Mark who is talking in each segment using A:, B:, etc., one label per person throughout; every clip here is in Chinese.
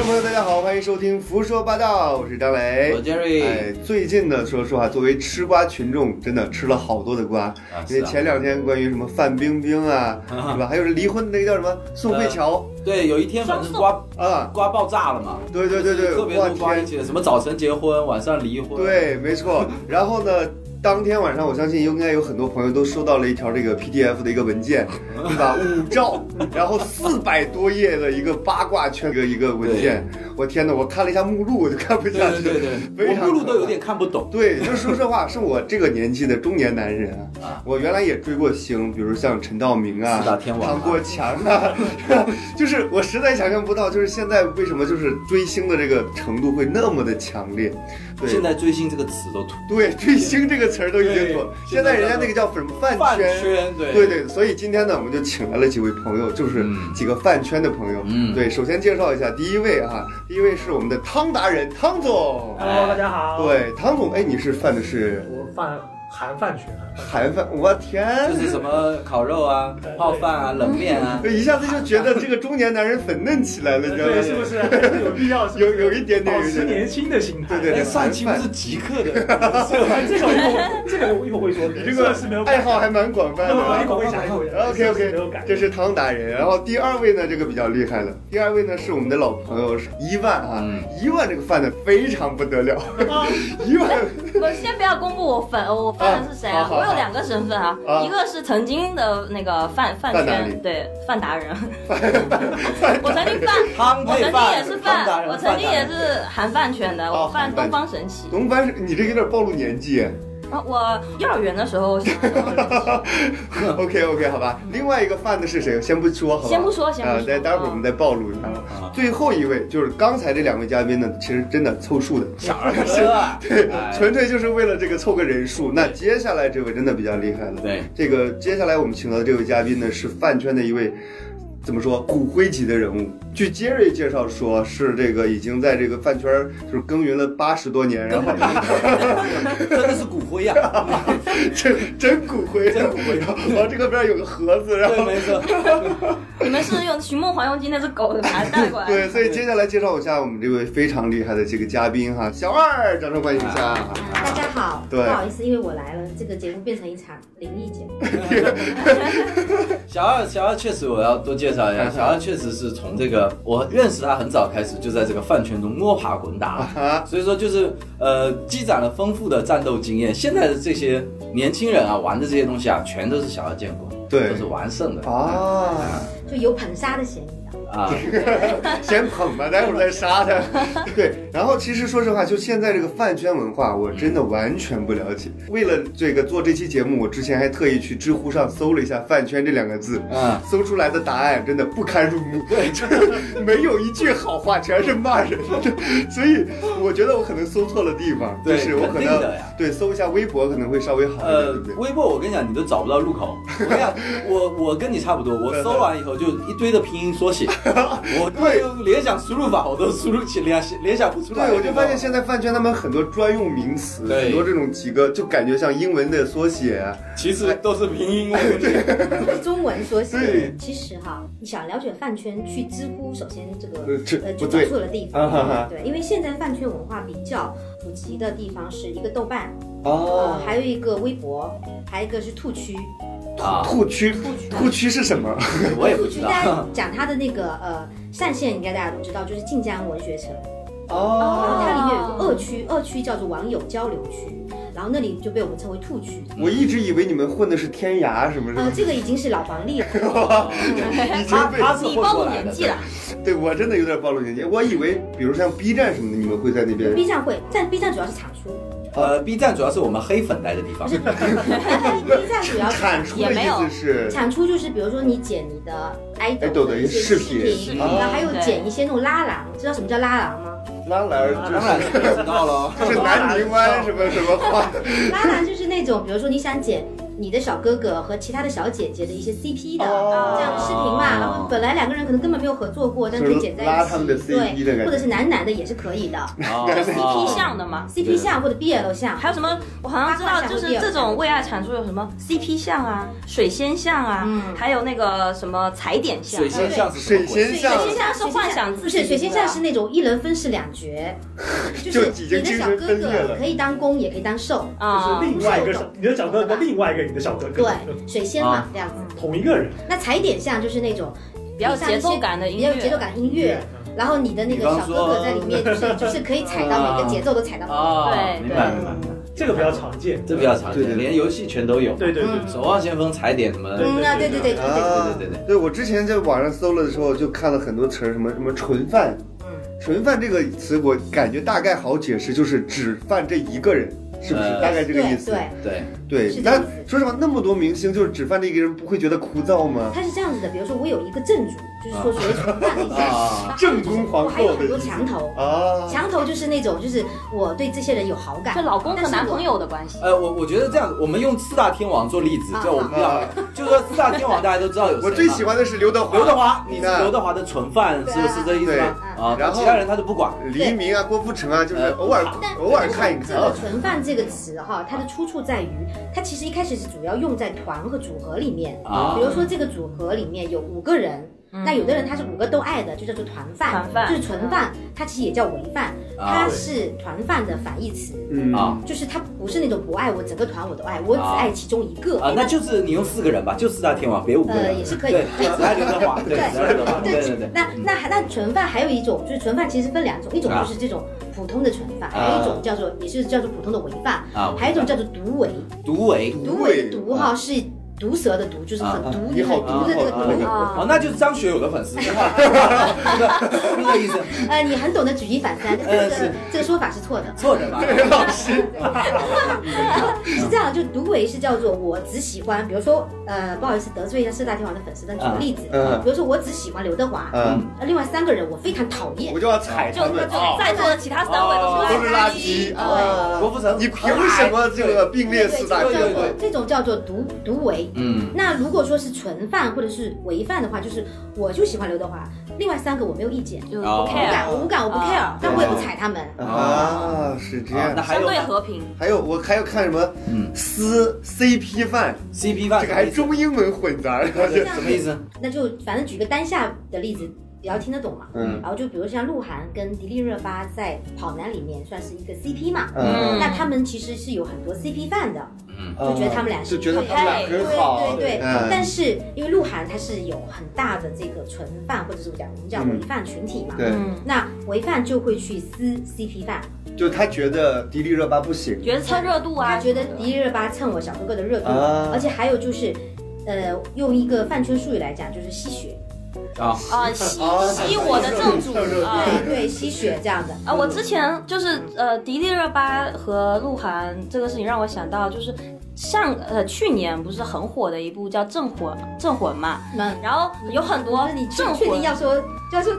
A: 欢迎收听《胡说八道》，我是张雷，
B: 我 Jerry
A: 哎，最近呢，说实话，作为吃瓜群众，真的吃了好多的瓜，
B: 啊
A: 因为
B: 是啊
A: 前两天关于什么范冰冰 啊，是吧？还有离婚的那个叫什么宋慧乔
B: 对，有一天反正瓜
A: 啊，
B: 瓜爆炸了嘛，
A: 对对对对，
B: 特别
A: 哇
B: 多瓜
A: 天
B: 一，起，什么早晨结婚，晚上离婚，，
A: 对，没错。然后呢，当天晚上我相信应该有很多朋友都收到了一条这个 PDF 的一个文 件，对吧？五兆，然后四百多页的一个八卦圈的一个文件。我天哪！我看了一下目录，我就看不
B: 对
A: 下
B: 对
A: 去。
B: 对
A: 非
B: 对，
A: 常
B: 我目录
A: 可怕
B: 都有点看不懂，
A: 对，就说实话，是我这个年纪的中年男人啊
B: 啊。
A: 我原来也追过星，比如像陈道明啊、
B: 四大天王啊
A: 唐国强 啊， 就是我实在想象不到，就是现在为什么就是追星的这个程度会那么的强烈。对，
B: 现在追星这个词都土，
A: 对，追星这个词儿都已经有，
B: 对
A: 现在人家那个叫什么饭
B: 饭
A: 圈。
B: 圈，对
A: 对，对，所以今天呢，我们就请来了几位朋友，就是
B: 嗯
A: 几个饭圈的朋友。
B: 嗯
A: 对，首先介绍一下，第一位啊，第一位是我们的汤达人汤总。
C: Hello，大家好。，
A: 对，汤总，哎，你是犯的是
C: 我饭韩啊饭圈，
A: 韩饭，我天，
B: 就是什么烤肉啊、泡饭啊、冷面啊，
A: 一下子就觉得这个中年男人粉嫩起来了，你知道
C: 对，是不
A: 吗？
C: 是有必要？
A: 有有一点点
C: 保
A: 有一
C: 持
A: 点点
C: 年轻的心态。哎
A: 对对
B: 哎，
A: 对
B: 上一期不是极客的，
C: 这个我一会儿这个我一会儿会说。
A: 你这个
C: 是没有
A: 爱好，还蛮广泛的啊。
C: 我一会儿会讲，一会儿
A: OK
C: 没有
A: OK，
C: 感
A: 这是汤达人。然后第二位呢，这个比较厉害了。第二位呢是我们的老朋友是伊万啊
B: 嗯，
A: 伊万这个犯的非常不得了，
C: 啊
A: 伊万
D: 我先不要公布我粉，我犯的是谁
A: 啊
D: 啊
A: 好？好
D: 我有两个身份啊
A: 啊，
D: 一个是曾经的那个饭饭
A: 饭达人
D: 圈，对饭达人，我曾经饭，
B: 汤
D: 我
B: 配
D: 曾经也
B: 饭，
D: 是
B: 汤达
D: 饭，
B: 人
D: 我曾经也
B: 饭
D: 是韩饭圈的，
A: 哦
D: 我犯东方神起。
A: 龙班是，你这有点暴露年纪。
D: 啊我幼儿园的时候想要当老师，
A: OK OK，好吧。另外一个犯的是谁？先不说，好吧。
D: 先不说，先
A: 啊
D: 不，
A: 待
D: 说，
A: 待会儿我们再暴露一下。
B: 达人啊
A: 最后一位就是刚才这两位嘉宾呢，其实真的凑数的，
B: 傻儿子啊，哎
A: 纯粹就是为了这个凑个人数。那接下来这位真的比较厉害了，
B: 对，
A: 这个接下来我们请到的这位嘉宾呢，是饭圈的一位。怎么说骨灰级的人物？据 Jerry 介绍说，是这个已经在这个饭圈儿就是耕耘了八十多年，然后
B: 真的是骨灰呀，
A: 真真骨灰，
B: 真骨 灰
A: 然后然后这个边儿有个盒子，然
B: 对，
A: 后
B: 没错，
D: 你们是用《寻梦环游记》那只狗把它带过来，
A: 对，所以接下来介绍一下我们这位非常厉害的这个嘉宾哈，小二，掌声欢迎一下。
E: 大家好，
A: 对
E: 不好意思，因为我来了，这个节目变成一场灵异节目。
B: 小二，小二确实我要多介绍一下，小二确实是从这个我认识他很早开始，就在这个饭圈中摸爬滚
A: 啊
B: 打，所以说就是呃积攒了丰富的战斗经验。现在的这些年轻人啊，玩的这些东西啊，全都是小二见过，
A: 对
B: 都是完胜的啊
A: 啊，
E: 就有捧杀的嫌疑的。
B: 啊，
A: 先捧吧，待会儿再杀他。对，然后其实说实话，就现在这个饭圈文化，我真的完全不了解。为了这个做这期节目，我之前还特意去知乎上搜了一下“饭圈”这两个字。
B: 嗯，
A: 搜出来的答案真的不堪入目，对，没有一句好话，全是骂人的，所以我觉得我可能搜错了地方，就
B: 对
A: 是我可
B: 肯定
A: 能
B: 的呀
A: 对搜一下微博可能会稍微好一点，
B: 呃
A: 对不对，？
B: 微博我跟你讲，你都找不到 入口。我跟你讲，我我跟你差不多，我搜完以后就一堆的拼音 缩写，我对联想输入法我都输入起联想联想不出来。
A: 对，我就发现
B: 你知
A: 现
B: 道吗
A: 在饭圈他们很多专用名词，
B: 对
A: 很多这种几个就感觉像英文的缩写啊，
B: 其实都是 拼音我跟你讲
E: 都是中文缩写
A: 对。
E: 其实哈，你想了解饭圈，去知乎，首先这个
A: 呃这
E: 呃
A: 不
E: 就
A: 对
E: 找错了地
A: 啊哈哈
E: 方。对，因为现在饭圈文化比较普及的地方是一个豆瓣，
A: 哦
B: 哦
E: 呃，还有一个微博，还有一个是兔区。
B: 啊，
A: 兔区，
E: 区
A: 兔区是什么？
B: 我也不
E: 兔
B: 知
E: 区
B: 道。
E: 大 家讲它的那个呃战线，应该大家都知道，就是晋江文学城。然后
D: 哦
E: 它里面有一个二区，二区叫做网友交流区，然后那里就被我们称为兔区。
A: 我一直以为你们混的是天涯什么什
E: 呃，
A: 么，
E: 这个已经是老 黄历了。
A: 已经
B: 他他是
D: 你
B: 混
D: 暴
B: 过
D: 露
B: 来
D: 年
B: 的，
D: 纪了，
A: 被对我真的有点暴露年纪。我以为比如像 B 站什么的，你们会在那边
E: B 站会，但 B 站主要是产 出，
B: 呃，B 站主要是我们黑粉待的地方
E: 不，是 B 站主要是
A: 产出的
D: 也没有
A: 意思是
E: 产出，就是比如说你剪你的
A: idol
E: idol
A: 的
E: 的
A: 一
E: 一
A: 些
E: 些
A: 哎视
E: 视
A: 频
D: 视
E: 频，
D: 频
E: 然后还有
D: 对
E: 剪一些那种拉郎，知道什么叫拉郎吗？
A: 拉来
B: 啊
A: 就
B: 当然
A: 是
B: 是 不知道喽。
A: 是南泥湾什么什么话，
E: 拉郎就是那种，比如说你想剪你的小哥哥和其他的小姐姐的一些 CP 的、
A: 哦
E: 这样的视频嘛，然后本来两个人可能根本没有合作过，但
A: 就是
E: 可以剪在一起，
A: 拉他们的 CP 的感觉
E: 对，或者是男男的也是可以的
B: 啊
F: CP 像的嘛。
B: 对
E: ，CP 像或者 BL 像，
F: 还有什么？我好像知道，就是这种为爱产出有什么 CP 像啊、水仙像啊，
E: 嗯
F: 还有那个什么踩点像
B: 水。仙像是什
A: 水
B: 么鬼？
A: 仙像
E: 水仙像
F: 是幻想自
E: 不
F: 己
E: 是水仙像是那种一人分饰两 角，就
A: 就
E: 是
A: 已
E: 你
A: 经
E: 的
A: 精
E: 小
A: 神
E: 哥
A: 分裂了
E: 哥可以当公也可以当受，
F: 啊
C: 就是，另外一个小，你的小哥哥，另外一个你的小哥哥，
E: 对，水仙嘛
B: 啊
E: 这样子。
C: 同一个人，
E: 那踩点像就是那种
F: 比较有节奏感的音
E: 比较有节奏
F: 乐。
E: 感的音乐，然后你的那个小哥哥在里面就是 就是可以踩到每个节奏都踩到。
B: 啊，
F: 对
B: 明白明白，明白
C: 嗯这个比较常见，
B: 这比较常
A: 对对
B: 见，
A: 对
B: 连游戏全都有。
C: 对对对，
E: 嗯
B: 守望先锋、踩点什么的，
E: 嗯啊，对对对对对，
A: 啊，
B: 对对对
A: 对，我之前在网上搜了的时候，就看了很多词儿，什么什么纯犯，
E: 嗯
A: 纯犯这个词，我感觉大概好解释，就是只犯这一个人，是不是？
B: 呃
A: 大概这个意
E: 对
A: 思。
E: 对，
B: 对，
A: 对
E: 是这
A: 但
E: 个意思
A: 说实话，那么多明星，就是只犯这一个人，不会觉得枯燥吗？
E: 他是这样子的，比如说我有一个正主，就是说所谓存在的一
B: 啊
E: 些，
A: 正宫皇
E: 我还有
A: 后
E: 很多
A: 的
E: 墙头，
A: 啊，
E: 墙头就是那种就是我对这些人有好
F: 就
E: 感，
F: 老公和男朋友的关系，
B: 呃，我我觉得这样，我们用四大天王做例子，
E: 啊
B: 就我们要
A: 啊，
B: 就说四大天王大家都知道有谁嘛
A: 我最喜欢的是刘德华、
B: 刘德华，你是
A: 那
B: 刘德华的纯饭，
E: 对
B: 是
E: 啊
B: 是这意思吗？
E: 对
B: 啊，
A: 然后
B: 其他人他就不管。
A: 黎明啊、郭富城啊，就是
B: 呃
A: 偶尔
E: 但
A: 偶尔看一
E: 这
A: 看
E: 个
A: 啊。
E: “纯饭”这个词哈，它的出处在于，它其实一开始是主要用在团和组合里面。
B: 啊
E: 比如说这个组合里面有五个人，那有的人他是五个都爱的，就叫做团饭，
F: 团饭
E: 就是纯饭，它其实也叫违饭，
B: 啊
E: 它是团饭的反义词。
A: 嗯
B: 啊
E: 就是它不是那种不爱我整个团我都爱，我只爱其中一个。
B: 啊，那就是你用四个人吧，就四大天王，别五个
E: 呃
B: 人。
E: 也是可以
B: 对，只爱刘德华，对，
E: 对
B: 只爱刘德华，对
E: 对
B: 对对。
E: 那那还那纯饭还有一种，就是纯饭其实分两种，一种就是这种普通的纯饭，还有一种叫做也是叫做普通的违饭，
B: 啊
E: 还有一种叫做独违。
B: 独为
E: 毒尾的毒哈是毒蛇的毒，就是很
B: 啊
E: 毒，
A: 你好
E: 很毒的
A: 毒
E: 那
A: 好毒
E: 个毒。
F: 啊
B: 哦，那就是张学友的粉丝，是吧 是这个意思，
E: 呃，你很懂得举一反三，但
B: 呃
E: 这
B: 是
E: 个这个说法是错的。
B: 错人吧？
A: 老师，
E: 是这样，就毒尾是叫做我只喜欢，比如说呃，不好意思得罪一下四大天王的粉丝，但举个例子，啊
A: 嗯
E: 比如说我只喜欢刘德华，
A: 嗯，
E: 呃，另外三个人我非常讨厌
A: 我。就要踩
F: 就
A: 他们
F: 就
A: 啊，
F: 在座的其他三位都
A: 哦都
F: 是
A: 是垃圾啊！
B: 郭富城，
A: 你凭什么这个并列
E: 对
A: 四
E: 对，
A: 大
E: 这
A: 天
E: 种叫
A: 王
E: 做？这种叫做毒毒尾。
B: 嗯，
E: 那如果说是纯饭或者是违饭的话，就是我就喜欢刘德华，另外三个我没有意见，
F: 就
B: 哦
F: 不
E: 我无感，
F: care，
E: 我无感，我不
F: 啊
E: care，但我也不踩他们。
A: 嗯啊，是这
B: 啊，
A: 样
B: 那。还
F: 相
B: 有
F: 对和平。
A: 还有我还要看什么
B: 嗯
A: 撕 CP 饭，
B: CP 饭
A: 这个
B: 什么
A: 还
B: 意思，
A: 中英文混杂，
B: 什么意思？
E: 那就反正举个当下的例子，比较听得懂嘛。
A: 嗯
E: 然后就比如像鹿晗跟迪丽热巴在《跑男》里面算是一个 CP 嘛，
A: 嗯
E: 那他们其实是有很多 CP 饭的，
B: 嗯，
E: 就觉得他们俩是
A: 就觉得他们俩
E: 对
A: 很好，
E: 对对对，
A: 嗯
E: 但是因为鹿晗他是有很大的这个纯饭或者是我讲我们叫
A: 嗯
E: 违饭群体嘛，
A: 对
F: 嗯，
E: 那违饭就会去撕 CP 饭，
A: 就他觉得迪丽热巴不行，
F: 觉得蹭热度啊，
E: 他觉得迪丽热巴蹭我小哥哥的热度，
A: 啊
E: 而且还有就是，呃，用一个饭圈术语来讲就是吸血，
B: 啊，
F: 啊吸
A: 啊
F: 吸我的正主
A: 蹭热度
F: 啊。
E: 对对，吸血这样的。
F: 啊，我之前就是呃，迪丽热巴和鹿晗这个事情让我想到，就是上呃去年不是很火的一部叫《镇魂》镇魂嘛，
E: 那
F: 然后有很多
E: 你确
F: 镇
E: 确定
F: 魂
E: 要说要说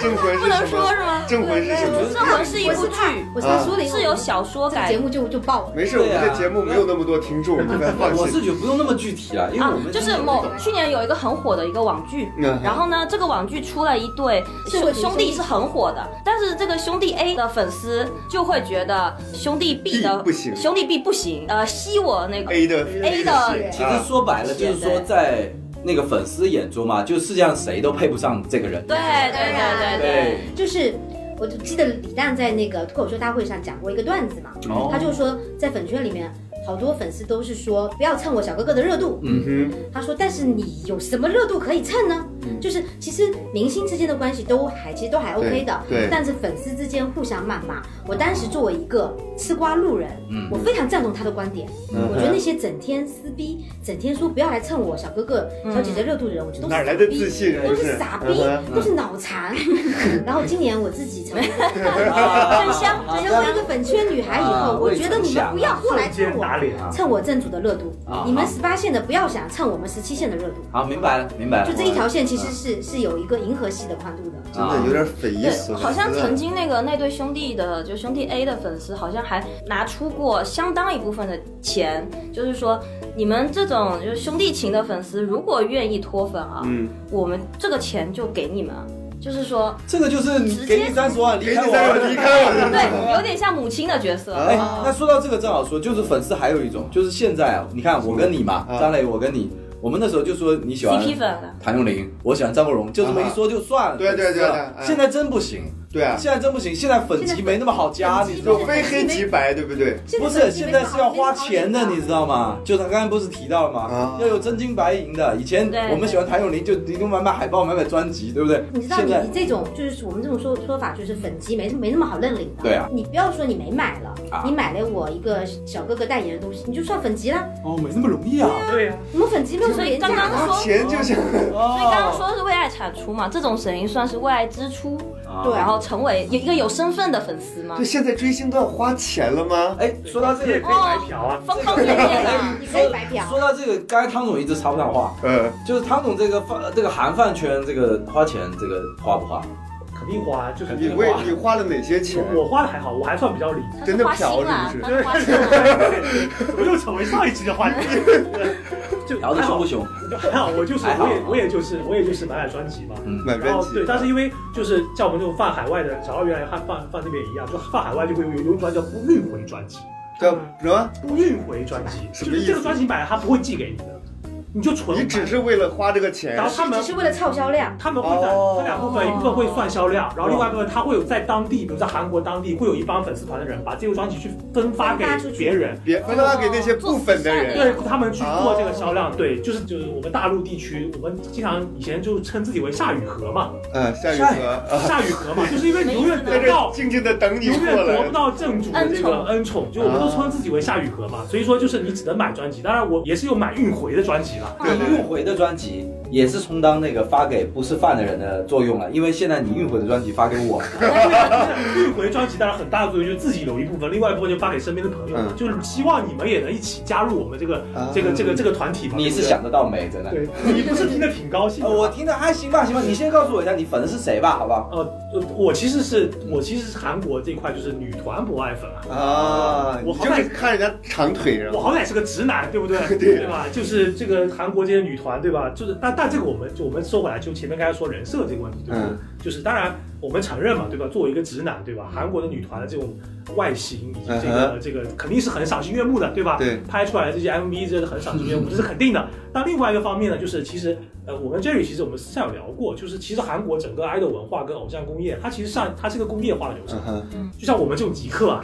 A: 正魂
F: 不
A: 是
F: 能
A: 什
F: 说
A: 么？
F: 是吗？
A: 正魂是什么？
F: 镇魂是一部剧，
E: 我才说了一个
F: 是由小说
E: 这个
F: 改
E: 节目就就爆了。
A: 没事，我们
B: 对
A: 的
B: 啊
A: 节目没有那么多听众，你们放
B: 我
A: 心。
B: 是觉得不用那么具体了，因为
F: 啊
B: 我们，
F: 就是某去年有一个很火的一个网剧，
A: 嗯
F: 然后呢，这个网剧出了一对
E: 是
F: 兄
E: 是
F: 兄弟是很火的，但是这个兄弟 A 的粉丝就会觉得兄弟 B 的
A: B 不行
F: 兄弟 B 不行，呃，吸我那个
A: A 的
F: A 的
A: 是
B: 其
A: 啊
B: 实说白了就是说在那个粉丝眼中嘛，就世界上谁都配不上这个人。
F: 对对对对对，
E: 就是我就记得李诞在那个脱口秀大会上讲过一个段子嘛，
B: 哦
E: 他就说在粉圈里面。好多粉丝都是说不要蹭我小哥哥的热度，
A: 嗯
E: 他说，但是你有什么热度可以蹭呢？就是其实明星之间的关系都还其实都还 OK 的，
A: 对
E: 但是粉丝之间互相谩骂，我当时作为一个吃瓜路人，
B: 嗯
E: 我非常赞同他的观点，
A: 嗯
E: 我觉得那些整天撕逼、整天说不要来蹭我小哥哥、小姐姐热度的人，我觉得
A: 哼，
E: 都
A: 哪
E: 是
A: 来
E: 傻
A: 的
E: 逼
A: 自信？
E: 都
A: 不
E: 是傻逼
A: 嗯，
E: 都是 脑残。然后今年我自己成为
B: 真
E: 香，成为一个粉圈女孩以
B: 啊
E: 后，我觉得你们不要过来
C: 瞬
E: 蹭
C: 间打
E: 我，
C: 脸，啊
E: 蹭我正主的热度
B: 啊，
E: 你们十八线的不要想蹭我们十七线的热度。
B: 好，明白了，明白了。
E: 就这一条线其实是是有一个银河系的宽度
B: 啊
E: 的，
A: 真的有点匪夷所
F: 对，
A: 思。
F: 好像曾经那个那对兄弟的，就兄弟 A 的粉丝，好像还拿出过相当一部分的钱，就是说
D: 你们这种就是兄弟情的粉丝，如果愿意脱粉啊，
A: 嗯，
D: 我们这个钱就给你们，
F: 啊
D: 就是说，
B: 这个就是你
D: 直接
B: 给你三十万，
A: 给
B: 离
A: 你
B: 开我
A: 三个离开我，
D: 对，有点像母亲的角色。
A: 啊
B: 哎，
D: 啊
B: 那说到这个正好说，就是粉丝还有一种，就是现在啊，你看我跟你嘛，
A: 啊
B: 张磊我跟你，我们那时候就说你喜欢
D: CP 粉了，
B: 谭咏麟，我喜欢张国荣，就这么一说就算了。
A: 对对对对
B: 粉丝
A: 哎
B: 现在真不行，
A: 对啊，
B: 现在真不行，现在粉级没那么好加，
E: 现在
B: 你知道
A: 就
B: 吗？
A: 非黑即白，对不对？
B: 不是，现在是要花钱的，你知道
E: 吗？
B: 吗？就他刚才不是提到了吗
A: 啊？
B: 要有真金白银的。以前
D: 对
B: 我们喜欢谭咏麟，就你给我买买海报，买买专辑，对不对？
E: 你知道
B: 现
E: 你
B: 在
E: 你这种就是我们这种说说法，就是粉鸡没没那么好认领的。
B: 对啊，
E: 你不要说你没买了，
B: 啊
E: 你买了我一个小哥哥代言的东西，你就算粉鸡了。
B: 哦，没那么容易啊。
C: 对呀，
E: 我们粉鸡没有什么廉价
D: 所以刚刚
E: 的，
D: 说
A: 钱就像
D: 所以刚刚
B: 哦，
D: 说是为爱产出嘛，这种声音算是为爱支出，
E: 对
D: 然后成为有一个有身份的粉丝吗
A: 对，？现在追星都要花钱了吗？
B: 哎，说到这
C: 你也
B: 个，
C: 可以白嫖啊，
D: 疯狂夜店啊！
E: 你可以白嫖。
B: 说到这个，刚才汤总一直插不上话，
A: 呃，
B: 就是汤总这个饭这个韩饭圈这个花钱这个花不花？
C: 肯定花，就是
A: 你为你花了哪些钱？
C: 我花的还好，我还算比较理智。
D: 他是花心啦，
A: 真
D: 他
C: 的嫖 是
D: 是花
C: 不
D: 心啊啦。
C: 怎么又成为上一期的话题？就
B: 聊的
C: 还
B: 凶
C: 好
B: 不，凶？
C: 就还好，我就是
B: 还好
C: 我也我也就是我也就是买买专辑嘛。
A: 买
C: 然
A: 专
C: 后
A: 辑，
C: 哦对，但是因为就是像我们这种泛海外的，小二原来和泛泛那边一样，就泛海外就会有有一种专辑叫不运回专辑，
A: 叫
C: 嗯
A: 什么？
C: 不运回专辑，
A: 什
C: 就
A: 么
C: 是
A: 意
C: 这
A: 思
C: 个专辑买了他不会寄给你的，你就纯
A: 你
C: 买
A: 只是为了花这个钱
C: 然后他们
E: 只是为了凑销量，
C: 他们会在
B: 哦
C: 分两部分，一部分会算销量，然后另外一部分他会有在当地，比如在韩国当地会有一帮粉丝团的人把这个专辑去分发给别人，
A: 别分发给那些不粉的
D: 哦
A: 人
D: 做慈善
C: 对他们去做这个销量。对，就是就是我们大陆地区，我们经常以前就称自己为下雨河嘛，
A: 嗯，夏雨
B: 下雨
A: 荷啊，
C: 下雨河嘛，就是因为你永远得
A: 在
C: 不
A: 这儿
C: 到。
A: 静静的等你
C: 永远
A: 过
C: 得不
A: 来。
C: 到正主的这个恩宠，就我们都称自己为下雨河嘛，所以说就是你只能买专辑，当然我也是有买运回的专辑了，
A: 对
B: 你运回的专辑也是充当那个发给不是饭的人的作用了，因为现在你运回的专辑发给我，
C: 运回专辑当然很大的作用就是自己留一部分，另外一部分就发给身边的朋友，
A: 嗯
C: 就是希望你们也能一起加入我们这个、
A: 啊
C: 这个这个这个团体嘛。
B: 你是想得到没？真的。
C: 对不对，你不是听得挺高兴
B: 呃，
C: 的？
B: 我听的还行吧，行吧，你先告诉我一下你粉的是谁吧，好不好？
C: 呃，我其实是我其实是韩国这一块就是女团不爱粉啊，
A: 啊，你
C: 我好
A: 就是看人家长腿
C: 我
A: 上，
C: 好歹是个直男，对 不对？
A: 对
C: 吧？就是这个韩国这些女团，对吧？就是但但这个我们就我们说回来，就前面刚才说人设这个问题，对吧？
A: 嗯
C: 就是当然我们承认嘛，对吧？作为一个直男，对吧？韩国的女团的这种外形以及这
A: 嗯
C: 个、这个肯定是很赏心悦目的，对吧？
A: 对，
C: 拍出来的这些 MV 真的很赏心悦目，这是肯定的。但另外一个方面呢，就是其实呃，我跟 Jerry 其实我们私下有聊过，就是其实韩国整个 idol 文化跟偶像工业，它其实上它是一个工业化的流程
A: 嗯，哼
C: 就像我们这种极客啊，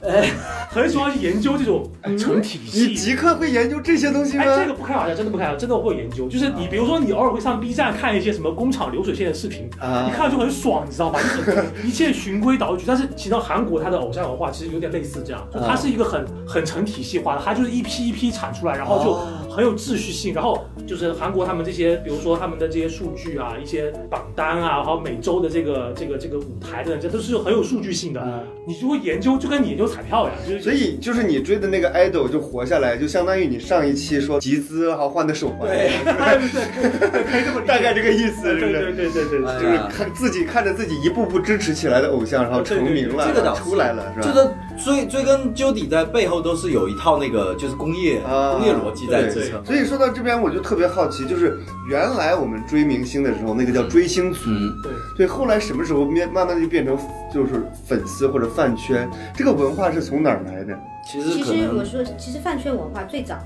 C: 很喜欢去研究这种哎成体系。
A: 你极客会研究这些东西吗
C: 哎，？这个不开玩笑，真的不开玩笑，真的会研究。就是你，比如说你偶尔会上 B 站看一些什么工厂流水线的视频，
A: 啊
C: 你看了就很爽，你知道吧？就是一切循规蹈矩。但是其实韩国它的偶像文化其实有点类似这样，就它是一个很很成体系化的，它就是一批一批产出来，然后就很有秩序性。然后就是韩国他们这些，比如说他们的这些数据啊，一些榜单啊，然后每周的这个这个这个舞台的，这都是很有数据性的。你就会研究，就跟你研究彩票呀，就是
A: 所以就是你追的那个 idol 就活下来，就相当于你上一期说集资然后换的手环，
B: 对，
C: 对对对，可以这么理解
A: 大概这个意思，
C: 哎对
A: 是不
C: 对对
A: 是？
C: 对对对。
B: 哎
A: 就是
B: 呀
A: 看自己看着自己一步步支持起来的偶像，然后成名了，
B: 对对对这
A: 然
B: 个倒
A: 后
B: 是
A: 出来了，
B: 这
A: 是吧？
B: 个追追根究底，在背后都是有一套那个就是工业
A: 啊
B: 工业逻辑在支撑。
A: 所以说到这边，我就特别好奇，就是原来我们追明星的时候，那个叫追星族，
B: 嗯，
C: 对
A: 对，后来什么时候变慢慢的就变成就是粉丝或者饭圈，这个文化是从哪儿来的？
B: 其
E: 其
B: 实可
E: 实
B: 能
E: 我说，其实饭圈文化最早，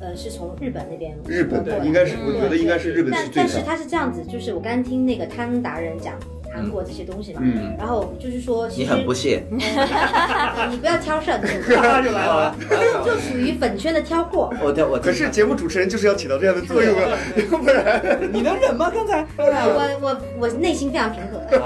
E: 呃，是从日本那边
A: 日本
E: 过来
A: 的应该是，
D: 嗯
A: 我觉得应该是日本是
E: 但
A: 最
E: 但是
A: 早，
E: 它是这样子，就是我刚刚听那个汤达人讲韩国这些东西嘛，
A: 嗯，
E: 然后就是说，其
B: 你
E: 实
B: 很不屑。
E: 你不要挑事儿，
C: 又来了，
E: 就属于粉圈的挑货。
B: 我的我的
A: 可是节目主持人就是要起到这样的作用啊， 要不然
B: 你能忍吗？刚才
A: 啊
E: 我我我内心非常平和。
B: 合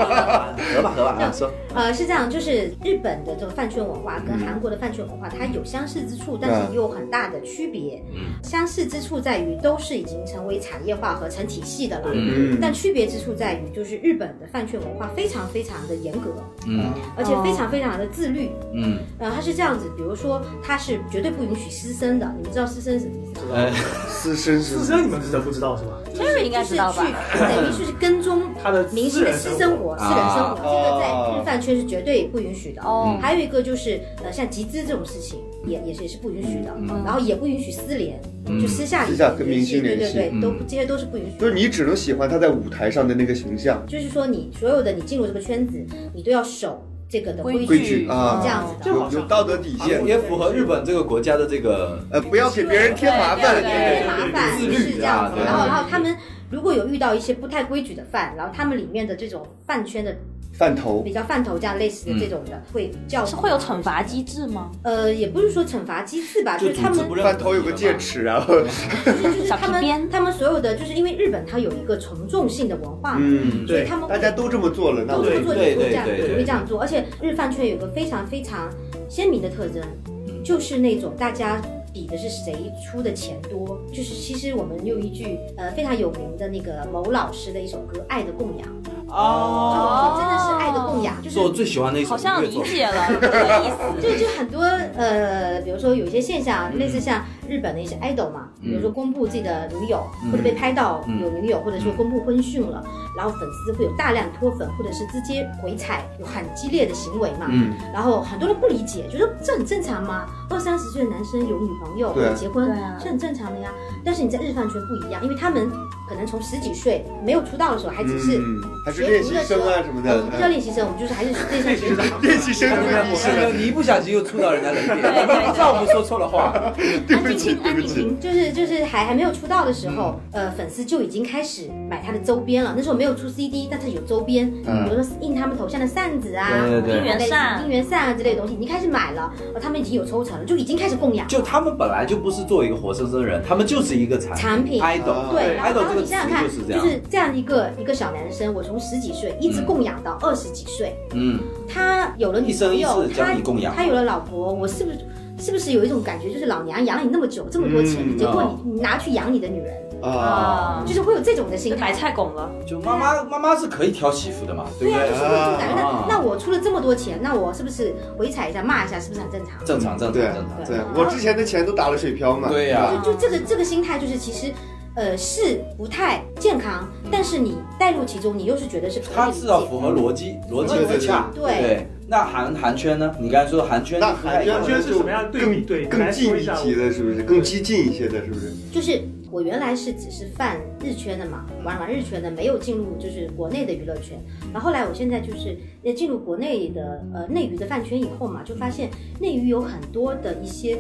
B: 吧合吧，啊说
E: 呃，是这样，就是日本的这个饭圈文化
A: 嗯
E: 跟韩国的饭圈文化，它有相似之处，但是也有很大的区别。
B: 嗯
E: 相似之处在于都是已经成为产业化和成体系的了，
C: 对
A: 嗯
E: 但区别之处在于，就是日本的饭圈文化非常非常的严格，
B: 嗯
E: 而且
D: 哦
E: 非常非常的自律。
B: 嗯，
E: 呃，它是这样子，比如说它是绝对不允许私生的，你们知道私生什么意思吗？
B: 哎，
A: 私生是
C: 私生你们知道不知道是吧？
D: Terry 应该
E: 就是
D: 知道吧？
E: 去等于是跟踪
C: 他的
E: 明星的私生活、私
B: 啊
E: 人生活，这个
B: 哦
E: 在日饭圈是绝对不允许的。嗯
D: 哦
E: 还有一个就是，呃，像集资这种事情也也是也是不允许的，
D: 嗯
E: 然后也不允许私联，
B: 嗯
E: 就私下里
A: 私下跟明星
E: 对
A: 联
E: 对
A: 系
E: 对，都不
B: 嗯
E: 这些都是不允许的。
A: 就是你只能喜欢他在舞台上的那个形象，
E: 就是说你所有的你进入这个圈子，你都要守这个的规
A: 规
E: 矩，
A: 矩啊
E: 这样子的。
C: 这
A: 有
C: 好像
A: 有道德底线
C: 对，
B: 也符合日本这个国家的这个
A: 呃，不要给别人添麻烦
E: 有
D: 对。对
E: 点麻烦，
B: 自
E: 是
B: 律
E: 这样
B: 啊
E: 子。
B: 对
E: 然后，然后他们如果有遇到一些不太规矩的犯，然后他们里面的这种饭圈的
A: 饭头
E: 比较饭头这样类似的这种的，会叫
D: 是会有惩罚机制吗？
E: 呃，也不是说惩罚机制吧，
B: 就
E: 就是他
B: 组织
E: 们
B: 不认
A: 饭头有个戒尺，然后
E: 就是
D: 小
E: 他
D: 皮鞭
E: 们他们所有的，就是因为日本它有一个从众性的文化嘛，
A: 嗯，
E: 所以
C: 对
E: 他们
A: 大
E: 会
A: 家都这么做了，那
E: 都
A: 我
E: 这
A: 就
E: 么做，
B: 对
E: 你会
B: 对
E: 这样，
B: 对
E: 你
B: 对
E: 会这样做。而且日饭圈有个非常非常鲜明的特征，
B: 嗯
E: 就是那种大家比的是谁出的钱多。就是其实我们用一句呃非常有名的那个某老师的一首歌《爱的供养》，
B: 哦，
D: 哦
E: 真的是《爱的供养》，就是
B: 是我最喜欢的一首
D: 好像
B: 音乐
D: 理
B: 作品。
D: 解了这个意思。
E: 对，就很多呃，比如说有一些现象，啊类似像日本的一些 idol 嘛，比如说公布自己的女友，或者被拍到有女友，或者说公布婚讯了，然后粉丝会有大量脱粉，或者是直接回踩，有很激烈的行为嘛。
A: 嗯，
E: 然后很多人不理解，觉得这很正常吗？二三十岁的男生有女朋友
A: 对啊
E: 结婚
D: 对啊
E: 是很正常的呀。但是你在日饭圈不一样，因为他们可能从十几岁没有出道的时候，还只是
A: 嗯，还是练习生啊什么
E: 呃我们不叫
A: 的，
E: 练习生，我们就是还是练
C: 练
E: 习
C: 习
E: 生。
C: 生，
A: 练习生
B: 哎
A: 怎么样
B: 你看你一不小心又触到人家的点，
D: 对对
B: 你知道我们说错了话。
A: 对不起，对
D: 安
A: 不
D: 静听
A: 起，
E: 就是就是还还没有出道的时候，
B: 嗯
E: 呃，粉丝就已经开始买他的周边了。那时候没有出 CD，但是有周边，
A: 嗯
E: 比如说印他们头像的扇子啊，
B: 对对对
E: 或者类似
D: 应援扇
E: 应援扇啊之类的东西，你开始买了，呃，他们已经有抽成了，就已经开始供养
B: 就他们本来就不是作为一个活生生的人，他们就是一个产
E: 产品。
B: idol，
E: 对，然后
B: ，idol
E: 然
B: 哎这个
E: 后你
B: 词
E: 想想看，
B: 就是这样
E: 就。是这样一个一个小男生，我从十几岁一直供养到二十几岁，
B: 嗯，
E: 他有了女朋
B: 一生
E: 友
B: 一世，将
E: 他
B: 你供养
E: 他有了老婆，我是不是是不是有一种感觉，就是老娘养了你那么久，这么多钱，
A: 嗯
E: 结果
B: 哦
E: 你你拿去养你的女人，
A: 啊，
E: 就是会有这种的心
D: 就
E: 态
D: 白。菜拱了，
B: 就妈妈妈妈是可以挑媳妇的嘛，对啊
E: 对
B: 不对？
E: 呀、就是会有这种感觉。
B: 啊
E: 那那我出了这么多钱，那我是不是回踩一下、骂一下，是不是很正常？
B: 正常正常
A: 对
B: 正常。
A: 对我之前的钱都打了水漂嘛，
B: 对呀
E: 就就这个这个心态，就是其实，呃，是不太健康，但是你带入其中，你又是觉得是可以
B: 它
E: 理
B: 至
E: 解
B: 少
E: 的。
B: 符合逻辑，逻辑自洽。
E: 对对对
B: 那韩韩圈呢？你刚才说韩圈
A: 那
B: 就不太一样，
A: 韩
C: 觉得
A: 圈
C: 是什么样的对比
A: 更
C: 对
A: 更近一级的，是不是？更激进一些的，是不是？
E: 就是我原来是只是泛日圈的嘛，玩玩日圈的，没有进入就是国内的娱乐圈。然后后来我现在就是呃进入国内的呃内娱的饭圈以后嘛，就发现内娱有很多的一些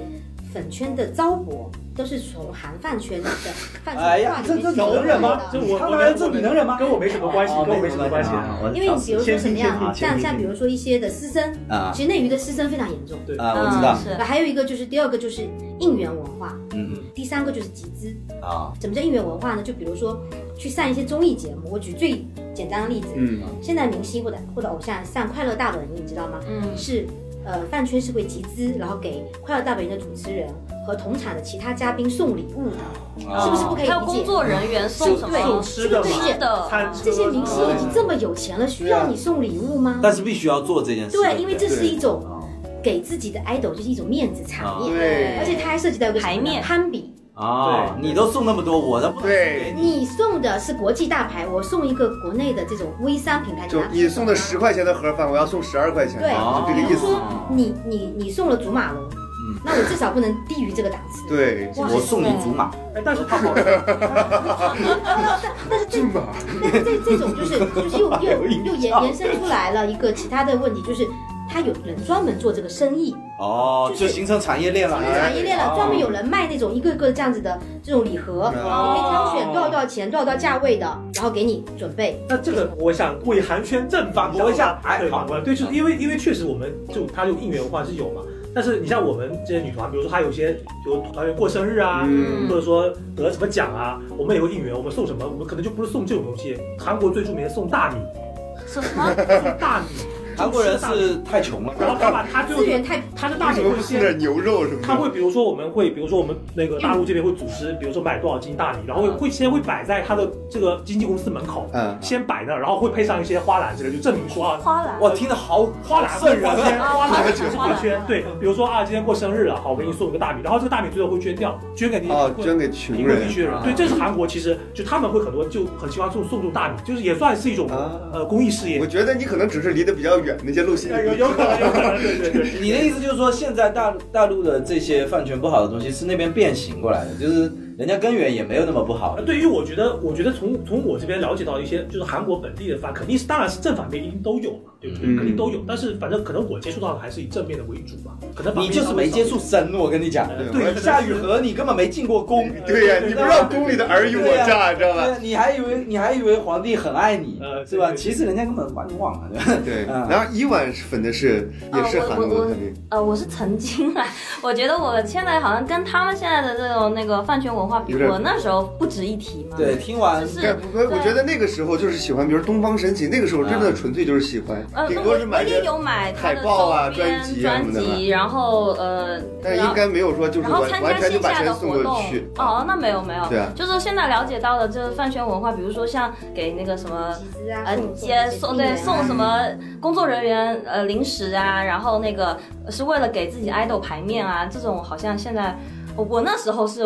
E: 粉圈的糟粕，都是从韩饭圈的 饭圈
B: 哎
E: 文
B: 呀
E: 化里面
B: 这这
E: 走
B: 能忍吗
E: 来的
C: 就我
B: 他
C: 我
B: 来这你能忍吗
C: 跟我没什么关系，
B: 哦
C: 跟我
B: 没
C: 没什
B: 什
C: 么
B: 么
C: 关
B: 关
C: 系
B: 系。啊我
E: 因为你比如说什么样，啊
C: 先进先进
E: 像像比如说一些的私生，
B: 啊
E: 其实内娱的私生非常严重。
C: 对
B: 啊，我知道
D: 嗯，是
E: 还有一个就是第二个就是应援文化，
B: 嗯
E: 第三个就是集资。
B: 啊，
E: 怎么叫应援文化呢？就比如说去上一些综艺节目，我举最简单的例子，
A: 嗯，
E: 现在明星或者或者偶像上《快乐大本营》，你知道吗？
D: 嗯，
E: 是呃饭圈是会集资，然后给《快乐大本营》的主持人和同场的其他嘉宾送礼物的，
B: 啊
E: 是不是不可以
D: 还有
E: 理
D: 工
E: 解？
D: 作人员送什
E: 就
D: 么
E: 对
C: 吃的嘛
D: 吃的
C: 餐
E: 这些明星已经这么有钱了，需要
A: 对啊
E: 你送礼物吗？
B: 但是必须要做这件事。
E: 对，因为这
A: 对
E: 是一种
B: 哦
E: 给自己的 idol，就是一种面子场面，
A: 对
E: 而且它还涉及到一个什么呢
D: 牌面
E: 攀比。
B: 啊，你都送那么多，我的不能
A: 对
B: 给你。
E: 你送的是国际大牌，我送一个国内的这种微商平台给
A: 就
E: 他，
A: 你送的十块钱的盒饭，我要送十二块钱，
E: 对哦
A: 就这个意
E: 比如
A: 思。
E: 说
B: 啊
E: 你你你送了祖马龙，
B: 嗯
E: 那我至少不能低于这个档次。
A: 对，
B: 我送你竹马，
C: 哎，但是他好像
E: 但是这
A: 进吧，
E: 但是这这种就是就是又 又又延延伸出来了一个其他的问题，就是他有人专门做这个生意，
B: 哦，就形成产业链了。
E: 产业链了，
B: 哦嗯
E: 专门有人卖那种一个个这样子的这种礼盒，
A: 嗯
E: 你可以挑选多少多少钱、多少多少价位的，然后给你准备。
C: 那这个，我想为韩圈正反驳一下，对反驳，对，就是因为因为确实我们就他就应援文化是有嘛，但是你像我们这些女团，比如说她有些比如团员过生日啊，
A: 嗯
C: 或者说得什么奖啊，我们也会应援，我们送什么，我们可能就不是送这种东西。韩国最著名的送大米，
D: 什么？
C: 送大米，
B: 韩国人是太穷了，
C: 然后他把他
E: 资
C: 最
E: 源
C: 后
E: 太
C: 他的大
A: 为
C: 手
A: 什么
C: 会
A: 不吃
C: 先
A: 点牛肉什么的？
C: 他会比如说我们会，比如说我们那
B: 嗯
C: 个大陆这边会组织，比如说买多少斤大米，然后会会先会摆在他的这个经纪公司门口，
A: 嗯
C: 先摆那儿，然后会配上一些花篮之类的，就证明说啊。
D: 花篮，
B: 我听着好
C: 花
B: 好
C: 篮
B: 瘆人
C: 花
B: 啊！
C: 圈，花篮
A: 篮
C: 是
D: 花
C: 画
D: 篮
C: 圈，对，比如说啊，今天过生日了，好，我给你送一个大米，然后这个大米最后会捐掉，捐给你
A: 啊，捐给穷
C: 贫困地
A: 人
C: 区的人
B: 啊。
C: 对，这是韩国，其实就他们会很多就很喜欢送送这种大米，就是也算是一种
A: 啊。
C: 呃公益事业
A: 我，觉得你可能只是离得比较远，那些路线
C: 有有可能，有可能，对对对。
B: 你的意思就是说，现在大大陆的这些饭圈不好的东西是那边变形过来的，就是人家根源也没有那么不好
C: 呃，。对于我觉得，我觉得从从我这边了解到一些，就是韩国本地的饭，肯定是当然是正反面一定都有嘛，对不对？
A: 嗯
C: 肯定都有，但是反正可能我接触到的还是以正面的为主吧，可能反
B: 你
C: 面
B: 就是没接触深，我跟你讲
C: 稍，微
A: 对我
C: 少一点。呃
A: 也
C: 对，
B: 夏雨荷你根本没进过宫，
A: 对呀，你不知道宫里的尔虞我诈，知道吧？
B: 对，你还以为你还以为皇帝很爱你
C: 呃，
B: 是吧？
C: 对对对
B: 其实人家根本把你忘了。对吧
A: 对，
B: 嗯
A: 然后伊万粉的是也是
D: 啊我
A: 韩国
D: 我
A: 肯定，
D: 呃，我是曾经啦， 我觉得我现在好像跟他们现在的这种那个饭圈文化比，
A: 有点
D: 我那时候不值一提
F: 嗯
D: 嘛。
B: 对，，听完
D: 就是
A: 对，我我觉得那个时候就是喜欢，比如东方神起，那个时候真的纯粹就是喜欢，
D: 嗯呃，
A: 顶
D: 我
A: 多是
D: 我
A: 买
D: 也
A: 个，
D: 有买他的
A: 海报啊
D: 周边
A: 专辑啊什
D: 专
A: 么的吧
D: 辑，然后呃，
A: 但是
D: 然
A: 应
D: 后
A: 该没有说就是
D: 然后
A: 完
D: 参
A: 完
D: 加
A: 全就
D: 线
A: 把
D: 下
A: 钱
D: 的
A: 送
D: 活
A: 过
D: 动
A: 去。
D: 哦，那没有没有，
A: 对啊
D: 就是现在了解到的这饭圈文化，比如说像给那个什么
E: 集资啊，
D: 呃
E: 送
D: 接送啊对
E: 啊
D: 送什么工作人员呃零食啊，然后那个是为了给自己 idol 排面啊，这种好像现在我我那时候是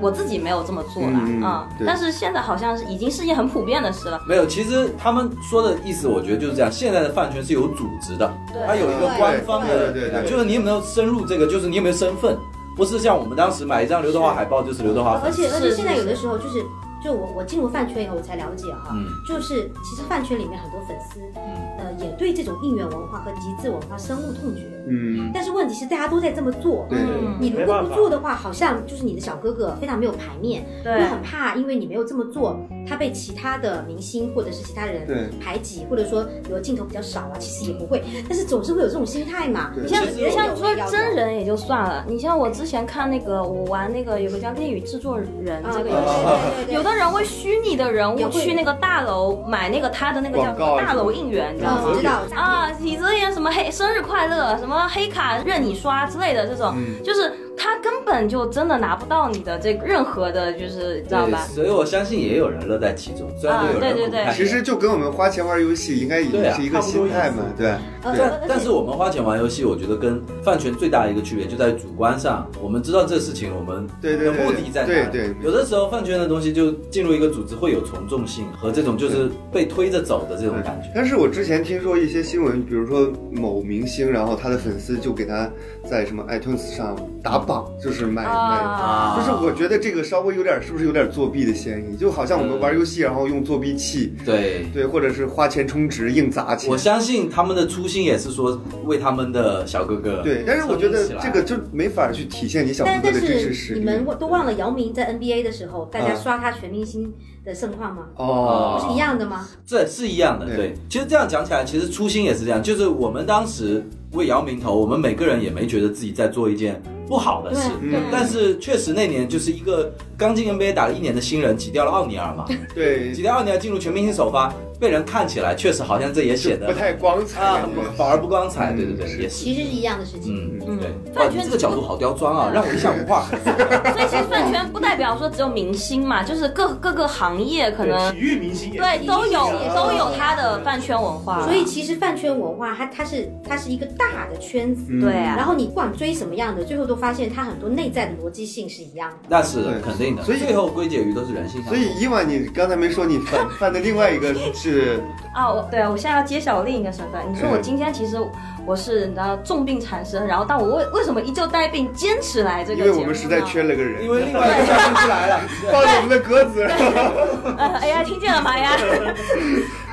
D: 我自己没有这么做啦，
A: 嗯嗯
D: 嗯
A: 对
D: 但是现在好像是已经是一件很普遍的事了，
B: 没有，其实他们说的意思，我觉得就是这样。现在的饭圈是有组织的，
D: 对
B: 它有一个官方的，
A: 对对对对
B: 就是你有没有深入这个，就是你有没有身份，不是像我们当时买一张刘德华海报就是刘德华
E: 而
B: 粉丝。
E: 且而且
D: 是
E: 现在
D: 是
E: 有的时候就是，就我我进入饭圈以后我才了解哈，
B: 嗯
E: 就是其实饭圈里面很多粉丝，
B: 嗯
E: 呃，也对这种应援文化和集资文化深恶痛绝。
A: 嗯，
E: 但是问题是大家都在这么做，
A: 对
D: 嗯
E: 你
C: 没
E: 如果
C: 办
E: 不
C: 法
E: 做的话，好像就是你的小哥哥非常没有牌面，
D: 对
E: 又很怕，因为你没有这么做，他被其他的明星或者是其他
A: 对
E: 人排挤，或者说比如镜头比较少啊，其实也不会，但是总是会有这种心态嘛。
A: 对
E: 你
D: 像
E: 像
B: 其实
D: 你
E: 人家
D: 像
E: 有
D: 说
E: 要求
D: 真人也就算了，你像我之前看那个我玩那个有个叫《恋与制作人》
E: 啊，
D: 这
E: 对
D: 个
E: 对
D: 游戏，
E: 对对对，
D: 有的人为虚拟的人
E: 也
D: 物
E: 会
D: 去那个大楼买那个他的那个叫什
A: 广告
D: 么
A: 啊
D: 大楼应援，你知道
E: 啊，我
D: 吗
E: 知？道
D: 啊，体则言什么黑生日快乐，什么黑卡任你刷之类的这种，
A: 嗯
D: 就是他根本就真的拿不到你的这个任何的，就是知道
B: 对，
D: 吧？
B: 所以我相信也有人乐在其中，虽然说有人
D: 啊对
B: 不
D: 对
B: 看
D: 对
A: 其实就跟我们花钱玩游戏应该
B: 对
A: 也
B: 啊
A: 是一个心态嘛，对，对
E: 呃而
B: 但
E: 且
B: 但是我们花钱玩游戏，我觉得跟饭圈最大的一个区别就在于主观上，我们知道这事情我们
A: 对对
B: 的
A: 对
B: 目的在哪
A: 对
B: 里。
A: 对
B: 有的时候饭圈的东西就进入一个组织会有从众性和这种就是被推着走的这种感觉。
A: 但是我之前听说一些新闻，比如说某明星，然后他的粉丝就给他在什么 iTunes 上打榜，就是买买。
D: 啊，
A: 就是我觉得这个稍微有点，是不是有点作弊的嫌疑？就好像我们玩游戏，
B: 呃
A: 然后用作弊器，
B: 对，
A: 对，或者是花钱充值硬砸钱
B: 我。相信他们的初心也是说为他们的小哥哥。
A: 对，但是我觉得
B: 撑起来
A: 这个就没法去体现你小哥
E: 但
A: 哥
E: 但
A: 的真实实
E: 是
A: 力。
E: 你们都忘了姚明在 NBA 的时候，大家
A: 嗯
E: 刷他全明星的盛况吗？
A: 哦
B: 啊
E: 不是一样的吗？
B: 这是一样的，
A: 对
B: 对。其实这样讲起来，其实初心也是这样，就是我们当时为姚明投，我们每个人也没觉得自己在做一件不好的事。
A: 嗯
E: 对啊
B: 但啊是确实那年就是一个刚进 NBA 打了一年的新人挤掉了奥尼尔嘛，
A: 对
B: 挤，掉奥尼尔进入全明星首发，被人看起来确实好像这也显
A: 不
B: 得
A: 太光彩
B: 啊
A: 感觉
B: 反而不光彩，对对
A: 嗯
B: 对，
A: 是
B: 也是
E: 其实是一样的事情。
B: 嗯
D: 嗯
B: 对。哇，
D: 饭圈
B: 你这个角度好刁钻啊，让我一下无话 可说。
D: 所以其实饭圈不代表说只有明星嘛，就是各各个行业可能
C: 对体育明星也
D: 对都有
E: 也是
D: 都有他的饭圈文化，
E: 啊所以其实饭圈文化它它是它是一个大的圈子，
A: 嗯
D: 对啊
E: 然后你不管追什么样的，最后都发现它很多内在的逻辑性是一样的。
B: 那是的
A: 对
B: 肯定的，
A: 所以
B: 最后归结于都是人性上
A: 所
B: 的。
A: 以伊万，你刚才没说你犯 犯的另外一个是
D: 啊，我对我现在要揭晓另一个身份。你说我
A: 嗯
D: 今天其实我是你知道重病缠身，然后但我为为什么依旧带病坚持来这
A: 因
D: 个
A: 为
D: 节目呢？
A: 我们实在 缺了个人，
B: 因为另外一个嘉宾出来了，
A: 放着我们的鸽子，
D: 呃 AI 听见了吗呀？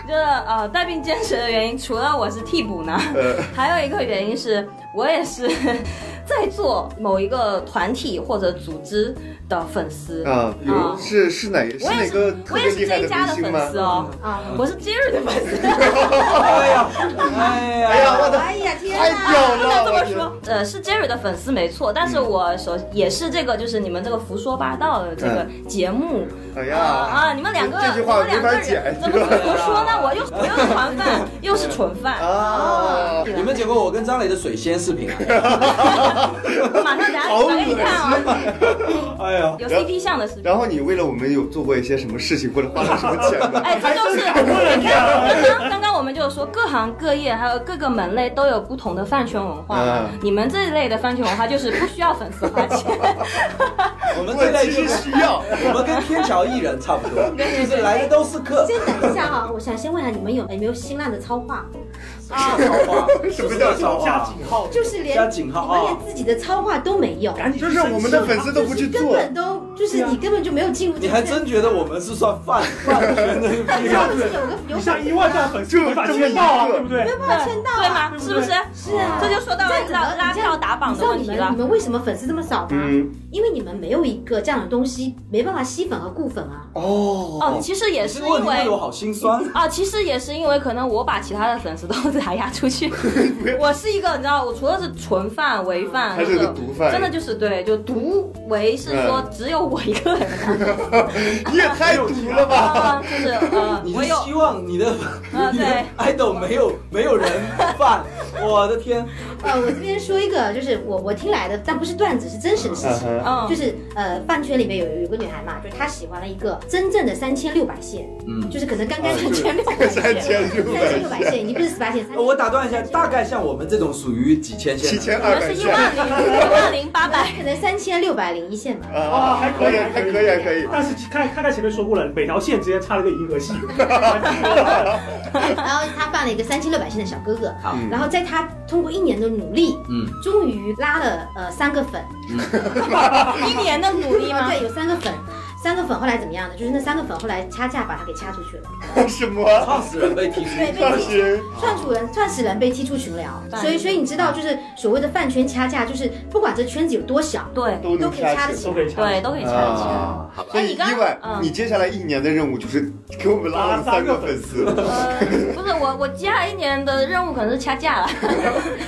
D: 就是呃带病坚持的原因，除了我是替补 呢，
A: 呃，
D: 还有一个原因是我也是 在做某一个团体或者组织的粉丝。
A: 啊，有
D: 啊
A: 是是哪是
D: 我也
A: 哪个
D: 是，
A: 特
D: 我也
A: 别
D: 是
A: 厉
D: 这
A: 害
D: 一
A: 的
D: 家
A: 明
D: 的
A: 星
D: 粉
A: 吗？嗯
D: 丝哦，
E: 啊，
D: 我是 Jerry 的粉丝，
B: 哎呀，哎呀，
A: 哎呀，我的
E: 哎呀天
A: 太
E: 哪！
A: 屌
D: 不能
A: 了！
D: 这
A: 我
D: 么
A: 觉得
D: 说，呃是 Jerry 的粉丝没错，但
A: 嗯
D: 是我首也是这个就是你们这个胡说八道的这个节目
A: 哎
D: 啊
A: 呀
D: 啊，你们两个
A: 嗯这句
D: 你
A: 话
D: 们
A: 没
D: 两
A: 法
D: 个
A: 剪
D: 人怎么胡说呢？我又我 又是团饭，又是纯饭
A: 啊
D: 对吧
B: 你们剪过我跟张磊的水仙视频啊？
D: 马上等下传给你看啊，
B: 哎呀，
D: 有 CP 像的视频。
A: 然后你为了我们有做过一些什么事情或者花了什么钱吗？
D: 哎，这就是你看，刚刚刚刚我们就是说，各行各业还有各个门类都有不同的饭圈文化嘛。
A: 嗯
D: 你们这一类的饭圈文化就是不需要粉丝花 钱，
B: 我们这
A: 我
B: 类
A: 其
B: 就
A: 实
B: 是
A: 需要，
B: 我们跟天桥艺人差不多，就是来的都是客。
E: 先等一下哈，我想先问一下你们有有没有辛辣的糙话？
B: 啊，超话，
A: 什么叫超
C: 加井号，
E: 就是连
B: 加井号啊
E: 你们连自己的糙话都没有，
C: 赶紧
A: 就是我们
C: 啊
A: 的粉丝都不去
E: 根
A: 做，
E: 本都就是你根本就没有进入这
B: 你
E: 个
B: 还
E: 圈子。
B: 真觉得我们是算 饭饭圈的一批
E: 你
C: 一
B: 人？
C: 下
E: 上
C: 子
E: 次有个有
C: 你像一万赞粉丝没法签到啊，对不对？
E: 没有签到
D: 对
E: 啊
D: 吗？
C: 对不
D: 是
C: 对
D: 不是？
E: 是啊，
D: 这就说到
E: 你知道
D: 拉
E: 怎么
D: 拉
E: 你知道
D: 票打榜
E: 你知
D: 的
E: 道
D: 问
E: 你
D: 题
E: 们
D: 了
E: 你。们为什么粉丝这么少吗？
A: 嗯，
E: 因为你们没有一个这样的东西，没办法吸粉和固粉啊。
A: 哦
D: 哦，其实也
B: 这
D: 是
B: 个问
D: 因
B: 题问
D: 为
B: 得我好心酸。
D: 啊，其实也是因为可能我把其他的粉丝都 打压出去，我是一个你知道，我除了是纯饭唯饭，
A: 还是个毒贩嗯
D: 真的就是对，就独唯是说只有我一个人
A: 你也太毒了吧！
D: 啊，就是呃，
B: 你
D: 我
B: 是
D: 有
B: 希望你的
D: 啊
B: 你的
D: 对
B: idol 没有没有人饭， 我的天！
E: 呃，我这边说一个，就是我我听来的，但不是段子，是真实的事情。
A: 嗯
D: 嗯，
E: 就是呃，饭圈里面有有一个女孩嘛，就是她喜欢了一个真正的三千六百线，
B: 嗯
E: 就是可能刚
D: 哎
E: 刚三千六百线，
A: 三千啊六
E: 三千六
A: 百
E: 百线已经不是十 八线，三
B: 我打断一下，大概像我们这种属于几千线
A: 七
B: 的，
A: 千
D: 你
A: 二
D: 们
A: 百
D: 是一
A: 线，
D: 万零一万零八百，
E: 可能三千六百零 一线吧。
A: 啊，还可以，还可以，还可以。
C: 但是看看他前面说过了，每条线之间插了个银河系，
E: 然后她办了一个三千六百线的小哥哥，
B: 好，
A: 嗯
E: 然后在她通过一年的努力，
B: 嗯，
E: 终于拉了呃三个粉，
D: 一年的努力吗？
E: 对，有三个粉，三个粉后来怎么样呢？就是那三个粉后来掐架把她给掐出去
D: 哦
E: 了，
A: 什么？
B: 创始人被踢出
E: 对，被
A: 当
E: 踢出。
A: 时
E: 创主人、创始人被踢出群聊，
D: 对
E: 所以所以你知道，就是所谓的饭圈掐架，就是不管这圈子有多 小，
D: 对
A: 都
E: 都
A: 能
E: 可以掐
A: 掐
E: 得
A: 起
E: 起
C: 都。可以掐。
D: 对，都可以参与。
A: 啊！
B: 好吧，
A: 所
D: 哎
A: 以
D: 你刚
A: 意外，
D: 嗯
A: 你接下来一年的任务就是给我们拉了三个粉丝，
D: 呃，不是我，我接下来一年的任务可能是掐架了。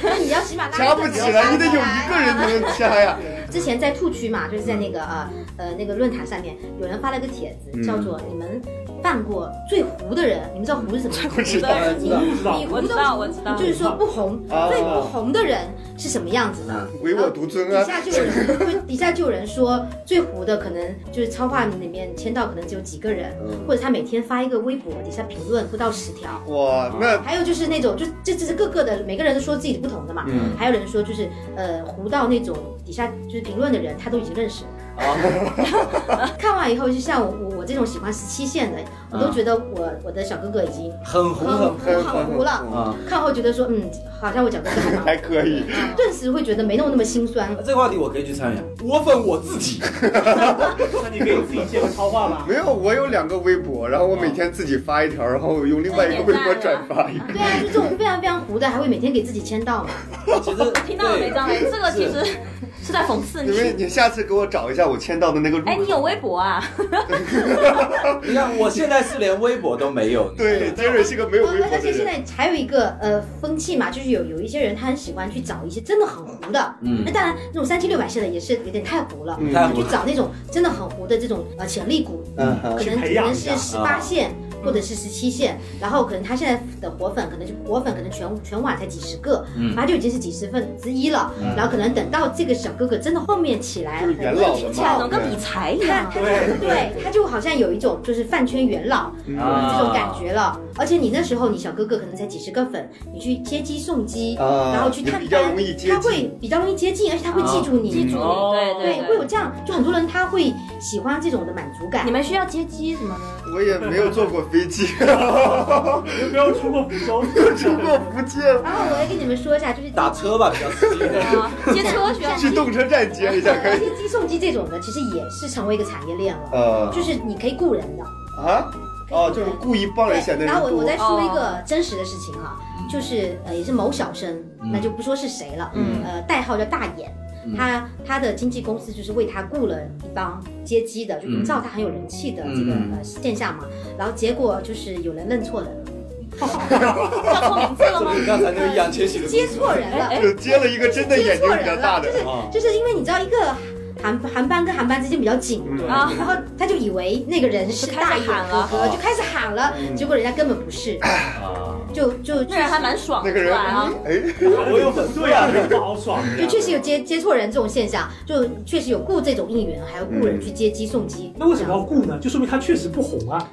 E: 那你要起码拉
A: 掐不起来，你得有一个人才能掐呀。
E: 呃之前在兔区嘛，就是在那个呃呃那个论坛上面，有人发了个帖子，
A: 嗯
E: 叫做“你们犯过最糊的人”，你们知道糊是什么 吗？
A: 不 知道
B: 大家知道。
C: 知道
E: 你糊
D: 我
E: 都
D: 知道我知道
E: 就是说不红，
A: 啊
E: 最不红的人是什么样子的？
A: 唯我独尊
E: 底
A: 啊！
E: 下就有人，会底下就有人说最糊的可能就是超话里面签到可能只有几个人，
A: 嗯
E: 或者他每天发一个微博，底下评论不到十条。
A: 哇，那
E: 还有就是那种，就这这是各个的，每个人都说自己的不同的嘛。
A: 嗯
E: 还有人说就是呃糊到那种底下就是评论的人，他都已经认识了。
A: 啊
E: 看完以后，就像我我我这种喜欢十七线的，我都觉得我我的小哥哥已经嗯
B: 很红很红
E: 很很糊
D: 嗯
E: 了。
B: 啊！
E: 看后觉得说嗯，好像我小哥哥还蛮 好
A: 还可以。
E: 的，顿时会觉得没那么那么心酸。
B: 这个话题我可以去参与，啊我粉我自 己。
C: 那你可以自己接个超话吧。
A: 没有，我有两个微博，然后我每天自己发一条，然后用另外一个微博转发一个。
E: 对啊，就这种非常非常糊的，还会每天给自己签到嘛。
B: 其实
D: 听到了没，张磊？这个其实 是在讽刺
A: 你们，
D: 哎你。
A: 你下次给我找一下我签到的那个入口。
D: 哎，你有微博啊？
A: 哦
B: 对你看我现在是连微博都没有。你
A: 对，杰瑞是个没有微博
E: 而
A: 的
E: 且现
A: 人。
E: 在还有一个呃风气嘛，就是有有一些人他很喜欢去找一些真的很糊的，
B: 嗯
E: 那当然那种三千六百线的也是有点太糊了，
A: 嗯
B: 太糊
E: 就去
B: 了
E: 找那种真的很糊的这种呃潜力股，
A: 嗯哼
E: 可
C: 去
E: 能可
C: 培养
E: 能
C: 一下
E: 是十八线。或者是十七线，然后可能他现在的活粉，可能就活粉可能全全网才几十个，
B: 嗯
E: 他就已经是几十分之一了。然后可能等到这个小哥哥真的后面起来，
A: 嗯就是元老了嘛
E: 听起来
D: 像能跟理财一
E: 他
A: 啊
D: 样。
E: 他
C: 对
E: 对他就好像有一种就是饭圈元老，
A: 嗯
B: 啊
E: 这种感觉了。而且你那时候，你小哥哥可能才几十个粉，你去接机送机，
A: 啊
E: 然后去探
A: 你比较
E: 班
A: 容易接，近啊
E: 他会比较容易接近，而且他会记住你，
D: 记住
B: 哦
D: 你，对
E: 对，会
D: 对
E: 有。这样，就很多人他会喜欢这种的满足感
A: 啊
D: 你。们需要接机什么的？
A: 我也没有坐过飞机，
C: 有没有出过福 州？
A: 出过福建，
E: 然后我也跟你们说一下，就是
B: 打车吧比较实际一点。
D: 啊，接车需要
A: 去动车站接一下可以。
E: 接机送机这种的，其实也是成为一个产业链了，
A: 呃
E: 就是你可以雇人的。
A: 啊哦，就是故意帮人显得
E: 对，
A: 人
E: 然后我
A: 多
E: 我再说一
D: 哦
E: 个真实的事情哈、就是呃也是某小生，那就不说是谁了，
D: 嗯
E: 呃代号叫大眼，他他的经纪公司就是为他雇了一帮接机
D: 嗯
E: 的，就营造他很有人气的这个
B: 嗯
E: 呃现象嘛，然后结果就是有人认错人了。
D: 叫错名字了吗？
B: 你刚才那个易烊千玺的故事
E: 接错人了。
A: 就接哎了一个真的眼睛比较大的
E: 接，哎错
B: 啊，
E: 就是因为你知道一个韩韩班跟韩班之间比较紧嘛，
B: 对
D: 啊
A: 嗯
E: 然后他就以为那个人是
D: 就开始
E: 大眼
D: 喊了
E: 哥哥，就开始喊了，
A: 嗯
E: 结果人家根本不是，
B: 啊，
E: 就就
D: 那人还蛮爽
A: 那
D: 的
A: 个人
D: 啊，
A: 哎，
B: 我有很
C: 对啊，很不好爽的呀。
E: 就确实有接接错人这种现象，就确实有雇这种应援，还有雇人
A: 嗯
E: 去接机送机。
C: 那为什么
E: 这
C: 要
E: 样？
C: 雇呢？就说明他确实不红啊。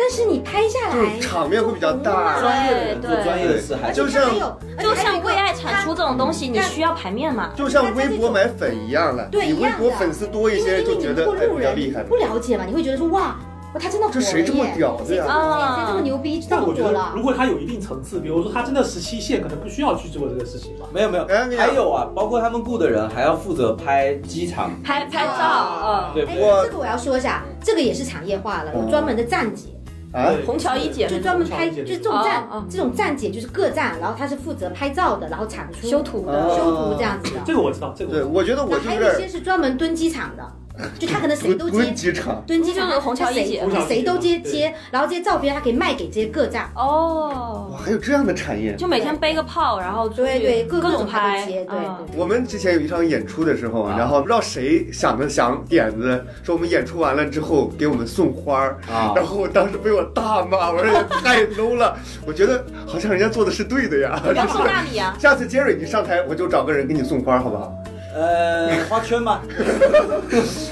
E: 但是你拍下
A: 就是
E: 来，嗯
A: 场面会比较大。
B: 专业的人
D: 对
B: 做
D: 对
B: 专业的事，还
E: 而
A: 就
B: 是
E: 且他
A: 像
E: 还有，而且
D: 就
E: 还有一
D: 像
E: 个
D: 为爱产出这种东西，你
E: 他
D: 需要排面嘛。
A: 就像微博买粉一样了，
E: 对
A: 你微
E: 一
A: 博
E: 样的
A: 粉丝多一
E: 因为
A: 些
E: 因为
A: 就
E: 你
A: 觉
E: 如
A: 得
E: 果
A: 哎
E: 路
A: 比较厉害
E: 人。不了解嘛，你会觉得说哇，哇他真的火
A: 这
E: 了
A: 谁这么
E: 耶
A: 屌的
E: 谁这
A: 呀
E: 么
D: 啊
E: 谁这么牛逼，知道
C: 但我觉
E: 火
C: 得，
E: 了
C: 如。果他有一定层次，比如说他真的十七线，可能不需要去做这个事情吧。
B: 没有没有，
A: 哎没有
B: 还有啊，包括他们雇的人还要负责拍机场，
D: 拍拍照嗯
E: 啊，
B: 对不
E: 哎，
B: 对？
A: 我
E: 这个我要说一下，这个也是产业化了，有专门的站姐，
A: 啊，
D: 嗯，虹桥一姐
E: 就专门
A: 嗯
E: 拍，
C: 这
E: 就
C: 种
E: 这种站
D: 哦哦，
E: 这种站姐就是各站，然后她是负责拍照的，然后产出
D: 修图的
A: 哦
E: 修图这样子的。
C: 这个我知道，这个
A: 对，
C: 我
A: 我觉得我
E: 那
A: 就
E: 还
A: 有
E: 有一
A: 点
E: 些是专门蹲机场的，就他可能谁
A: 蹲
E: 都
A: 蹲
E: 接，
A: 机场，
E: 蹲机场
D: 就是红桥一姐
E: 他谁谁都接
C: 对
E: 接，然后这些照片他可以卖给这些各站。
A: 哇，
D: 哦，
A: 还有这样的产业。
D: 就每天背个炮，然后出去
E: 对对，各
D: 各
E: 各
D: 种
E: 种
D: 拍，
E: 拍接，对
D: 嗯
E: 对。
A: 我们之前有一场演出的时候，
B: 啊
A: 然后不知道谁想的想点子，说我们演出完了之后给我们送花儿，
B: 啊
A: 然后我当时被我大骂，我说也太 low 了， 我觉得好像人家做的是对的呀。
D: 要去那里啊呀，
A: 下次 Jerry 你上台，我就找个人给你送花，好不好？
B: 呃，花圈嘛，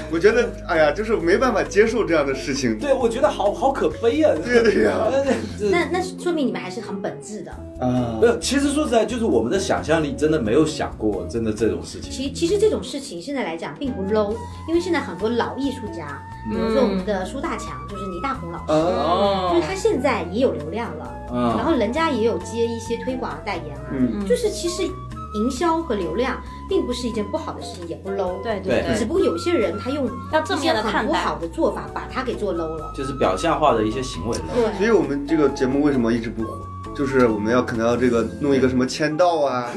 A: 我觉得，哎呀，就是没办法接受这样的事情。
B: 对我觉得好好可悲啊。
A: 对对呀
B: 呃这
E: 那那说明你们还是很本质的。
A: 啊
B: 没有，其实说实在，就是我们的想象力真的没有想过真的这种事情。
E: 其其实这种事情现在来讲并不 low，因为现在很多老艺术家，比如说我们的苏大强，就是倪大红老师，
A: 嗯
B: 哦
E: 就是他现在也有流量了，然
B: 嗯，
E: 后人家也有接一些推广啊、代言啊，
A: 嗯，
E: 就是其实营销和流量并不是一件不好的事情，也不 low。
D: 对
B: 对
E: 只不过有些人他用
D: 要正面的看
E: 一些很不
D: 待
E: 好的做法把它给做 low 了。
B: 就是表象化的一些行为了。
A: 所
E: 对，
A: 以我们这个节目为什么一直不火？就是我们要可能要这个弄一个什么签到 啊，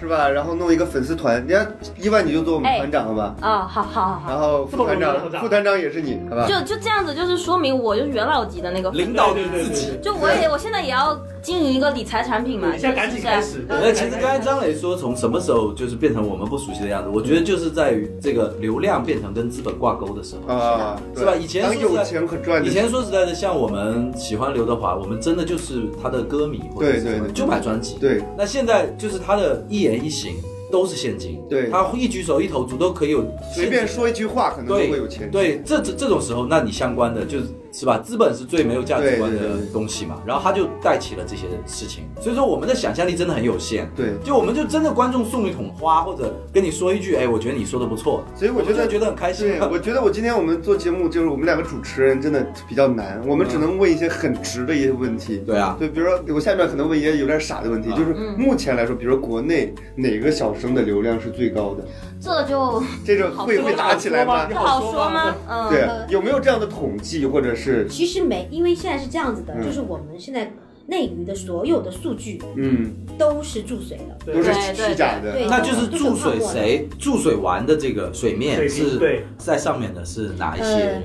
A: 是吧？然后弄一个粉丝团，人家伊万你就做我们团长好吧？
D: 啊，好好好好。
A: 然后副团
C: 这么多
A: 长，
C: 人团长
A: 副团长也是你，好吧？
D: 就就这样子，就是说明我就是元老级的那个
B: 领导你
C: 对
B: 自己。
C: 对对对对
D: 就我也我现在也要经营一个理财产品嘛，
C: 对现在赶紧
D: 是不是啊
C: 开始。
B: 那其实刚才张磊说，从什么时候就是变成我们不熟悉的样子？我觉得就是在于这个流量变成跟资本挂钩的时候，
A: 啊，
B: 是
A: 对
B: 吧？以前
A: 当
B: 说实
A: 有
B: 在
A: 钱可赚的
B: 以前说实在的，像我们喜欢刘德华，我们真的就是他的歌迷，或者
A: 对
B: 是
A: 对
B: 什么
A: 对
B: 就买专辑。
A: 对
B: 那现在就是他的一言一行都是现金，
A: 对
B: 他一举手一投足都可以有
A: 随便说一句话，可能就
B: 对
A: 会有钱。
B: 对，这这这种时候，那你相关的就是是吧？资本是最没有价值观
A: 对对
B: 的
A: 对
B: 东西嘛，然后他就带起了这些事情，所以说我们的想象力真的很有限。
A: 对
B: 就我们就真的观众送一桶花，或者跟你说一句，哎，我觉得你说的不错，
A: 所以我觉
B: 们
A: 得
B: 就觉得很开心
A: 对，。我觉得我今天我们做节目，就是我们两个主持人真的比较难，我们只能问一些很直的一些问题。
B: 对啊，
A: 对，比如说我下面可能问一些有点傻的问题，
B: 啊
A: 就是
D: 嗯
A: 目前来说，比如说国内哪个小生的流量是最高的？
D: 这就
A: 这个会
D: 好
A: 会打起来吗
C: 你？
D: 不好
C: 说
D: 说吗？嗯，
A: 对，有没有这样的统计或者是
E: 其实没，因为现在是这样子的，
A: 嗯
E: 就是我们现在内娱的所有的数据
A: 嗯
E: 都是注水
A: 都
E: 的，
A: 是
D: 对对
A: 虚假的？
E: 对，
B: 那就是
E: 都
B: 注
E: 都看
B: 水
E: 过的
B: 谁注水完的这个水面
C: 水
B: 是
C: 对
B: 在上面的是哪一
E: 呃
B: 些人？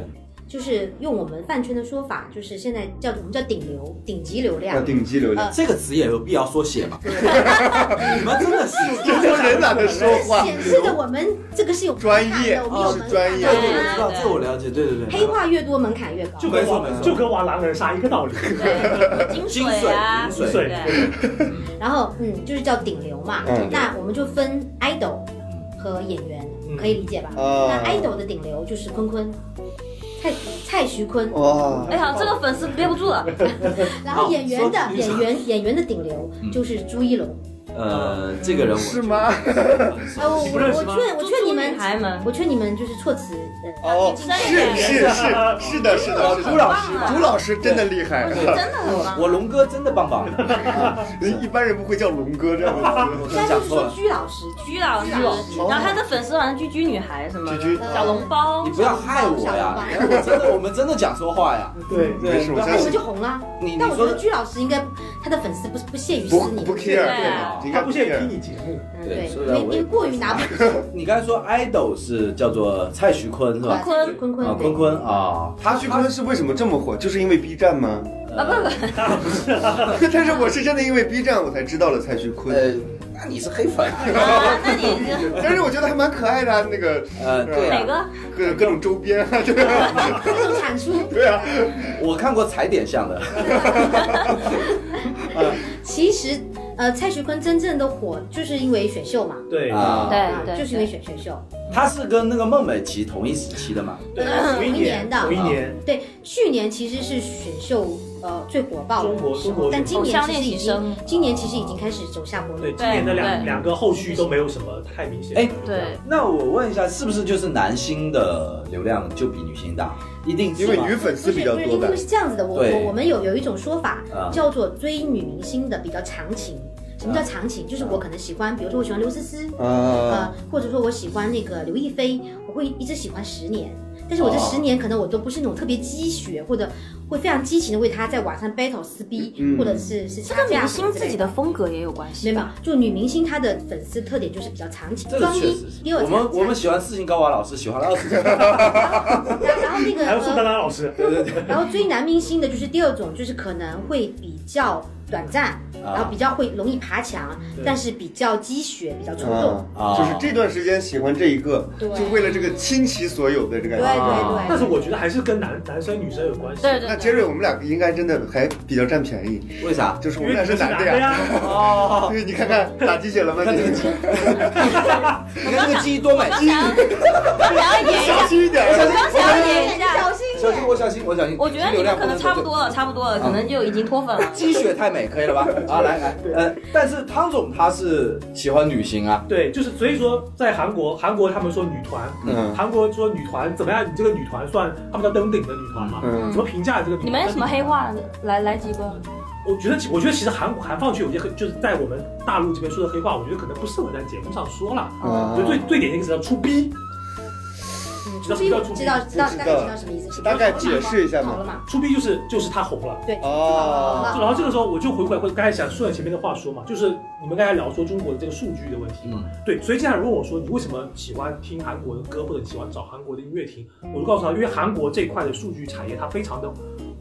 E: 就是用我们饭圈的说法，就是现在叫我们叫顶流、顶级流
A: 要
E: 量。
A: 顶级流量，
B: 这个词也有必要缩写 嘛？你们真的是
A: 这
D: 呃
A: 些 人懒得说话，
E: 显示着我们这个是有门槛的
A: 专业啊
E: 我们有
A: 是
E: 门
A: 专
E: 槛
A: 业
B: 这我知
E: 的。
B: 道，这我了解，对对对。
E: 黑化越多，门槛越高。
C: 就跟
B: 没错没
C: 玩
B: 错
C: 就跟玩狼人杀一个道理。
D: 对，金
B: 金
D: 水啊，
B: 水
C: 金水
D: 对，
E: 然后，嗯，就是叫顶流嘛。
A: 嗯
E: 那我们就分 idol 和演员，
C: 嗯
E: 可以理解吧？
A: 啊
E: 那 idol 的顶流就是坤坤，蔡蔡徐坤。
A: 哇，
D: 哎呀，这个粉丝憋不住了，
E: 然后演员的
C: 好说
E: 演员演员的顶流就是朱一龙。
B: 呃，这个人我
A: 是吗？
E: 哎，我
C: 你
E: 我
C: 不认识
E: 我
C: 吗
E: 劝我劝你
D: 猪猪女孩们
E: 们，我劝你们就是措辞，呃，
A: 哦，
D: 金
A: 是
D: 水
A: 是是是的，是的，是的，
B: 朱老师，
A: 朱老师真的厉害，
D: 真的很棒。
B: 我龙哥真的棒棒的，
A: 一般人不会叫龙哥这样的
B: 我
E: 应该就
B: 讲
E: 是
B: 错
E: 说
B: 了。
E: 鞠老师，
D: 鞠老师，然后他的粉丝好像居居女孩什么
A: 居居
D: 的，小笼包
B: 你，不要害我呀！我真的，我们真的讲错话 呀。
C: 对
A: 词，没事，我相
E: 我们
A: 信
E: 就红了。
B: 你你
E: 但我觉
B: 说
E: 得鞠老师应该他的粉丝不不屑于
A: 不
E: 撕你，
A: 不 care，对应该
C: 他
A: 不
C: 不屑于听
A: care，
C: 你节目，
E: 嗯
B: 对
E: 对，
B: 所以
E: 因为
B: 我
E: 因
B: 也
E: 为过于拿不
B: 你刚才说 idol 是叫做蔡徐坤是吧？
D: 坤
E: 坤坤
B: 啊，
E: 对
B: 坤坤啊，
A: 他去坤是为什么这么火？就是因为 B 站吗？
D: 啊不不，
C: 当然不是，
A: 但是我是真的因为 B 站我才知道了蔡徐坤，
B: 呃，那你是黑粉，
D: 啊，那你就
A: 但是我觉得还蛮可爱的、啊，那个
B: 呃，对
D: 哪
B: 啊，
D: 个？
A: 各各种周边啊，对啊，
E: 各种产出。
A: 对啊，
B: 我看过踩点像的，
E: 其实，呃，蔡徐坤真正的火就是因为选秀嘛，
F: 对
B: 啊
E: 啊
D: 对对，
E: 就是因为选选秀。
B: 他是跟那个孟美岐同一时期的嘛？
F: 对，
E: 嗯
F: 同一
E: 同一年
F: 年，
E: 的
F: 同一年，
E: 对，去年其实是选秀呃最火爆的
F: 中国
E: 时
F: 中国
E: 候，但今年
D: 偶像
E: 其实已
D: 练习生
E: 经今年其实已经开始走下坡
F: 对
E: 路。
F: 今年的两
D: 对
F: 两个后续都没有什么太明显。
B: 哎，
D: 对，
B: 那我问一下，是不是就是男星的流量就比女星大？一定是
A: 因为
B: 吗
A: 女粉
E: 不
A: 丝
E: 是不
A: 比
E: 是
A: 较，多
E: 因
A: 吧
E: 为，是这样子的，我
B: 对
E: 我我们有有一种说法
B: 啊
E: 叫做追女明星的比较长情。什么叫长情？就是我可能喜欢，比如说我喜欢刘诗诗，
A: 啊
B: 嗯
E: 呃，或者说我喜欢那个刘亦菲，我会一直喜欢十年。但是我这
B: 哦
E: 十年可能我都不是那种特别鸡血，或者会非常激情的为她在网上 battle 撕逼，
B: 嗯
E: 或者是是
D: 这
E: 掐
D: 跟
E: 架
D: 明星自己的风格也有关
E: 没
D: 系
E: 有没
D: 吧。
E: 有，就女明星她的粉丝特点就是比较长情，
B: 这个
E: 专
B: 确
E: 一
B: 实是
E: 也有
B: 我们
E: 长
B: 我们喜欢四星高娃老师，喜欢了二十年，
E: 然然后 那个
C: 还有宋丹
E: 呃，
C: 丹老师，
B: 对对对，
E: 然后追男明星的就是第二种，就是可能会比较短暂，
B: 啊
E: 然后比较会容易爬墙，但是比较鸡血，比较冲动。
A: 啊，就是这段时间喜欢这一个，
E: 对
A: 就为了这个倾其所有的这个
E: 对
A: 感觉。
B: 啊
E: 对
C: 但是
E: 对，
C: 我觉得还是跟男男生女生有关系。
D: 对
A: 那
D: 对
A: 杰
D: 对，
A: 瑞，我们俩应该真的还比较占便宜，
B: 为啥？
A: 就是我
C: 因
A: 们
C: 为
A: 俩
C: 你
A: 是
C: 男
A: 男的
C: 的
A: 呀。
C: 呀，
B: 哦，
A: 对，你看看打鸡血了 吗？你
B: 你看这个鸡多美，
D: 刚想要刚想要演一
A: 小
D: 下，
A: 心一点啊。
D: 我刚想要演一下。
E: 心
B: 小心我小心我小心，
D: 我觉得你们可能差不多了，差不多了，可能就已经脱粉了。
B: 鸡血太美，可以了吧？啊，来来，呃，但是汤总他是喜欢女星啊，
C: 对，就是所以说在韩国，韩国他们说女团，
A: 嗯
C: 韩国说女团怎么样？你这个女团算他们叫登顶的女团嘛？
A: 嗯
C: 怎么评价这个女团？
D: 你们有什么黑话来来几个？
C: 我觉得其，我觉得其实韩国韩放圈有些黑，就是在我们大陆这边说的黑话，我觉得可能不适合在节目上说了。
A: 啊
C: 我觉得最最典型的词叫出逼，
E: 嗯，
C: 知道
E: 知
C: 什么叫出
E: 道知道知道
A: 知道
E: 大概知道什么意思，
A: 大概解释一下
E: 好了
A: 嘛。
E: 嘛？
C: 出逼就是就是他红了。
E: 对，知道
A: 哦
E: 了
C: 就然后这个时候我就回过来，刚才想顺着前面的话说嘛，就是你们刚才聊说中国的这个数据的问题嘛，对，所以接下来如果我说你为什么喜欢听韩国的歌，或者你喜欢找韩国的音乐听，我就告诉他，因为韩国这一块的数据产业它非常的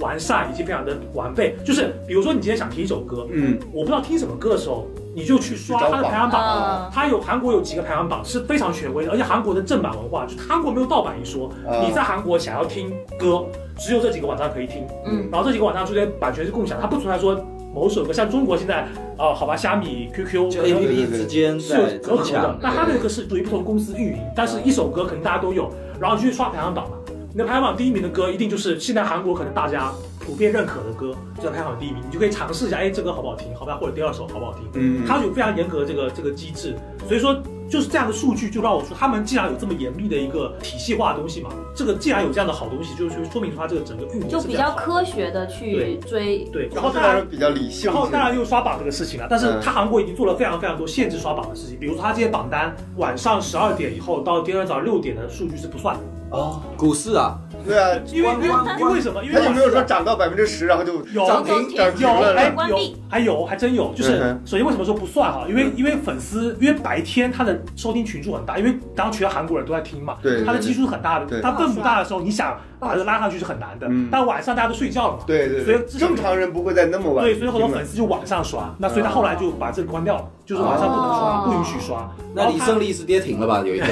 C: 完善，以及非常的完备，就是比如说你今天想听一首歌，
A: 嗯，
C: 我不知道听什么歌的时候，你就去刷它的排行
D: 嗯
C: 榜。它有韩国有几个排行榜是非常权威的，而且韩国的正版文化，就韩国没有盗版一说。
A: 嗯
C: 你在韩国想要听歌，只有这几个网站可以听，
D: 嗯，
C: 然后这几个网站之间版权是共享，它不存在说某首歌像中国现在，哦，好吧，虾米、QQ
B: 就
C: 可
B: A
C: 能
B: P P 之间
C: 是有
B: 在
C: 隔
B: 争
C: 阂的
B: 抢，，
C: 那它那个是属于不同公司运营，但是一首歌可能大家都有，然后你去刷排行榜嘛，你的排行榜第一名的歌一定就是现在韩国可能大家普遍认可的歌，就在排行榜第一名，你就可以尝试一下，哎，这歌好不好听，好吧，或者第二首好不好听，
A: 嗯
C: 它有非常严格的这个这个机制，所以说就是这样的数据，就让我说他们既然有这么严密的一个体系化的东西嘛，这个既然有这样的好东西，就是说明出它这个整个运营
D: 就是比
C: 非常
D: 较
C: 好的
D: 科学的去追。
C: 对，然
A: 然
C: 后
A: 后
C: 当
A: 当
C: 然
A: 然比较理性
C: 然后
A: 一些
C: 当然又刷榜这个事情了，但是
A: 嗯
C: 他韩国已经做了非常非常多限制刷榜的事情，比如说他这些榜单晚上十二点以后到第二天早上六点的数据是不算的，
B: 哦，股市啊，
A: 对啊，
C: 因为
B: 关
C: 因为
B: 关
C: 因为什么？因为
A: 他有没有说涨到百分之十，然后就
C: 有
A: 涨
D: 有
A: 停涨停
C: 有
A: 了？
C: 哎
A: 然后
D: 关
C: 有
D: 闭
C: 还有还真有，就是
A: 嗯
C: 首先为什么说不算啊哈？因为因为粉丝因为白天他的收听群数很大，因为当全韩国人都在听嘛，
A: 对对对
C: 他的基数是很大的，
A: 对
C: 他分母大的时候，你想把它拉上去是很难的
A: 嗯，
C: 但晚上大家都睡觉了嘛，
A: 对对对，
C: 所以
A: 正常人不会在那么晚
C: 对，
A: 听
C: 所
A: 的。
C: 以很多粉丝就晚上刷，那所以他后来就把这个关掉了，就是晚上不能刷，
D: 哦
C: 不允许刷。
B: 那李
C: 然后他
B: 胜利是跌停了吧？有一天，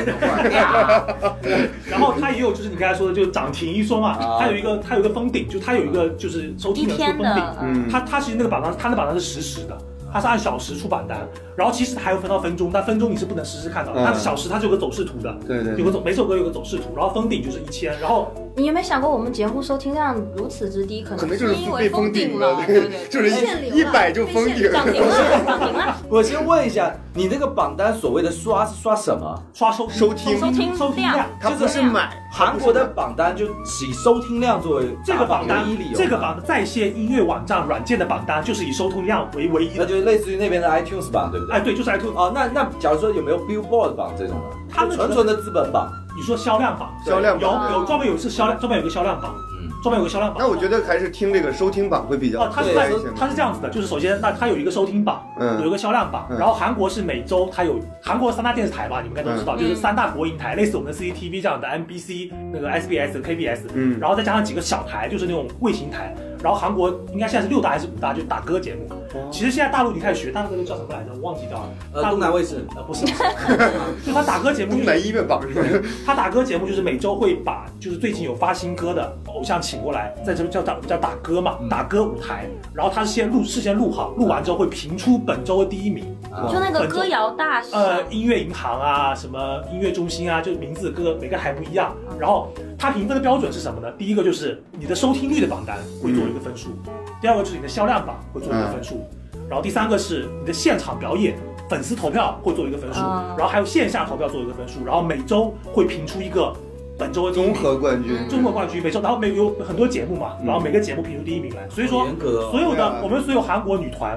D: 啊
B: 哇
C: 然后它也有就是你刚才说的，就是涨停一说嘛
B: 啊，
C: 它有一个它有一个封顶，就它有一个就是啊收
D: 一
C: 听人数
D: 天
C: 封
D: 的
C: 顶，，
D: 嗯
A: 嗯
C: 它它其实那个榜单它那榜单是实时的。它是按小时出榜单，然后其实还有分到分钟，但分钟你是不能实时看到的。
A: 嗯
C: 它小时它是有个走势图的，
A: 对对
C: 有个走每首歌有个走势图，然后封顶就是一千，然后
D: 你有没有想过我们节目收听量如此之低，可
A: 可能
D: 能
A: 就是
D: 因为
A: 被
D: 封
A: 封
D: 顶
A: 顶
D: 了
A: 了，，
D: 对对对，
A: 就是
E: 限流
A: 一
E: 了
A: 一百就封
E: 被
A: 顶
E: 限
D: 涨停了，涨停了，
B: 我先问一下，你那个榜单所谓的刷是刷什么？
C: 刷收
A: 收听
D: 哦收听
C: 收听量
D: 量，
A: 他不是买
B: 韩国的榜单就以收听量作为
C: 这个榜单
B: 唯一理由，，哦
C: 这个榜在线音乐网站软件的榜单就是以收听量为唯一
B: 那
C: 的。
B: 就类似于那边的 iTunes 榜，对不对？
C: 哎，对，就是 iTunes，
B: 哦，那那假如说有没有 Billboard 榜这种的？
C: 他们
B: 就纯纯的资本榜，
C: 你说销量榜，
A: 销量榜。
C: 有有专门有一次销量，专门有一个销量榜，
B: 嗯，
C: 专门有个销量榜。
A: 那我觉得还是听这个收听榜会比较
C: 哦，它是
A: 快
C: 在
A: 一些嘛。
C: 它是这样子的，就是首先，那它有一个收听榜，
A: 嗯
C: 有一个销量榜，
A: 嗯
C: 然后韩国是每周它有韩国三大电视台吧，你们应该都知道，
D: 嗯
C: 就是三大国营台，类似我们的 CCTV 这样的 MBC、那个 SBS、KBS，
A: 嗯
C: 然后再加上几个小台，就是那种卫星台，然后韩国应该现在是六大还是五大，就是大哥节目。
A: 哦
C: 其实现在大陆你开始学大那个叫什么来着，我忘记掉了。
B: 呃，
C: 大陆
B: 东南卫视，
C: 呃不是，不 是就他打歌节目就是
A: 东南医院榜是吧？
C: 他打歌节目就是每周会把就是最近有发新歌的偶像请过来，在这边叫打叫打歌嘛，打歌舞台。然后他是先录事先录好，录完之后会评出本周的第一名。
B: 啊
D: 就那个歌谣大师，啊
C: 呃，音乐银行啊，什么音乐中心啊，就是名字各个每个还不一样。然后它评分的标准是什么呢？第一个就是你的收听率的榜单会做一个分数，
B: 嗯
C: 第二个就是你的销量榜会做一个分数，然后第三个是你的现场表演。粉丝投票会做一个分数，
D: 啊
B: 嗯
C: 然后还有线下投票做一个分数，然后每周会评出一个本周的第 一
A: 综
C: 名
A: 合冠 军，
C: 中国冠军，每周然后每有很多节目嘛，
A: 嗯
C: 然后每个节目评出第一名来，所以
B: 好
C: 说
B: 严格哦
C: 所有
A: 对
C: 的
A: 啊
C: 我们所有韩国女团，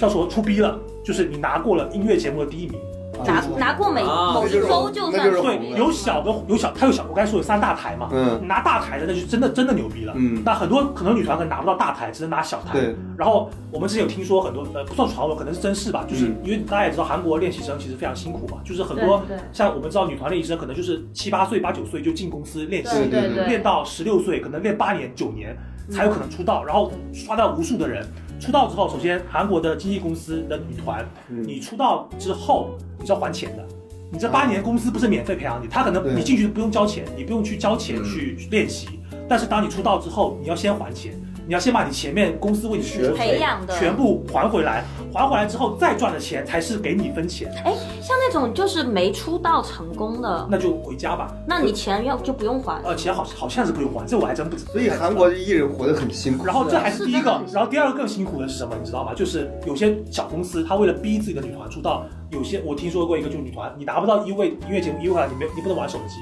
C: 叫什么出逼了，就是你拿过了音乐节目的第一名，
D: 拿拿过每
B: 啊
D: 某
A: 嗯那就
D: 一
A: 是
D: 周就
A: 那就
D: 算
A: 是是
C: 对，有小的有小，他有小，我刚才说有三大台嘛，
A: 嗯
C: 你拿大台的那就真的真的牛逼了，
A: 嗯
C: 那很多可能女团可能拿不到大台，只能拿小台，
A: 对，
C: 然后我们之前有听说很多，呃，不算传闻，可能是真事吧，就是
A: 嗯
C: 因为大家也知道韩国练习生其实非常辛苦嘛，就是很多
D: 对对
C: 像我们知道女团练习生可能就是七八岁、八九岁就进公司练习，
A: 对
D: 对对嗯
A: 对
C: 练
D: 对，
C: 到十六岁，可能练八年、九年才有可能出道，然后刷到无数的人。出道之后，首先韩国的经纪公司的女团，
A: 嗯
C: 你出道之后你是要还钱的。你这八年公司不是免费培养你，他可
A: 对
C: 能你进去不用交钱，你不用去交钱
B: 嗯
C: 去练习，但是当你出道之后，你要先还钱，你要先把你前面公司为你付出的
D: 培养的
C: 全部还回来，还回来之后再赚的钱才是给你分钱，
D: 像那种就是没出道成功的，
C: 那就回家吧。
D: 那你钱要就不用还。
C: 呃，钱好好像是不用还，这我还真不知道。
A: 所以韩国的艺人活得很辛苦。
C: 然后这还是第一
D: 是的
C: 个，然后第二个更辛苦的是什么？你知道吗？就是有些小公司，他为了逼自己的女团出道，有些我听说过一个，就是女团你拿不到一位音乐节目一位啊，你没你不能玩手机。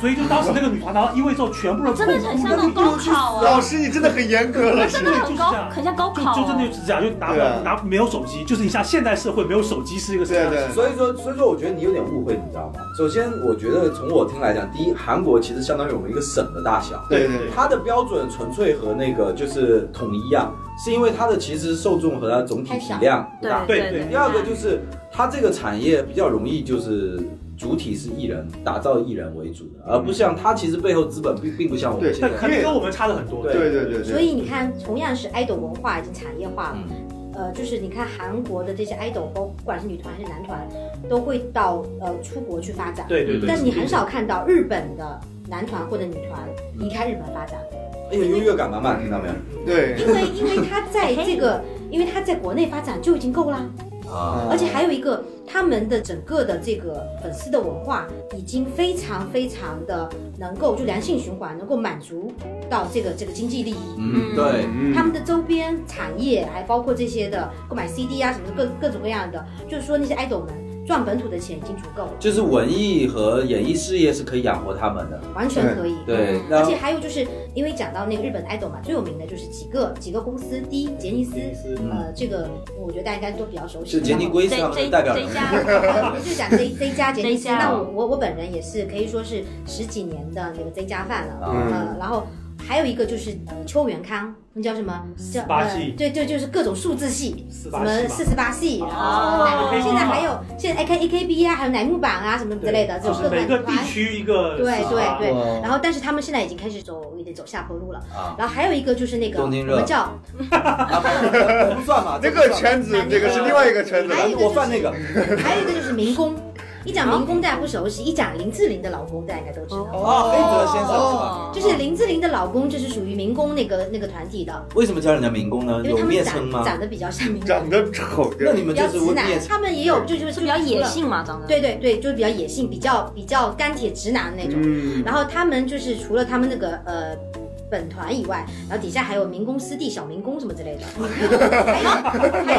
C: 所以就当时那个女团拿到一位之后，全部人
D: 真的很像那种高考 啊，
A: 老师，你真的很严格了。
D: 真的
C: 就
D: 很
C: 是
D: 高
C: 这，样
D: 很像高
C: 就
D: 考
C: 就真的
D: 哦。
C: 就是这样，就拿不
A: 对啊
C: 到拿没有手机，就是你像现代社会没有手机是一个什么样
A: 对
C: 的
A: 对？
B: 所以说，所以说，我觉得你有点误会，你知道吗？首先，我觉得从我听来讲，第一，韩国其实相当于我们一个省的大小，
A: 对对对，
B: 它的标准纯粹和那个就是统一啊，是因为它的其实受众和它总体体量不大。
C: 对
D: 对
C: 对
B: 第二个就是它这个产业比较容易就是。主体是艺人，打造艺人为主的，而不像它其实背后资本并并不像我们
A: 对
B: 现
C: 但
B: 在
C: 肯定跟我们差的很多。
B: 对
A: 对对对对。
E: 所以你看，同样是 idol 文化已经产业化了，
B: 嗯
E: 呃，就是你看韩国的这些 idol，包不管是女团还是男团，都会到呃出国去发展。
C: 对对对，
E: 但你很少看到日本的男团或者女团离开日本发展，
B: 哎呦，优越感满满，听到没有？
A: 对
E: 因为因为他在这个，因为他在国内发展就已经够啦，
B: 啊，
E: 而且还有一个他们的整个的这个粉丝的文化已经非常非常的能够就良性循环，能够满足到这个这个经济利益。
B: 嗯，对，
A: 嗯
E: 他们的周边产业，还包括这些的购买 CD 啊什么的各各种各样的，就是说那些 idol 们赚本土的钱已经足够了，
B: 就是文艺和演艺事业是可以养活他们的。
E: 完全可以。
B: 对，
E: 而
B: 然后
E: 且还有就是，因为讲到那个日本的 idol 嘛，最有名的就是几个几个公司，第一杰尼斯，呃，这个我觉得大家应该都比较熟悉。
B: 是杰尼龟是他们的代表人
D: 这
B: 物。
D: 家
E: 就讲 Z Z 加杰尼
D: Z
E: 斯，
D: 加
E: 那我我我本人也是可以说是十几年的那个 Z 加饭
C: 啊
E: 了，
B: 嗯
E: 呃，然后还有一个就是呃邱元康，那叫什么？叫
C: 八
E: 呃
C: 系
E: 对对，就是各种数字系，
C: 四
E: 什
C: 八
E: 么
C: 系啊吧
E: 四十八系，然后
D: 哦
E: 乃现在还有现在 A K A K B 啊，还有乃木坂啊什么之类的，这
C: 就
E: 种
C: 是
E: 各
C: 每个
E: 种
C: 地区一个
E: 对对对
A: 哇，
E: 然后但是他们现在已经开始走有点走下坡路了。
B: 啊
E: 然后还有一个就是那个我
B: 东京热
E: 们 叫
B: 啊，不不算吧，
A: 这个圈子，这个是另外一个圈子
E: 还有一
A: 了。
E: 个
B: 我犯那个
E: 还有一个就是民工，一讲
C: 啊
E: 民工大家不熟悉，一讲林志玲的老公大家应该都知道。
B: 啊，黑泽先生是吧？
D: 哦
E: 就是林志玲的老公，就是属于民工那个那个团体的，
B: 为什么叫人家民工呢？
E: 因为
B: 嗯有
E: 他
B: 蔑
E: 们
B: 称
E: 长
B: 吗？
E: 长得比较像民工，
A: 长得丑
B: 那
A: 的，
B: 你
E: 比
B: 们就
E: 较
B: 是
E: 直
B: 蔑
E: 男。
B: 称。
E: 他们也有就是
D: 是比较野，性嘛，长得
E: 就对对对，就是比较野性，比较比较钢铁直男那种。
A: 嗯，
E: 然后他们就是除了他们那个呃。本团以外，然后底下还有民工师弟、小民工什么之 类的，还有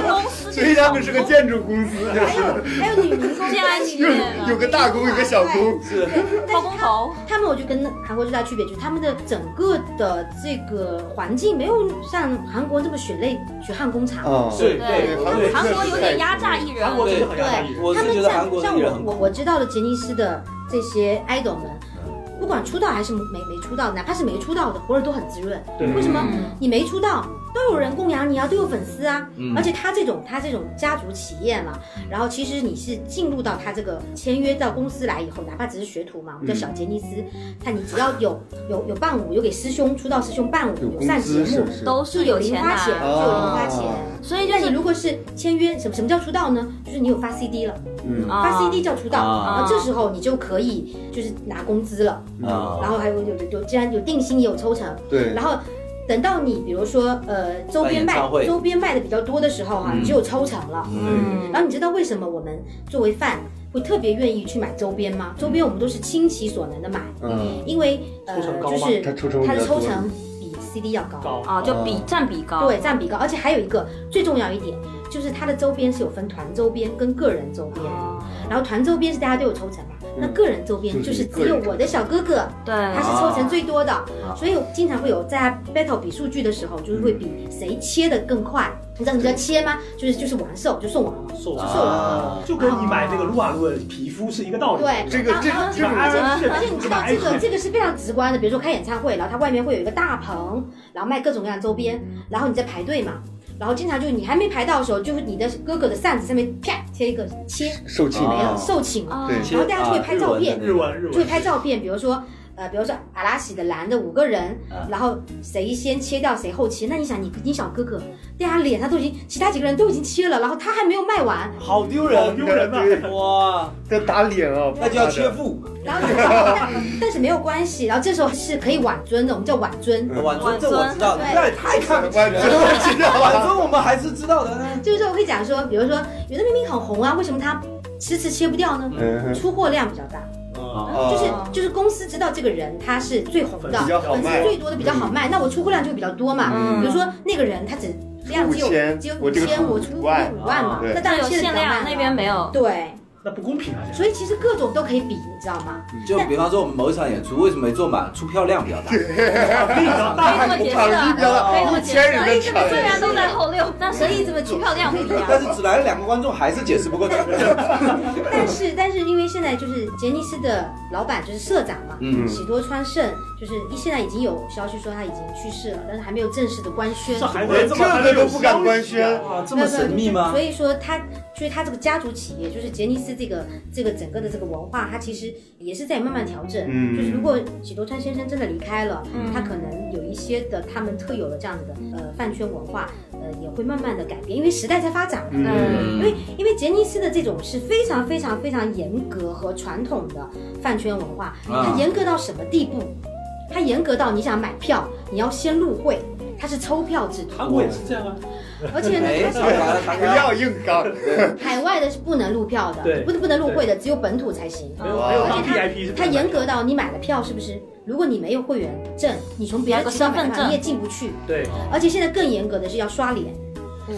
E: 还有
D: 公司
A: 所以他们是个建筑公司，就
E: 还有还有女民工
D: 建安企业
E: 对
D: 啊
A: 有个大工，有个小工，
B: 是
E: 但
D: 包
E: 是
D: 工
E: 他
D: 头，
E: 他们我就跟韩国最大区别就是他们的整个的这个环境没有像韩国这么血泪血汗工厂，
A: 啊，
B: 对
D: 对
A: 韩国
B: 对，
D: 韩国有点压榨艺人
C: 韩，国真的很压抑。
B: 我
E: 他
B: 是
E: 们
B: 觉
E: 像
B: 得韩国的
E: 像
B: 艺人
E: 我
B: 很
E: 我我知道的杰尼斯的这些 idol 们，
B: 嗯
E: 不管出道还是没没出道，哪怕是没出道的，活着都很滋润。
C: 对
E: 为什么
D: 嗯
E: 你没出道，都有人供养你啊，都有粉丝啊。
B: 嗯
E: 而且他这种他这种家族企业嘛，然后其实你是进入到他这个签约到公司来以后，哪怕只是学徒嘛，
B: 嗯
E: 我们叫小杰尼斯，他你只要有有有伴舞，有给师兄出道师兄伴舞，
A: 有
E: 有
A: 工
E: 上节
A: 资是
E: 目
A: 不，是？
D: 都
E: 就是有
D: 有
E: 零
D: 钱
E: 花
D: 拿
E: 钱，就有零花
B: 啊
E: 钱。
D: 所以就
E: 那
D: 是
E: 你如果是签约，什么什么叫出道呢？就是你有发 CD 了，
A: 嗯
D: 啊
E: 发 CD 叫出道，
B: 啊
E: 然后这时候你就可以就是拿工资了，
B: 啊
E: 然后还有有有既然有定薪也有抽成，
A: 嗯对
E: 然后等到你比如说呃周边
B: 办演
E: 卖
B: 唱会
E: 周边卖的比较多的时候哈、
B: 嗯
E: 你就有抽成了。
B: 嗯
E: 然后你知道为什么我们作为饭会特别愿意去买周边吗？周边我们都是倾其所能的买，
A: 嗯，
E: 因为
C: 抽成
E: 呃
C: 高
E: 就
C: 吗
E: 是
A: 它抽成
E: 它
A: 比较多
E: 的抽成比 CD 要高，
C: 高
D: 啊，就比占比高，
E: 对，占比高，而且还有一个最重要一点就是它的周边是有分团周边跟个人周边，
D: 哦，
E: 然后团周边是大家都有抽成嘛，那个人周边嗯就是只有我的哦小哥哥。
D: 对，
E: 他是抽成最多的，所以我经常会有在 battle 比数据的时候，就是会比谁切的更快。你知道什么叫切吗？就是就是完售就送完了。
F: 瘦
E: 啊
F: 瘦，就跟你买那个撸啊撸的皮肤是一个道理。
E: 对，
A: 这个
E: 然后
A: 这个
E: 然后
F: 买 RMG
A: 这个
F: 的
E: 而且你知道这个
F: 买
E: 这啊个是非常直观的，比如说开演唱会，然后它外面会有一个大棚，然后卖各种各样的周边，然后你在排队嘛，然后经常就是你还没排到的时候，就是你的哥哥的扇子上面啪贴一个切，
A: 受气
E: 没
B: 啊
E: 了，受请了。
D: 啊
A: 对
E: 然后大家就会拍照片
F: 日文日
E: 就会
F: 文，
E: 拍照片，比如说。呃，比如说阿拉喜的蓝的五个人，
B: 啊
E: 然后谁先切掉谁后切，那你想你你小哥哥，对啊，脸上都已经其他几个人都已经切了，然后他还没有卖 完，
B: 好丢
F: 好
A: 啊
B: 人，
F: 丢人啊呐！
A: 对
B: 哇，
A: 在打脸啊，
B: 那就要切腹，
E: 然后但但是没有关系，然后这时候是可以挽尊的，我们叫挽尊，
A: 嗯
B: 晚尊这我知道，
E: 对
B: 那也太
F: 啊
B: 看不起
A: 完全
B: 了。
A: 不知道
B: 晚
A: 了。
B: 尊我们还是知道的，
E: 这个时候会讲说，比如说有的明明很红啊，为什么他迟迟切不掉呢？
A: 嗯，
E: 出货量比较大，
F: 啊
A: 哦
E: 就是就是公司知道这个人他是最红的，
A: 比较好
E: 粉丝
A: 卖嗯
E: 最多的比较好卖，那我出货量就会比较多嘛。
D: 嗯
E: 比如说那个人他只量只有
A: 5000
E: 只有
A: 我
E: 五
A: 这个
E: 千，
A: 出
E: 我出
A: 5
E: 五
A: 万
E: 万嘛
A: 对，
E: 那
D: 这
E: 当
D: 有
E: 然切得
D: 限
E: 比较
D: 量，
E: 慢
D: 那边没有，
E: 对，
F: 那不公平啊！
E: 所以其实各种都可以比，你知道吗？
B: 就比方说我们某一场演出为什么没坐满，出票量比较大，
F: 这个
E: 啊
D: 可以
F: 大
D: 这么解释
A: 场地
D: 的，
A: 比较大
D: 可以这么
A: 一
D: 解
A: 千
D: 释
A: 人
D: 的，
A: 的
D: 虽
A: 场地
D: 然都在后六，但生意这么出票量不一样。
B: 但是只来了两个观众还是解释不过去。
A: 嗯
E: 但是但是因为现在就是杰尼斯的老板就是社长嘛，
B: 嗯
E: 喜多川胜，就是现在已经有消息说他已经去世了，但是还没有正式的官宣。
F: 这还
A: 连
F: 能这
A: 这个
F: 么还能
A: 都
F: 有
A: 不敢官
F: 消息
A: 宣
F: 啊，
B: 哇，这
E: 没
B: 么
E: 有没有
B: 神秘吗
E: 所？以说他，就是他这个家族企业，就是杰尼斯这个这个整个的这个文化，它其实也是在慢慢调整。
A: 嗯
E: 就是如果喜多川先生真的离开了，
D: 嗯
E: 他可能有一些的他们特有的这样子的呃饭圈文化，呃也会慢慢的改变，因为时代在发展嘛。
A: 嗯
E: 因为因为杰尼斯的这种是非常非常非常严格和传统的饭圈文化，
B: 啊
E: 它严格到什么地步？它严格到你想买票，你要先入会，它是抽票制度，
F: 韩国也是这样
E: 哦
F: 啊，
E: 而且呢，它
B: 哎
E: 是
B: 哎
A: 不要硬刚，
E: 海外的是不能入票的，
F: 对
E: 不不能入会的，只有本土才行。
F: 没有
A: 哇
F: 没有
E: 而
F: 当
E: 且
F: VIP 是
E: 它它严格到你买了票是不是？如果你没有会员证，你从别
D: 有
E: 的
D: 个
E: 渠道
D: 身份
E: 买票
D: 证
E: 你也进不去。
F: 对，
E: 而且现在更严格的是要刷脸，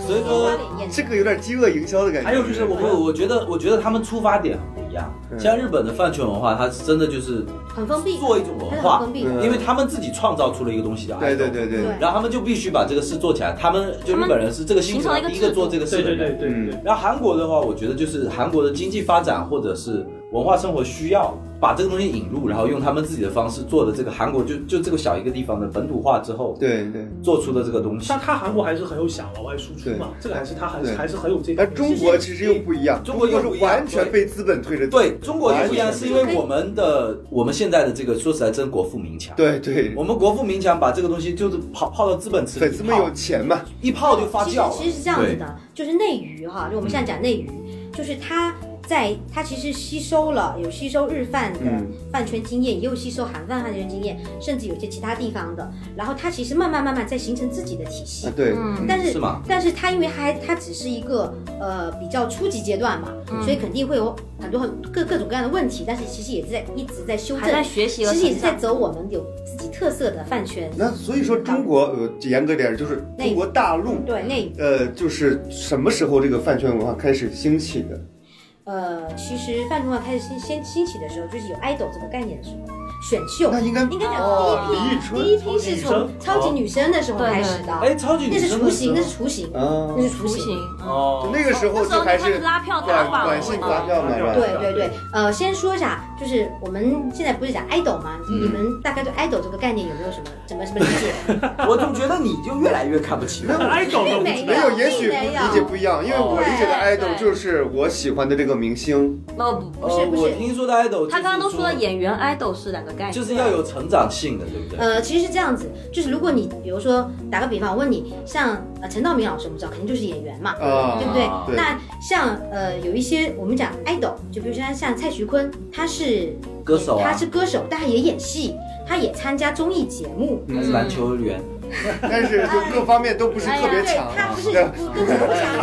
B: 所以说
E: 刷脸验证。
A: 这个有点饥饿营销的感觉。
F: 还有就是我
B: 我
F: 们
B: 我觉得，我觉得他们出发点很不一样。像日本的饭圈文化，它真的就是
E: 很封闭，
B: 做一种文
E: 它是
B: 化
E: 很封闭。
A: 嗯
B: 因为他们自己创造出了一个东西叫
A: 对
B: idol，
A: 对对对，
E: 对
B: 然后他们就必须把这个事做起来。他们就日本人是这个薪水第一个做这个事
F: 对
B: 的
F: 对对
B: 人。
F: 对对，
B: 然后韩国的话，我觉得就是韩国的经济发展或者是文化生活需要把这个东西引入，然后用他们自己的方式做的这个韩国就就这个小一个地方的本土化之后，
A: 对对。
B: 做出的这个东西
F: 像。他韩国还是很有想往外输出嘛，这个还是他还是
A: 对
F: 还是很有这个
A: 但。中国其实又不一样，
B: 中国又
A: 是
B: 不一样
A: 完全被资本推着走。
B: 对中国就不一样，
A: 完全
B: 是因为我们的我们现在的这个，说实在，真国富民强。
A: 对对，
B: 我们国富民强把这个东西就是泡泡到资本池里，
A: 粉丝们有钱嘛，
B: 一泡就发
E: 其实
F: 啊
B: 酵了。
E: 其实是这样子的，就是内娱哈，就我们现在讲内娱，
F: 嗯
E: 就是它在它其实吸收了有吸收日饭的
A: 嗯
E: 饭圈经验，也有吸收韩饭饭圈经验，甚至有些其他地方的，然后它其实慢慢慢慢在形成自己的体系
A: 啊。对，
D: 嗯，
E: 但
B: 对，
E: 是
B: 是吗？
E: 但是它因为还它只是一个呃比较初级阶段嘛，
D: 嗯
E: 所以肯定会有很多很各各种各样的问题，但是其实也是在一直在修
D: 还在
E: 正，
D: 学习
E: 其
D: 和
E: 实也
D: 成
E: 是在
D: 长。嗯
E: 走我们有自己特色的饭圈，
A: 那所以说中国呃严格点就是
E: 内
A: 中国大陆
E: 对内娱。
A: 呃就是什么时候这个饭圈文化开始兴起的？
E: 呃，其实饭桌上开始兴兴兴起的时候，就是有 idol 这个概念的时候，选秀
A: 那应该
E: 应该讲
A: 哦
E: 第一
A: 李宇
E: 批，
A: 春
E: 第一批
F: 超级女
E: 是从
F: 生
E: 超级女生的时候
D: 对
E: 开始的，
B: 哎，超级
E: 那
B: 女
E: 是
B: 生
E: 雏
B: 的时
E: 形，
B: 候
E: 那
A: 啊
E: 是雏形，那是雏
D: 雏形
E: 形。
B: 哦
A: 就，那个时候
D: 那时
A: 就
D: 候
A: 还
D: 他
A: 是
D: 们拉票打
A: 短
D: 广
A: 短信发票嘛，
F: 对
A: 吧？
E: 对对对，呃，先说一下，就是我们现在不是讲 idol 吗？你们大概对 idol 这个概念有没有什么什么什么理解？
G: 我总觉得你就越来越看不起我。
C: 爱狗
E: 并
C: 的，
E: 没
A: 没有，也许
E: 并没
A: 理解
E: 有。
A: 不一样，因为我
B: 哦
A: 理解的
D: 对
A: idol
D: 对
A: 就是我喜欢的这个明星，
D: 不不不
E: 是
B: 呃
E: 不是
B: 我听说的 idol，
D: 他刚刚都
B: 就是
D: 说了演员 idol 是两个概念，
B: 就是要有成长性的，对不对？
E: 呃，其实是这样子，就是如果你比如说打个比方，我问你，像呃陈道明老师，我们知道肯定就是演员嘛，
A: 啊
E: 对不对？
B: 啊
A: 对
E: 那像呃有一些我们讲 idol，就比如说像蔡徐坤，他是
B: 歌手啊
E: 他是歌手，但他也演戏，他也参加综艺节目，
B: 他是篮球员，
A: 嗯但是就各方面都不是特别
E: 对
A: 强，
E: 他不是
A: 对
E: 不跟强不强没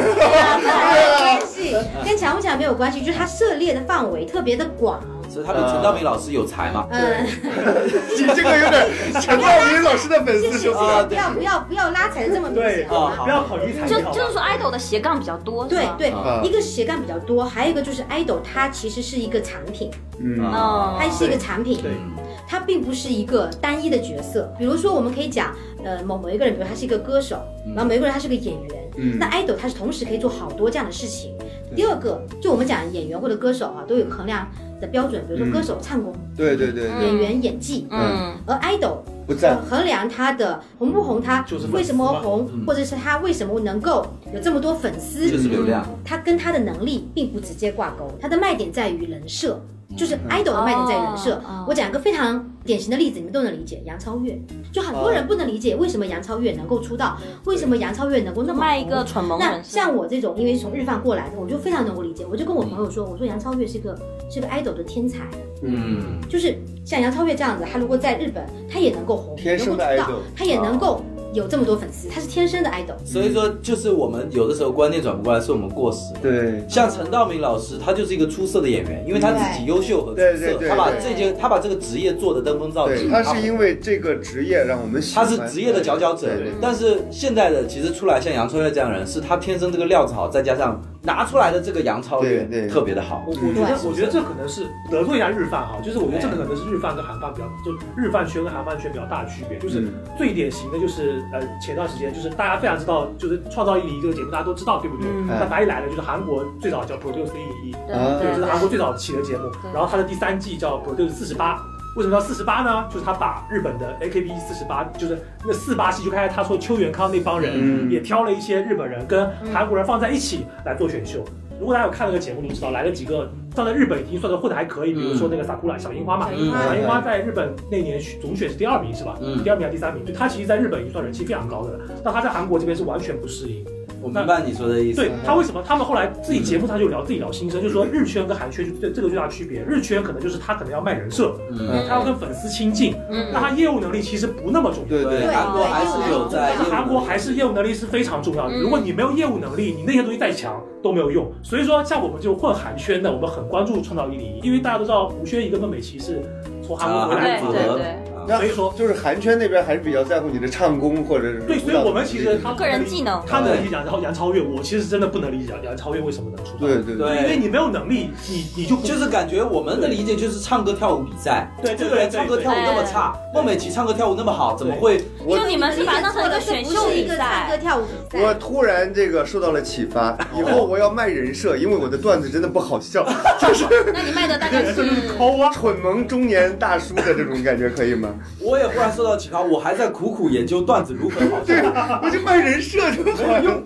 E: 有关系，跟强不强没有关系，就是他涉猎的范围特别的广。
B: 所以
A: 嗯
B: 他比陈道明老师有才嘛？
E: 嗯，
A: 你这个有点陈道明老师的粉
E: 谢
A: 丝
E: 谢，
A: 说
E: 不
A: 不来
E: 要不要不要拉踩的这么明
F: 对
E: 显好
B: 啊
E: 吗？
F: 不要考虑财
D: 就
F: 力，好吧
D: 就是说 idol 的斜杠比较多，
E: 对
D: 是吗，
E: 对，
A: 啊
E: 一个是斜杠比较多，还有一个就是 idol，它其实是一个产品，
A: 嗯
D: 哦
E: 它是一个产品，
F: 对
B: 嗯
E: 它并不是一个单一的角色。比如说，我们可以讲，呃，某某一个人，比如他是一个歌手，然后某一个人他是个演员，
A: 嗯
E: 那 idol 他是同时可以做好多这样的事情。第二个，就我们讲演员或者歌手啊，都有衡量的标准，比
A: 嗯
E: 如说歌手唱功、
A: 对对对，
D: 嗯
E: 演员演技，
D: 嗯，
E: 而 idol
A: 不在乎
E: 衡量他的红不红，他
F: 就是粉丝嘛
E: 为什么红
B: 嗯，
E: 或者是他为什么能够有这么多粉丝，
B: 就是流量。
E: 他跟他的能力并不直接挂钩，他的卖点在于人设，
A: 嗯
E: 就是 idol 的卖点在于人设
D: 哦哦。
E: 我讲一个非常典型的例子，你们都能理解，杨超越。就很多人不能理解为什么杨超越能够出道，为什么杨超越能够那么
D: 卖
E: 红
D: 一个蠢萌
E: 那
D: 人设，
E: 像我这种，因为是从日饭过来的，我就非常能够理解。我就跟我朋友说，我说杨超越是个是个 idol 的天才，
B: 嗯，
E: 就是像杨超越这样子，她如果在日本，她也能够红，
A: 天生的
E: 能够出
A: idol
E: 道，她也能够有这么多粉丝，她是天生的 idol。
B: 所以说就是我们有的时候观念转不过来，是我们过时了。
A: 对
B: 像陈道明老师，他就是一个出色的演员，因为他自己优秀和出
A: 对对对
B: 色，
A: 对
B: 他把
A: 对
B: 这件他把这个职业做的登峰造极
A: 对，。他是
B: 好
A: 因为这个职业让我们喜
B: 他
A: 欢，
B: 是职业的佼佼者
A: 对对，
B: 但是现在的其实出来像杨超越这样的人，是他天生这个料子好，再加上拿出来的这个杨超越
A: 对对
B: 特别的好
C: 我。我觉得，
E: 对
C: 我觉得这可能是得罪一下日饭哈，就是我觉得这可能是日饭跟韩饭比较，就日饭圈跟韩饭圈比较大的区别，就是
A: 嗯
C: 最典型的就是呃前段时间就是大家非常知道，就是《创造一零一》这个节目大家都知道，对不对？
D: 嗯
C: 那哪里来的？就是韩国最早叫 Produce 一零一，
D: 对
A: 啊
C: 对，
D: 对
C: 这是韩
D: 对
C: 国最早起的节目
D: 对。
C: 然后它的第三季叫《Produce 四十八》，为什么叫四十八呢？就是他把日本的 AKB 四十八，就是那四八系，就开始他说邱元康那帮人、
A: 嗯
C: 也挑了一些日本人跟
D: 嗯
C: 韩国人放在一起来做选秀。如果大家有看那个节目，你们知道来了几个放在日本已经算是混得还可以，比如说那个萨库拉小樱花嘛，
E: 小
B: 樱花
D: 嗯
C: 小樱花在日本那年选总选是第二名是吧？
B: 嗯
C: 第二名还是第三名？就他其实在日本已经算人气非常高的了，那他在韩国这边是完全不适应。
B: 我明白你说的意思。
C: 对他为什么他们后来自己节目他就聊自己聊心声，就说日圈跟韩圈就这这个最大区别，日圈可能就是他可能要卖人设，
B: 嗯，
C: 他要跟粉丝亲近，
D: 嗯
C: 那他业务能力其实不那么重要。
A: 对
B: 对，
E: 对
B: 韩国还是有在，
E: 对
C: 韩国还是业务能力是非常重要的。
D: 嗯
C: 如果你没有业务能力，你那些东西再强都没有用。所以说，像我们就混韩圈的，我们很关注创造一零一，因为大家都知道吴宣仪跟孟美岐是从韩国回
B: 啊
C: 来的
D: 对
B: 组
C: 嘛，
D: 对
B: 合
D: 对，
A: 那
C: 所以说
A: 就是韩圈那边还是比较在乎你的唱功或者是
C: 对，所以我们其实他
D: 个人技能
C: 他能理解杨杨超越，我其实真的不能理解杨超越为什么能出道。
A: 对对
B: 对
C: 因为你没有能力，你你就不
B: 就是感觉我们的理解就是唱歌跳舞比赛，
C: 对
B: 这
C: 对对
B: 个人唱歌跳舞那么差，孟美岐唱歌跳舞那么好，怎么会？
A: 我
D: 就你们是把它当成一个选秀
E: 这不是一
D: 比
E: 个唱歌
D: 赛，
E: 跳舞比
A: 我
E: 赛，
A: 突然这个受到了启发，以后我要卖人设，因为我的段子真的不好 笑，就是
D: 那你卖的大概 是
A: 抠啊，蠢萌中年大叔的这种感觉可以吗？
B: 我也忽然受到启发，我还在苦苦研究段子如何好笑。
A: 我就卖人设就好了。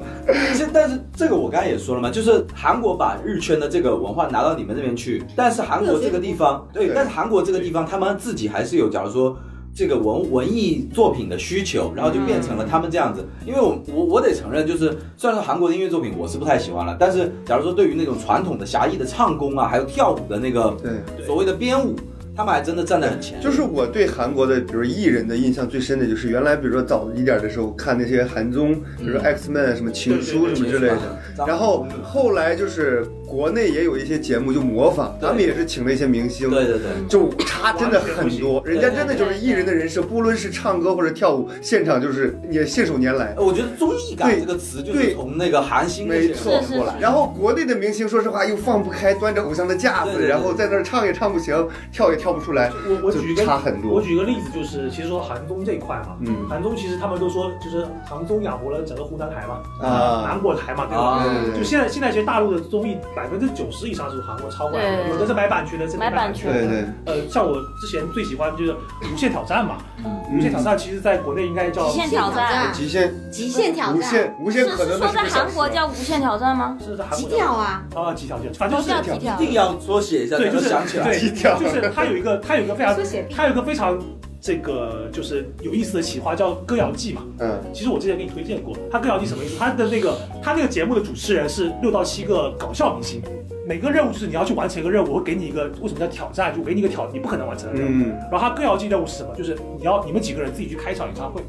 B: 这但是这个我刚才也说了嘛，就是韩国把日圈的这个文化拿到你们那边去，但是韩国这个地方，对，
A: 对
B: 但是韩国这个地方他们自己还是有，假如说。这个文文艺作品的需求，然后就变
A: 嗯
B: 成了他们这样子。因为我我我得承认，就是虽然说韩国的音乐作品我是不太喜欢了，但是假如说对于那种传统的狭义的唱功啊，还有跳舞的那个
A: 对，
B: 所谓的编舞，他们还真的站得很前。
A: 就是我对韩国的，比如艺人的印象最深的就是原来，比如说早一点的时候看那些嗯啊
B: 啊
A: 韩综，比如说 X Men 什么情书什么之类的，然后后来就是国内也有一些节目就模仿，咱们也是请了一些明星，
B: 对对对，
A: 就差真的很多，人家真的就是艺人的人设，不论是唱歌或者跳舞，现场就是也信手拈来。
B: 我觉得综艺感这个词就是从那个韩星那
A: 没
B: 些
A: 错
D: 是是
A: 过来。然后国内的明星，说实话又放不开端着偶像的架
B: 对
A: 子
B: 对，对
A: 然后在那儿唱也唱不行，跳也跳不出来，
C: 我我
A: 就
C: 举一个
A: 差很
C: 我
A: 多。
C: 举一个例子，就是其实说韩综这一块嘛，
A: 嗯
C: 韩综其实他们都说就是韩综养活了整个湖南台嘛，
A: 啊
C: 韩，国台嘛，对吧？
B: 啊，
A: 对对
C: 就现在现在其实大陆的综艺百分之九十以上是韩国抄过来的，
D: 对
C: 有的是买版权的，是
D: 买版
C: 权
D: 权
A: 对
C: 的。
A: 对，
C: 呃，像我之前最喜欢就是《无限挑战》嘛，
A: 嗯
C: 无限挑战》其实在国内应该叫
D: 极限挑战，
A: 极限、
E: 极限挑
A: 无
E: 战，
A: 限、无限
D: 是
A: 可
D: 是
A: 能
D: 说
A: 的
D: 在韩国叫无限挑战吗？
C: 是韩
E: 极
C: 国的
E: 跳啊，
C: 啊，极挑战，反正
D: 都
C: 是
D: 哦叫极挑
G: 一定要缩写一下才
C: 对，就
G: 能
C: 是
G: 想起来。
C: 对，
A: 极跳
C: 就是它有一个它有一个非常
H: 缩写 B
C: 它有一个非常这个就是有意思的企划叫歌谣季嘛。
A: 嗯，
C: 其实我之前给你推荐过，他歌谣季什么意思？他的那个他那个节目的主持人是六到七个搞笑明星，每个任务就是你要去完成一个任务，我会给你一个为什么叫挑战？就我给你一个挑，你不可能完成的任务。
A: 嗯，
C: 然后他歌谣季任务是什么？就是你要你们几个人自己去开一场演唱会，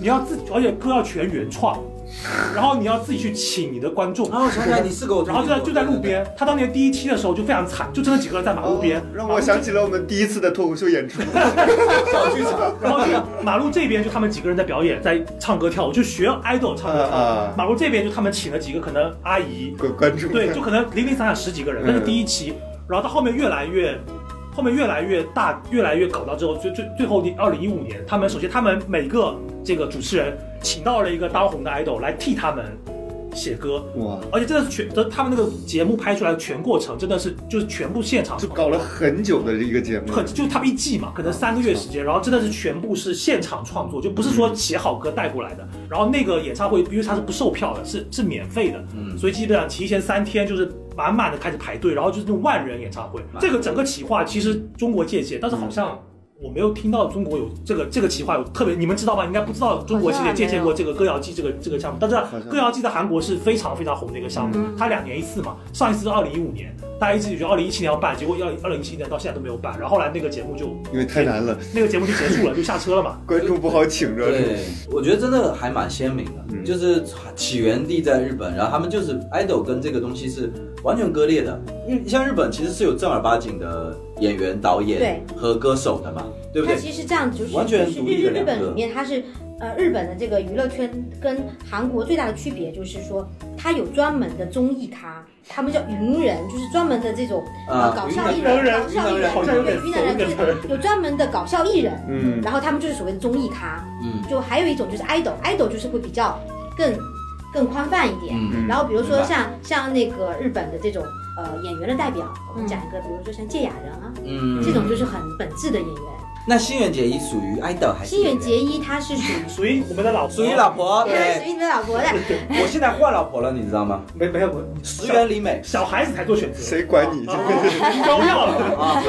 C: 你要自己，而且歌要全原创，然后你要自己去请你的观众。
G: 啊，我想起来，你是给我推
C: 然
G: 荐
C: 后
G: 过，
C: 就在就在路边，他当年第一期的时候就非常惨，就真的几个人在马路边
A: 哦，让我想起了我们第一次的脱口秀演出。
G: 小剧场，
C: 然后就马路这边就他们几个人在表演，在唱歌跳舞，就学 idol 唱歌跳
A: 啊
C: 舞。马路这边就他们请了几个可能阿姨，
A: 关关注
C: 对，就可能零零散散十几个人，那是第一
A: 嗯
C: 期。然后到后面越来越，后面越来越大，越来越搞到之后，最最最后你二零一五年，他们首先他们每个这个主持人请到了一个当红的 idol 来替他们写歌。
A: 哇，
C: 而且真的是全，这他们那个节目拍出来的全过程真的是就是全部现场
A: 就搞了很久的一个节目，
C: 很就他们一季嘛，可能三个月时间，然后真的是全部是现场创作，就不是说写好歌带过来的。然后那个演唱会，因为它是不售票的，是是免费的，
B: 嗯
C: 所以基本上提前三天就是满满的开始排队，然后就是那种万人演唱会。这个整个企划其实中国借鉴，但是好像。我没有听到中国有这个这个企划有特别，你们知道吗？应该不知道中国其实也借鉴过这个歌谣季这个这个项目，但是
A: 像
C: 歌谣季在韩国是非常非常红的一个项目，它两年一次嘛，上一次是二零一五年，大家一直觉得二零一七年要办，结果二二零一七年到现在都没有办，然后后来那个节目就
A: 因为太难了，
C: 那个节目就结束了，就下车了嘛。
A: 观众不好请着。
B: 对，我觉得真的还蛮鲜明的，
A: 嗯
B: 就是起源地在日本，然后他们就是 idol 跟这个东西是完全割裂的。因为像日本其实是有正儿八经的演员、导演
E: 对
B: 和歌手的嘛，对不
E: 它
B: 对？
E: 其实这样就是
B: 完全
E: 就是
B: 独立的
E: 日日
B: 两个
E: 本里面它是。呃，日本的这个娱乐圈跟韩国最大的区别就是说，它有专门的综艺咖，他们叫云人，就是专门的这种呃
B: 啊
E: 搞笑艺
C: 云南人
E: 搞笑艺
C: 云南人好像有
E: 对
C: 点
E: 云南人
C: 熟
E: 就
C: 有点
E: 是有专门的搞笑艺人，
A: 嗯，
E: 然后他们就是所谓的综艺咖，
B: 嗯
E: 就还有一种就是 idol，idol 就是会比较更更宽泛一点。
B: 嗯，
E: 然后比如
B: 明
E: 说
B: 白
E: 像像那个日本的这种呃演员的代表，我们
D: 嗯
E: 讲一个，比如说像芥雅人啊，
B: 嗯
E: 这种就是很本质的演员。
B: 那新垣结衣属于 idol 还是
E: 新
B: 演
E: 垣
B: 员？
E: 结衣她是属于
C: 属于我们的老婆，
B: 属于老婆，
E: 对
B: 对
E: 属，于你的老婆的，
B: 我现在换老婆了，你知道吗？
C: 没没有
B: 石原里美
C: 小孩子才做选择，
A: 谁管你？
C: 啊？高要了，
B: 啊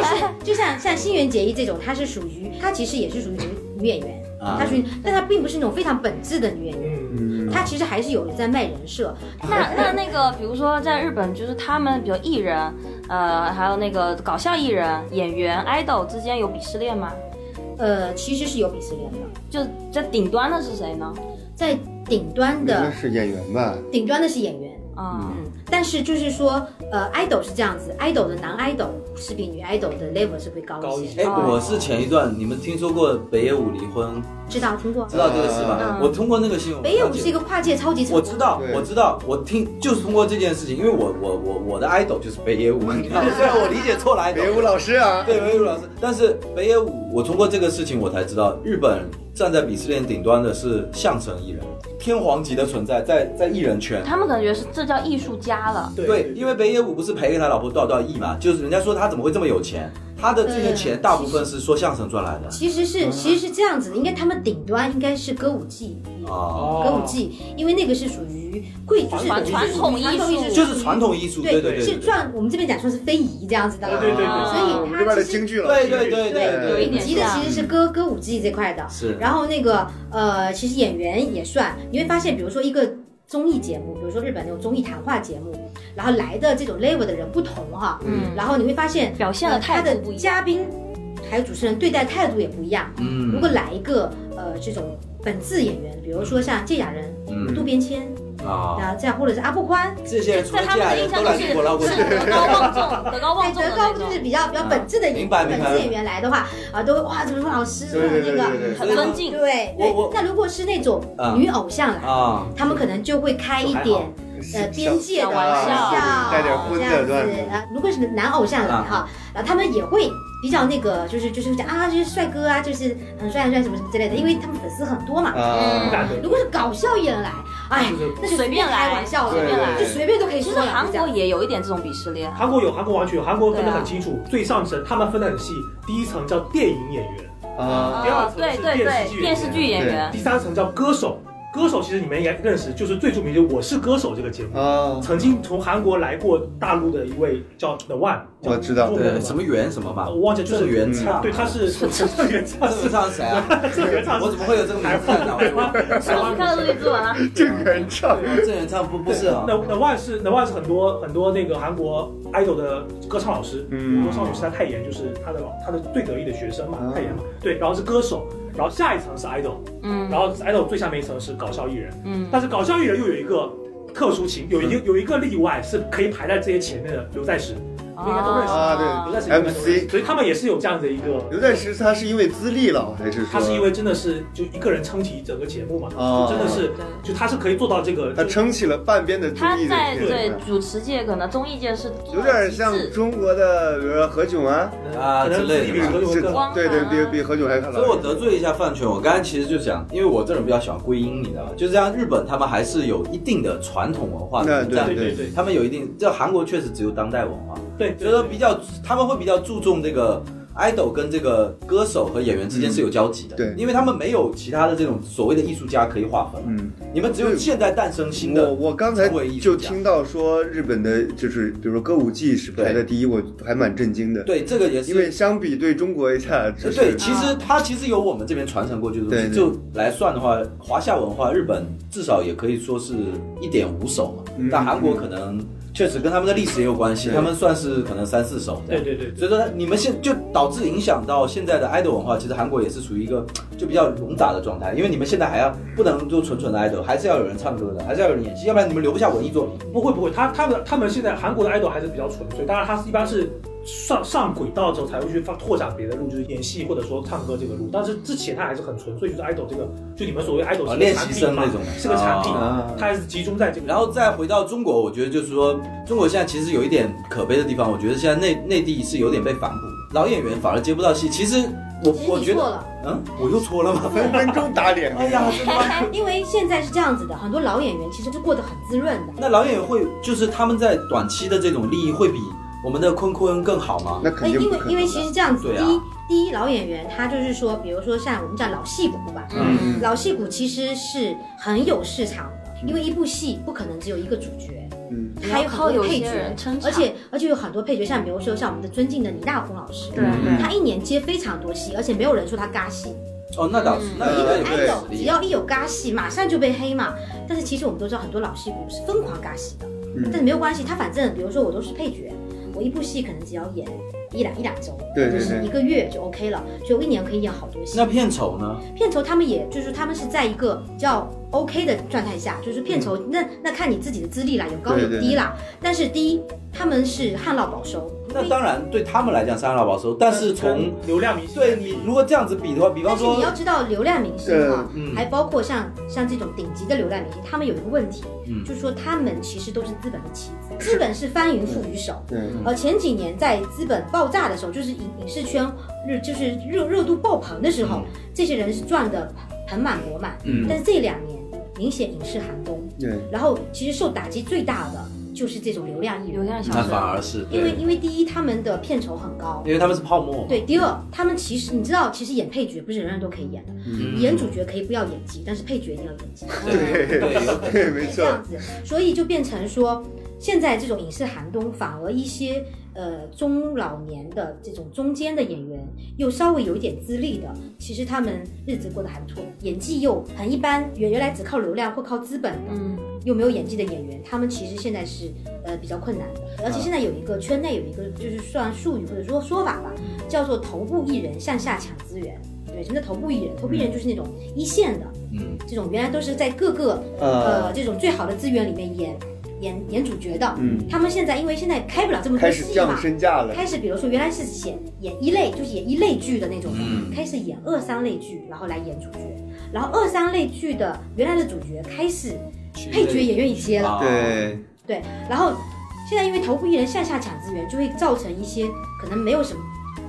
E: 就像像新垣结衣这种，她是属于她其实也是属于女女演员，她
B: 啊
E: 属于，但她并不是那种非常本质的女演员，
C: 嗯，
A: 嗯，
E: 她其实还是有在卖人设。
D: 那那那个，比如说在日本，就是他们比如艺人，呃，还有那个搞笑艺人、演员、idol 之间有鄙视链吗？
E: 呃，其实是有鄙视链的，
D: 就在顶端的是谁呢？
E: 在顶端
A: 那
E: 的
A: 是演员吧？
E: 顶端的是演员。
D: 啊、
E: 嗯，但是就是说，呃，idol 是这样子，idol 的男 idol 是比女 idol 的 level 是会高一些。
B: 哎，
D: 哦
B: 我是前一段你们听说过北野武离婚，
E: 知道听过
B: 知？道这个事吧
D: 嗯？
B: 我通过那个新闻，
E: 北野
B: 了
E: 武
B: 解
E: 是一个跨界超级成
B: 我
E: 功，
B: 知道，
A: 对
B: 我知道，我听就是通过这件事情，因为我我我我的 idol 就是北野武， 你知道吗，虽然我理解错了 idol，
A: 北舞老师啊，
B: 对北野武老师，但是北野武，我通过这个事情我才知道，日本站在鄙视链顶端的是相声艺人，天皇级的存在在在艺人圈。
D: 他们感觉是这叫艺术家了。
B: 对，因为北野武不是赔给他老婆多少多少亿嘛，就是人家说他怎么会这么有钱，他的这些钱
E: 嗯
B: 大部分是说相声赚来的
E: 其实是
B: 嗯
E: 其实是这样子的，应该他们顶端应该是歌舞伎，
B: 啊，
E: 歌舞伎，因为那个是属于贵，就是
D: 传传统
E: 传统
D: 艺
E: 术，
D: 术
B: 就是传统艺术，对对
E: 是
B: 对对，
E: 赚我们这边讲说是非遗这样子的啦，
C: 对对对
D: 对
E: 所以
A: 啊我们这
E: 它
A: 边的
E: 其实
A: 京剧老
B: 对
A: 师，
B: 对对对，
D: 有一点
E: 急的其实是歌歌舞伎这块的，
B: 嗯是
E: 然后那个呃，其实演员也算，你会发现，比如说一个综艺节目，比如说日本那种综艺谈话节目，然后来的这种 level 的人不同哈，
D: 嗯
E: 然后你会发现
D: 表现的
E: 呃他
D: 态
E: 的
D: 度不一样。
E: 嘉宾还有主持人对待态度也不一样。如
B: 嗯
E: 果来一个呃这种本自演员，比如说像芥雅人、
B: 嗯
E: 渡边谦、
B: 啊，
E: 然后这样或者是阿布宽，
B: 这些人除
D: 在
B: 了
D: 他
B: 芥
D: 们
B: 雅
D: 的
B: 人
D: 印象
B: 都
D: 就
B: 来
D: 是
B: 中国拉过
D: 是德高望重、德高
E: 哎
D: 望重的
E: 德
D: 那
E: 高
D: 种
E: 就是，比较比较本质的
B: 啊明白
E: 本
B: 明白
E: 质演员来的话啊，都会哇怎么说老师
A: 对对对
E: 那个
A: 对对
B: 所
D: 很
B: 以
D: 尊敬。
E: 对
B: 我
E: 对
B: 我。
E: 那如果是那种
B: 啊
E: 女偶像来，
B: 啊，
E: 他们可能就会开一
C: 就还
E: 点
C: 好
E: 呃
A: 啊
E: 边界的啊
D: 小玩笑
A: 带点荤
E: 这
A: 的
E: 样
A: 段
E: 子
A: 子，
E: 啊。如果是男偶像来哈，然后他们也会比较那个，就是就是讲啊，就是帅哥啊，就是很帅很帅什么什么之类的，因为他们粉丝很多嘛。
A: 啊，
C: 大哥
E: 如果是搞笑艺人来，哎，
C: 嗯
E: 那就
D: 随便来
E: 开玩笑了，
A: 随便来
E: 就随便都可以
D: 其
E: 说
D: 实
E: 了。
D: 韩
E: 就这
D: 国
E: 样
D: 也有一点这种鄙视链，
C: 韩国有韩国完全有，韩国分得很清楚，最上层他们分得很细，第一层叫电影演员，
A: 啊，
C: 第二
D: 啊
C: 层，是
D: 对对
C: 电视剧
D: 对，电视剧演员
C: 第三层叫歌手。歌手其实你们应该认识，就是最著名的《我是歌手》这个节目，
A: 啊，
C: 曾经从韩国来过大陆的一位叫 The One，
A: 我知道
C: 中国的
B: 对，
C: 吧
B: 什么元什么吧
C: 呃我，忘记了就是
B: 郑元畅，
C: 对， 他是郑元畅
B: 郑
C: 是
B: 元畅是谁啊？
C: 郑元畅
B: 我
C: 是
B: 怎么会有这个名字在脑中？
D: 是不是看到陆地之 文啊？
A: 这个人唱，
B: 郑元畅不不是啊
C: 那，那万是那万是很多很多那个韩国 idol 的歌唱老师，
A: 嗯
C: 歌唱老师他泰妍就是他的老他的最得意的学生嘛
A: 啊，
C: 泰妍嘛，对，然后是歌手，然后下一层是 idol，
D: 嗯
C: 然后 idol 最下面一层是搞笑艺人，
D: 嗯，
C: 但是搞笑艺人又有一个特殊情，
A: 嗯
C: 有一个有一个例外是可以排在这些前面的刘在石，应该都认识
A: 啊
C: 刘在石应该都认识
A: MC
C: 所以他们也是有这样的一个。
A: 刘在石他是因为资历了还是说？
C: 他是因为真的是就一个人撑起整个节目嘛，
A: 哦
C: 就真的是
D: 对
C: 就他是可以做到这个，
A: 他
C: 就
A: 撑起了半边的资
D: 他
A: 历的
D: 在
A: 这个
D: 对主持界可能综艺界是多
A: 有点像
D: 极致
A: 中国的，比如说何炅啊，
B: 啊
C: 可能
B: 之类的
C: 自己比何炅
A: 这
C: 更
D: 汪
A: 对对
D: 涵
A: 比比何炅还看
B: 所以我
A: 了。
B: 得罪一下饭圈，我刚才其实就想，因为我这人比较喜欢归因，你知道吗？就是像日本他们还是有一定的传统文化
A: 那
B: 的，
A: 对
B: 在
C: 对对对
B: 他们有一定，这韩国确实只有当代文化，
C: 对，
B: 所以说比较他们会比较注重这个。idol 跟这个歌手和演员之间是有交集的，
A: 嗯对
B: 因为他们没有其他的这种所谓的艺术家可以划分，
A: 嗯，
B: 你们只有现在诞生新
A: 我
B: 的
A: 我刚才
B: 成为艺术
A: 就
B: 家
A: 听到说日本的，就是比如说歌舞伎是排在第一，我还蛮震惊的。
B: 对，这个也是
A: 因为相比对中国一下，就是啊
B: 对，其实它其实有我们这边传承过去的东
A: 对
B: 西。
A: 对
B: 就来算的话，华夏文化，日本至少也可以说是一点五首嘛。
A: 嗯
B: 但韩国可能确实跟他们的历史也有关系，
A: 对
B: 他们算是可能三四首这
C: 对
B: 样。
C: 对对，
B: 所以说，你们现就导致影响到现在的 idol 文化，其实韩国也是处于一个就比较冗杂的状态，因为你们现在还要不能就纯纯的 idol，还是要有人唱歌的，还是要有人演戏，要不然你们留不下文艺作品。
C: 不会不会，他他们他们现在韩国的 idol 还是比较纯粹，当然他是一般是上上轨道之后才会去发拓展别的路，就是演戏或者说唱歌这个路。但是之前他还是很纯粹，就是 idol 这个，就你们所谓 idol
B: 啊
C: 是
B: 练
C: 个
B: 习
C: 产品
B: 生
C: 嘛
B: 那种
C: 是个产品
A: 啊，
C: 他还是集中在这个。
B: 然后再回到中国，我觉得就是说，中国现在其实有一点可悲的地方，我觉得现在内内地是有点被反哺，老演员反而接不到戏。其实我
E: 其
B: 我
E: 实你
B: 觉
E: 错
B: 得，
E: 了，
B: 嗯，我又错了吗？
A: 分分钟打脸。
B: 哎呀，真的吗
E: 因为现在是这样子的，很多老演员其实是过得很滋润的。
B: 那老演员会就是他们在短期的这种利益会比我们的坤坤更好吗？
A: 那肯
E: 哎，
A: 定
E: 因
A: 不
E: 为
A: 可能。
E: 因为其实这样子，
B: 对啊
E: 第一第一老演员他就是说，比如说像我们讲老戏骨吧，
A: 嗯
E: 老戏骨其实是很有市场的，因为一部戏不可能只有一个主角，
A: 嗯，
E: 还有
D: 靠
E: 很
D: 有
E: 多配
D: 些
E: 角
D: 人，撑场，
E: 而且而且有很多配角，像比如说像我们的尊敬的倪大红老师，
A: 嗯
D: 对对，
E: 他一年接非常多戏，而且没有人说他尬戏，
B: 哦，那倒是，那
A: 嗯
B: 应该
A: 对对
B: 有
E: 哎
B: 实
E: 有只
B: 力。
E: 要一有尬戏，马上就被黑嘛。但是其实我们都知道，很多老戏骨是疯狂尬戏的，
A: 嗯
E: 但是没有关系，他反正比如说我都是配角，我一部戏可能只要演一两一两周，
A: 对对
E: 或者是
A: 对
E: 一个月就 OK 了，所以我一年可以演好多戏。
B: 那片酬呢？
E: 片酬他们也就是他们是在一个比较 OK 的状态下，就是片
B: 嗯
E: 酬、那那看你自己的资历啦，有高
A: 对
E: 有
A: 对
E: 低啦。但是第一，他们是旱涝保收，
B: 那当然对他们来讲是安老保收，但是从
C: 跟流量明星
B: 对你如果这样子比的话，比方
E: 但是
B: 说
E: 你要知道流量明星啊，
B: 嗯
E: 还包括像像这种顶级的流量明星，他们有一个问题，
B: 嗯
E: 就是说他们其实都是资本的棋子，资本是翻云覆雨手。
A: 对，
E: 呃，前几年在资本爆炸的时候，就是影影视圈热就是热热度爆棚的时候，这些人是赚的盆满钵满。
B: 嗯
E: 但是这两年明显影视寒冬，
A: 对，
E: 然后其实受打击最大的就是这种流量艺
D: 流
E: 人，
D: 量小
B: 那
D: 生
B: 反而是
E: 因为
B: 对，
E: 因为第一他们的片酬很高，
B: 因为他们是泡沫嘛。
E: 对，第二他们其实你知道，其实演配角不是人人都可以演的，
B: 嗯
E: 演主角可以不要演技，但是配角一定要演技，
B: 对，有可能
A: 对，没
E: 这
A: 错。
E: 样子，所以就变成说。现在这种影视寒冬，反而一些呃中老年的这种中间的演员，又稍微有一点资历的，其实他们日子过得还不错，演技又很一般。原原来只靠流量或靠资本的，
D: 嗯，
E: 又没有演技的演员，他们其实现在是呃比较困难的，而且现在有一个圈内有一个就是算术语或者说说法吧，叫做头部艺人向下抢资源。对，真的头部艺人，头部艺人就是那种一线的
B: 嗯，
E: 这种，原来都是在各个呃这种最好的资源里面演演演主角的。
A: 嗯，
E: 他们现在因为现在开不了这么多
A: 开始
E: 戏
A: 降
E: 嘛，
A: 身价了，
E: 开始比如说原来是演演一类，就是演一类剧的那种，
B: 嗯
E: 开始演二三类剧，然后来演主角，然后二三类剧的原来的主角开始配角也愿意接了，
B: 啊
A: 对，
E: 对，然后现在因为头部艺人向下抢资源，就会造成一些可能没有什么。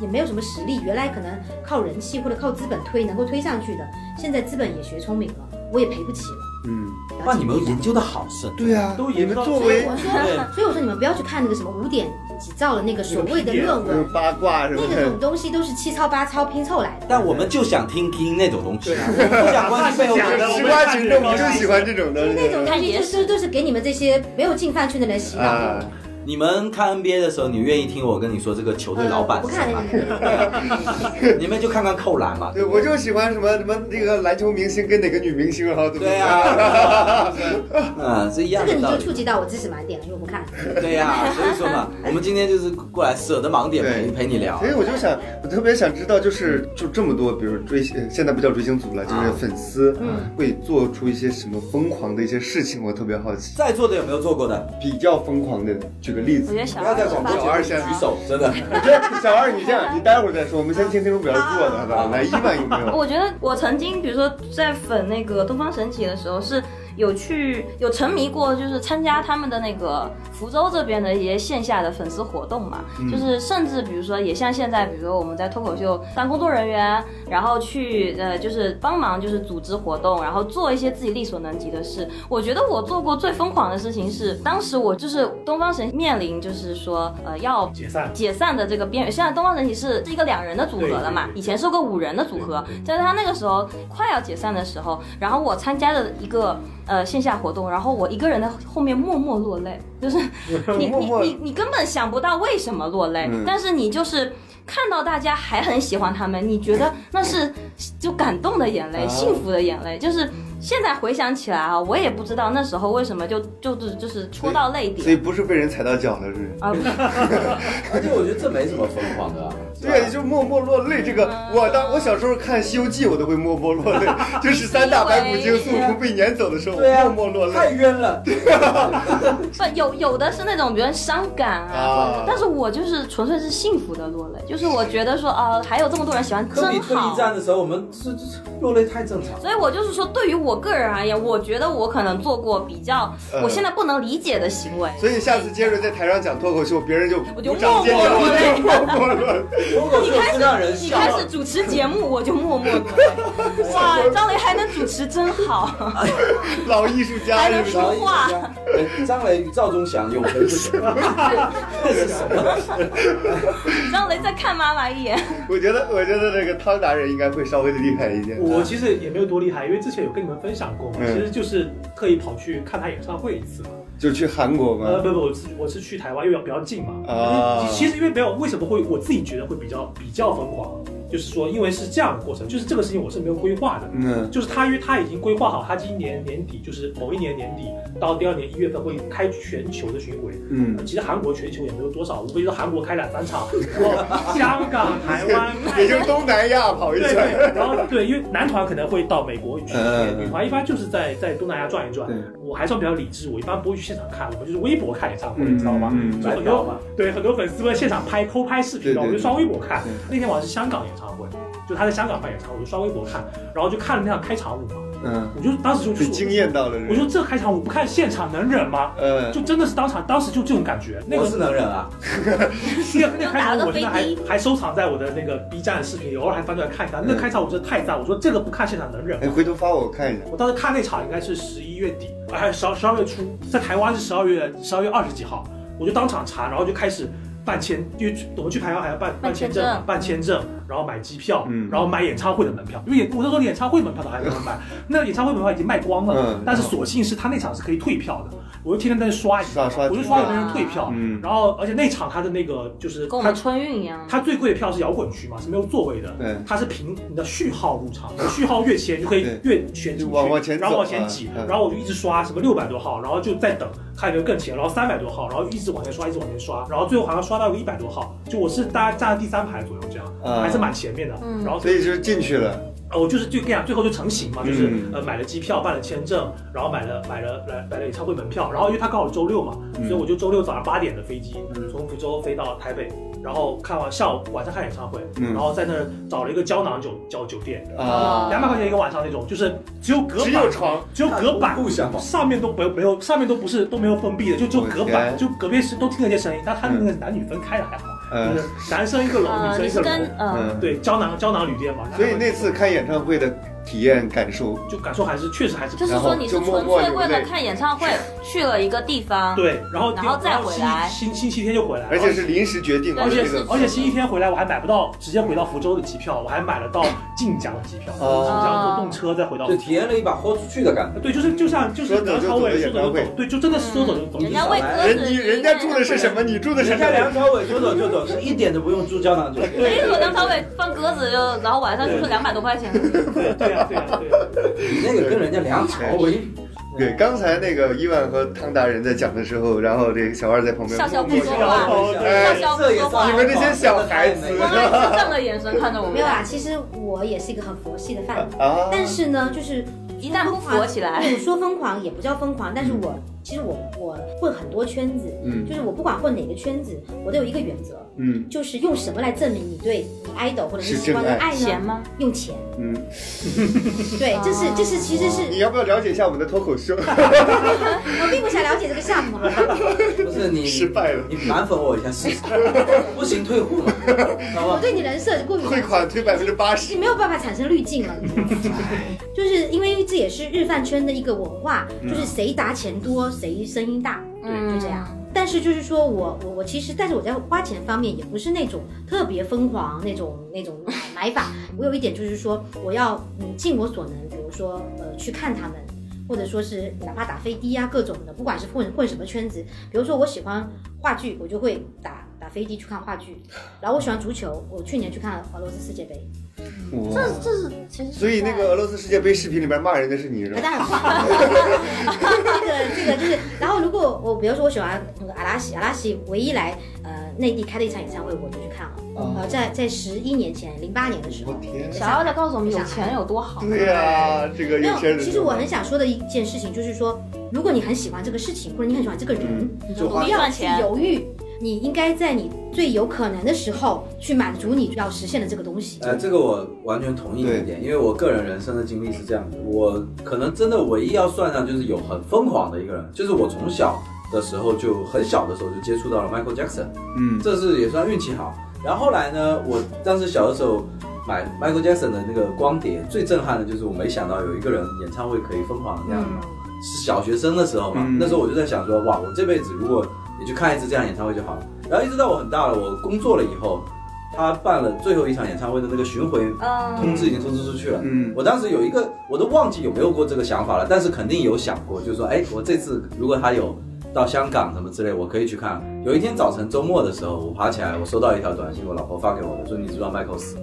E: 也没有什么实力，原来可能靠人气或者靠资本推能够推上去的，现在资本也学聪明了，我也赔不起了。
A: 嗯，
E: 然后
I: 那你们研究的好深，
A: 对啊呀，
C: 都
A: 你
C: 研
A: 们
C: 究到
A: 作
E: 所以
A: 为
E: 我
I: 对
E: 说，所以我说你们不要去看那个什么五点几兆的那个所谓的论
A: 就是
E: 文，
A: 八卦什
E: 嗯那
A: 么
E: 个
A: 的
E: 种，东西都是七抄八抄拼凑来的。
I: 但我们就想听听那种东西，
C: 对啊
I: 我们不想关心背后
A: 讲
I: 的
A: 个
C: 我
A: 吃
C: 们
A: 瓜
C: 看
A: 群
C: 这
A: 众，
C: 个
A: 你就喜欢这种的，
E: 那种
D: 看
E: 东西就
D: 野
E: 是
D: 史
E: 都是给你们这些没有进饭圈的人洗脑
A: 啊
E: 的。，
B: 你们看 NBA 的时候，你愿意听我跟你说这个球队老
E: 呃，
B: 板
E: 不
B: 是
E: 看
B: 谁
E: 那
B: 吗？
E: 个，
B: 你们就看看扣篮嘛。
A: 对，我就喜欢什么什么那个篮球明星跟哪个女明星，然后怎么
B: 对啊 呀，嗯，是一样
E: 这个
B: 的
E: 你
B: 道
E: 就
B: 理
E: 触。及到我知识盲点了，因为我不看。
B: 对呀，所以说 嘛，我们今天就是过来舍得盲点陪
A: 对
B: 陪你聊
A: 所。以我就想，我特别想知道，就是就这么多，比如追星，现在不叫追星族了，就是
B: 啊
A: 粉丝
E: 嗯
A: 会做出一些什么疯狂的一些事情，我特别好奇。
B: 在座的有没有做过的？
A: 比较疯狂的，举个例
D: 我
A: 子
D: 觉，得小
B: 不要在
D: 二
B: 广
D: 是
B: 播
D: 吧
A: 小二
B: 节
A: 先
B: 目举手，真的。
A: 小二，你这样，你待会儿再说，我们先听听众表示做的，好吧？
B: 啊
A: 来，伊万有没有？
D: 我觉得我曾经，比如说在粉那个东方神起的时候，是有去有沉迷过，就是参加他们的那个福州这边的一些线下的粉丝活动嘛，就是甚至比如说也像现在，比如说我们在脱口秀当工作人员，然后去呃就是帮忙就是组织活动，然后做一些自己力所能及的事。我觉得我做过最疯狂的事情是，当时我就是东方神面临就是说呃要
C: 解散。
D: 解散的这个边缘。现在东方神起是是一个两人的组合了嘛
C: 对对，对
D: 以前是个五人的组合，在他那个时候快要解散的时候，然后我参加了一个呃线下活动，然后我一个人在后面默默落泪，就是 你
A: 默
D: 你
A: 默
D: 你你根本想不到为什么落泪，
A: 嗯
D: 但是你就是。看到大家还很喜欢他们，你觉得那是就感动的眼
C: 啊
D: 泪、幸福的眼泪，就是现在回想起来啊，我也不知道那时候为什么就就是就是戳到泪
A: 所以
D: 点
A: 不是被人踩到脚了，是不是？
D: 啊，
B: 而且我觉得这没什么疯狂的啊。是吧
A: 对，就默默落泪这个，我当我小时候看《西游记》，我都会默默落泪， 就是三大白骨精孙悟空被撵走的时候，我
B: 对啊
A: 默默落
B: 太
A: 泪。
B: 冤了。
D: 不，有有的是那种，比如伤感啊，
A: 啊
D: 但是我就是纯粹是幸福的落泪，就是我觉得说，啊，还有这么多人喜欢，
B: 科比
D: 真
B: 退
D: 好
B: 役。战的时候，我们这这落泪太正常。
D: 所以我就是说，对于我个人而言，我觉得我可能做过比较
A: 嗯
D: 我现在不能理解的行为。
A: 所以下次杰瑞在台上讲脱口秀，别人就
D: 我就
A: 鼓掌尖
D: 默
A: 叫，
D: 默落泪
A: 就 默默落泪。
B: 脱口秀是让人
D: 你
B: 笑
D: 开始主持节目，我就默默落泪。哇，张雷还能主持真好，
A: 老艺术家
D: 还
A: 是
D: 能
A: 不是
D: 说？话。
B: 哎张雷与赵忠祥有回不行，这是什么？
D: 张雷再看妈妈一眼，
A: 我觉得，我觉得那个汤达人应该会稍微的厉害一点。
C: 我其实也没有多厉害，因为之前有跟你们分享过嘛，
A: 嗯
C: 其实就是特意跑去看他演唱会一次嘛。
A: 就去韩国
C: 呃，
A: 吗？
C: 不不，我是我是去台湾，因为比较近嘛。
A: 嗯啊
C: 其实因为没有为什么会我自己觉得会比较比较疯狂，就是说因为是这样的过程，就是这个事情我是没有规划的。
A: 嗯，
C: 就是他，因为他已经规划好，他今年年底，就是某一年年底到第二年一月份会开全球的巡回。
A: 嗯
C: 其实韩国全球也没有多少，无非就韩国开两三场，然后香港、台湾、
A: 也就东南亚跑一
C: 对
A: 圈。
C: 对，然后对，因为男团可能会到美国去
A: 嗯嗯，嗯
C: 女团一般就是在在东南亚转一转
A: 对。
C: 我还算比较理智，我一般不会去现场看，我们就是微博看演唱会，
A: 嗯
C: 你知道吗
A: 嗯嗯？
C: 就很多对很多粉丝会现场拍偷拍视
A: 对对
C: 频的，我就
A: 对
C: 刷微博看
A: 对。
C: 那天晚上是香港演唱会，就他在香港办演唱会，我就刷微博看，然后就看了那场开场舞嘛，
A: 嗯，
C: 我就当时就
A: 被惊艳，到了。
C: 我说这开场舞不看现场能忍吗？
A: 嗯，
C: 就真的是当场，当时就这种感觉。那
B: 我
C: 个
B: 是能忍啊，
C: 那个那个开场
D: 打
C: 舞
D: 个
C: 我真的还
D: 飞
C: 还收藏在我的那个 B 站视频，偶尔还翻出来看一看。那
A: 嗯
C: 开场舞真的太赞，我说这个不看现场能忍
A: 哎，
C: 吗？
A: 回头发我看一下。
C: 我当时看那场应该是十一月底，啊还是十十二月初，在台湾是十二月十二月二十几号，我就当场查，然后就开始办签，因为我们去台湾还要办
D: 办
C: 签
D: 签证
C: 办签证，然后买机票，
A: 嗯
C: 然后买演唱会的门票，因为演我那时候连演唱会门票都还没有买，那演唱会门票已经卖光了，
A: 嗯
C: 但是所幸是他那场是可以退票的。我就天天在那刷一
A: 刷刷
C: 我就刷有的人退票，
A: 嗯
C: 然后而且那场他的那个就是
D: 跟我
C: 他
D: 们春运一样。
C: 他最贵的票是摇滚区嘛，是没有座位的，
A: 对
C: 它是凭你的序号入场，你序号越前就可以
A: 对
C: 越选
A: 就
C: 进去，
A: 往往前
C: 然后往
A: 走
C: 前
A: 啊
C: 挤，
A: 嗯
C: 然后我就一直刷什么六百多号，然后就再等看有没有更前，然后三百多号，然后一直往前刷，一直往前刷，然后最后好像刷到个一百多号，就我是大概站在第三排左右这样，
A: 啊
C: 还是蛮前面的，
D: 嗯
C: 然后
A: 所以就是进去了，
C: 呃，我就是就跟你讲，最后就成型嘛，就是、
A: 嗯
C: 呃买了机票，办了签证，然后买了买了买买了演唱会门票，然后因为他刚好周六嘛，
A: 嗯
C: 所以我就周六早上八点的飞机从福州飞到台北，然后看完下午晚上看演唱会，
A: 嗯
C: 然后在那儿找了一个胶囊酒叫酒店，
A: 啊
C: 两百块钱一个晚上那种，就是只有隔板，
A: 只有床，
C: 只有隔板。
B: 不想
C: 上面都没有没有，上面都不是都没有封闭的，就就隔板，
A: 我天
C: 就隔壁是都听得见声音。但他那个男女分开的还好，
A: 嗯
C: 就是男生一个楼，
D: 呃，
C: 女
D: 你是
C: 生一个
D: 跟
C: 楼。
D: 呃，
A: 嗯，
C: 对，胶囊胶囊旅店嘛。
A: 所以那次看演唱会的体验感受，
C: 就感受还是确实还是
D: 就是说你是纯粹为了看演唱会去了一个地方，
C: 对，然后
D: 然后再回来
C: 星星星期天就回来，
A: 而且是临时决定的
C: 而
A: 这
C: 且而且
A: 个，
C: 而且星期天回来我还买不到直接回到福州的机票，我还买了到晋江的机票，
A: 哦
C: 从晋江坐动车再回到福
B: 就
C: 州。
B: 体验了一把豁出去的感觉。
C: 对，就是就像就是
A: 说走就走的演唱会
C: 说走就走对，就真的是说走就走。
D: 人家为歌
A: 人
D: 子
A: 你人家住的是什么，你住的是
B: 人
A: 什
B: 家梁
A: 么？
B: 朝伟说走就走，是一点都不用住胶囊酒店。
D: 所以说梁哎朝伟放鸽子就，然后晚上就是两百多块钱，
C: 对对啊对啊对 啊，
B: 你那个跟人家梁朝伟，
A: 对，刚才那个伊万和汤达人在讲的时候，然后这个小二在旁边
D: 笑笑
A: 默
D: 不
A: 默
D: 说话，
C: 啊
D: 笑笑不说话
A: 你，们这些小孩子
D: 光亮是瞪着眼神看着我们
E: 没有啊，
D: 俩，
E: 其实我也是一个很佛系的饭友，
A: 啊，
E: 但是呢，就是
D: 一旦不火起来，嗯
E: 我说疯狂也不叫疯狂，但是我其实我我混很多圈子，
A: 嗯
E: 就是我不管混哪个圈子，我都有一个原则，
A: 嗯
E: 就是用什么来证明你对你 idol 或者
A: 是
E: 你喜欢的
A: 真爱
E: 爱
D: 钱
E: 呢？
D: 吗？
E: 用钱，
A: 嗯，哦
E: 对，这是这是其 实是
A: 你要不要了解一下我们的脱口 秀？
E: 我并不想了解这个项 目，
B: 不是你
A: 失败了
B: 你反粉我一下试试，不行退户嘛，好
E: 我
B: 吧？
E: 对你人设过于
A: 汇款退百分之八十
E: 你，没有办法产生滤镜了，就是因为这也是日饭圈的一个文化，就是谁砸钱多谁声音大，
D: 嗯，
E: 就这样。但是就是说我我我其实，但是我在花钱方面也不是那种特别疯狂那种那种呃 买法。我有一点就是说，我要嗯尽我所能，比如说呃去看他们，或者说是哪怕打飞的啊各种的，不管是混混什么圈子，比如说我喜欢话剧，我就会打打飞的去看话剧。然后我喜欢足球，我去年去看了俄罗斯世界杯，
A: 哇
D: 这这是其实是
A: 所以那个俄罗斯世界杯视频里边骂人的是你是
E: 那
A: 吧？
E: 当然不好。 这个这个就是，然后如果我比如说我喜欢那个阿拉西，阿拉西唯一来呃内地开的一场演唱会，我就去看了。呃，在在十一年前，零八年的时候
A: 我，天
D: 在，小妖在告诉我们有钱有多好，
A: 对呀，这个
E: 没有
A: 有钱人。。
E: 其实我很想说的一件事情就是说，如果你很喜欢这个事情，或者你很喜欢这个人，
D: 你就
E: 不
D: 努力
E: 要
D: 赚
E: 去
D: 钱，
E: 犹豫，你应该在你最有可能的时候去满足你要实现的这个东西。
B: 呃，这个我完全同意你一点，因为我个人人生的经历是这样的，我可能真的唯一要算上就是有很疯狂的一个人，就是我从小的时候就很小的时候就接触到了 Michael Jackson，
A: 嗯
B: 这是也算运气好。然后后来呢，我当时小的时候买 Michael Jackson 的那个光碟，最震撼的就是我没想到有一个人演唱会可以疯狂的那样
E: 嗯
B: 买。是小学生的时候嘛，
A: 嗯
B: 那时候我就在想说，哇，我这辈子如果也去看一次这样演唱会就好了。然后一直到我很大了，我工作了以后，他办了最后一场演唱会的那个巡回
D: 嗯
B: 通知已经通知出去了。
A: 嗯
B: 我当时有一个，我都忘记有没有过这个想法了，但是肯定有想过，就是说，哎，我这次如果他有到香港什么之类，我可以去看。有一天早晨周末的时候，我爬起来，我收到一条短信，我老婆发给我的，说你知道 Michael 死了。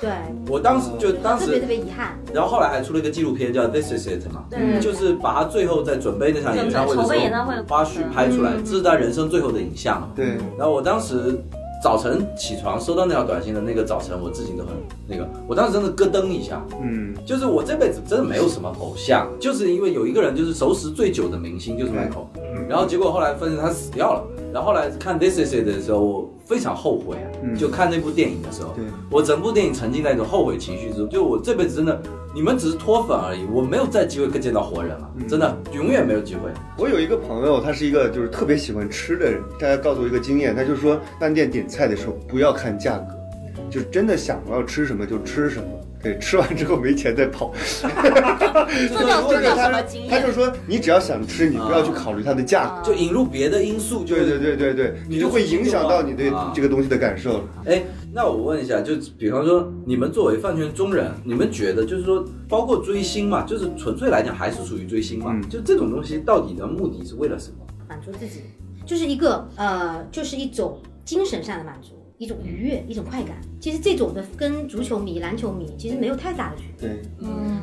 E: 对，
B: 我当时就当
E: 特别
B: 时
E: 特，别遗憾。
B: 然后后来还出了一个纪录片叫《This Is It》嘛，
D: 对
B: 嗯就是把他最后在准备那场演唱会的
D: 嗯筹备演
B: 时
D: 唱会
B: 候
D: 的
B: 花絮拍出来，这是他人生最后的影像嘛。
A: 对，
B: 然后我当时早晨起床收到那条短信的那个早晨，我自己都很那个，我当时真的咯噔一下，
A: 嗯
B: 就是我这辈子真的没有什么偶像，就是因为有一个人就是熟识最久的明星就是 Michael，然
A: 嗯
B: 后结果后来发现他死掉了，然后后来看 This Is It 的时候，我非常后悔啊，
A: 嗯
B: 就看那部电影的时候
A: 对，
B: 我整部电影沉浸在一种后悔情绪之中，就我这辈子真的，你们只是脱粉而已，我没有再机会见到活人
A: 嗯
B: 了，真的永远没有机会。
A: 我有一个朋友，他是一个就是特别喜欢吃的人，他告诉我一个经验，他就说饭店点菜的时候不要看价格，就真的想要吃什么就吃什么。对，吃完之后没钱再跑。
D: 这叫
A: 就
D: 这
A: 是
D: 叫
A: 他
D: 什么经
A: 他
D: 验
A: 就？说你只要想吃，你不要去
B: 啊
A: 考虑它的价格。
B: 就引入别的因素，就
A: 对对
B: 是
A: 对对对，你就会影响到你对
B: 啊
A: 这个东西的感受。
B: 哎，
G: 那我问一下，就比方说你们作为饭圈中人，你们觉得就是说，包括追星嘛，就是纯粹来讲还是属于追星嘛？
A: 嗯
G: 就这种东西到底的目的是为了什么？
E: 满足自己，就是一个呃，就是一种精神上的满足，一种愉悦，一种快感。其实这种的跟足球迷、篮球迷其实没有太大的区别。
A: 对，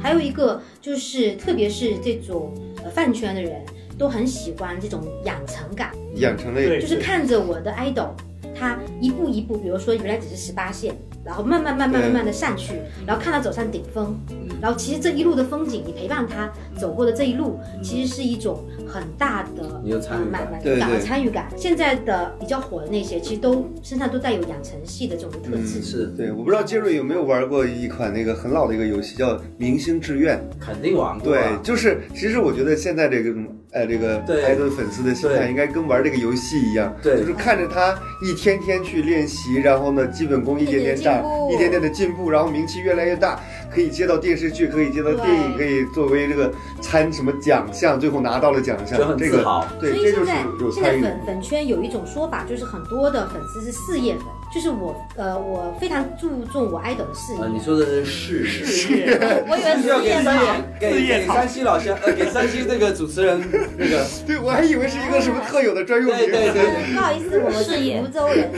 E: 还有一个就是，特别是这种呃饭圈的人都很喜欢这种养成感，
A: 养成类
C: 对
E: 就是看着我的 idol，他一步一步，比如说原来只是十八线，然后慢慢慢慢慢慢的上去，
G: 嗯
E: 然后看他走上顶峰，然后其实这一路的风景，你陪伴他走过的这一路，其实是一种很大的
G: 嗯你有参与
E: 呃
G: 感
E: 满满
A: 对
E: 足感和
A: 对
E: 参与感。现在的比较火的那些，其实都身上都带有养成系的这种特
A: 嗯
E: 质。
G: 是
A: 对，我不知道杰瑞有没有玩过一款那个很老的一个游戏叫《明星志愿》。
G: 肯定玩过、
A: 对
G: 啊，，
A: 就是其实我觉得现在这个呃这个
G: 对
A: 孩子粉丝的心态
G: 对
A: 应该跟玩这个游戏一样，
G: 对
A: 就是看着他一天天去练习，然后呢基本功一点点
E: 一点点进
A: 长，
E: 步
A: 一点点的进步，然后名气越来越大，可以接到电视剧，可以接到电影，可
E: 对
A: 以作为这个参什么奖项，最后拿到了奖项
G: 就，很
A: 这
G: 自
A: 个
G: 豪。
A: 对，
E: 所以
A: 这就是
E: 现在
A: 有
E: 现在
A: 参与。
E: 粉粉圈有一种说法，就是很多的粉丝是事业粉，就是我呃我非常注重我 idol 的事业。
G: 呃，你说的是事业。
C: 事业，
D: 我以为
G: 是 要
D: 是
G: 给
D: 电
G: 山
D: 脑，
G: 给
C: 事
G: 给
C: 业场
G: 山西老乡，呃，给山西这个主持人那个，
A: 对，我还以为是一个什么特有的专用
G: 对
A: 名
G: 对
A: 词。
G: 对，
E: 呃不好意思，我们
D: 事业
E: 是福州人，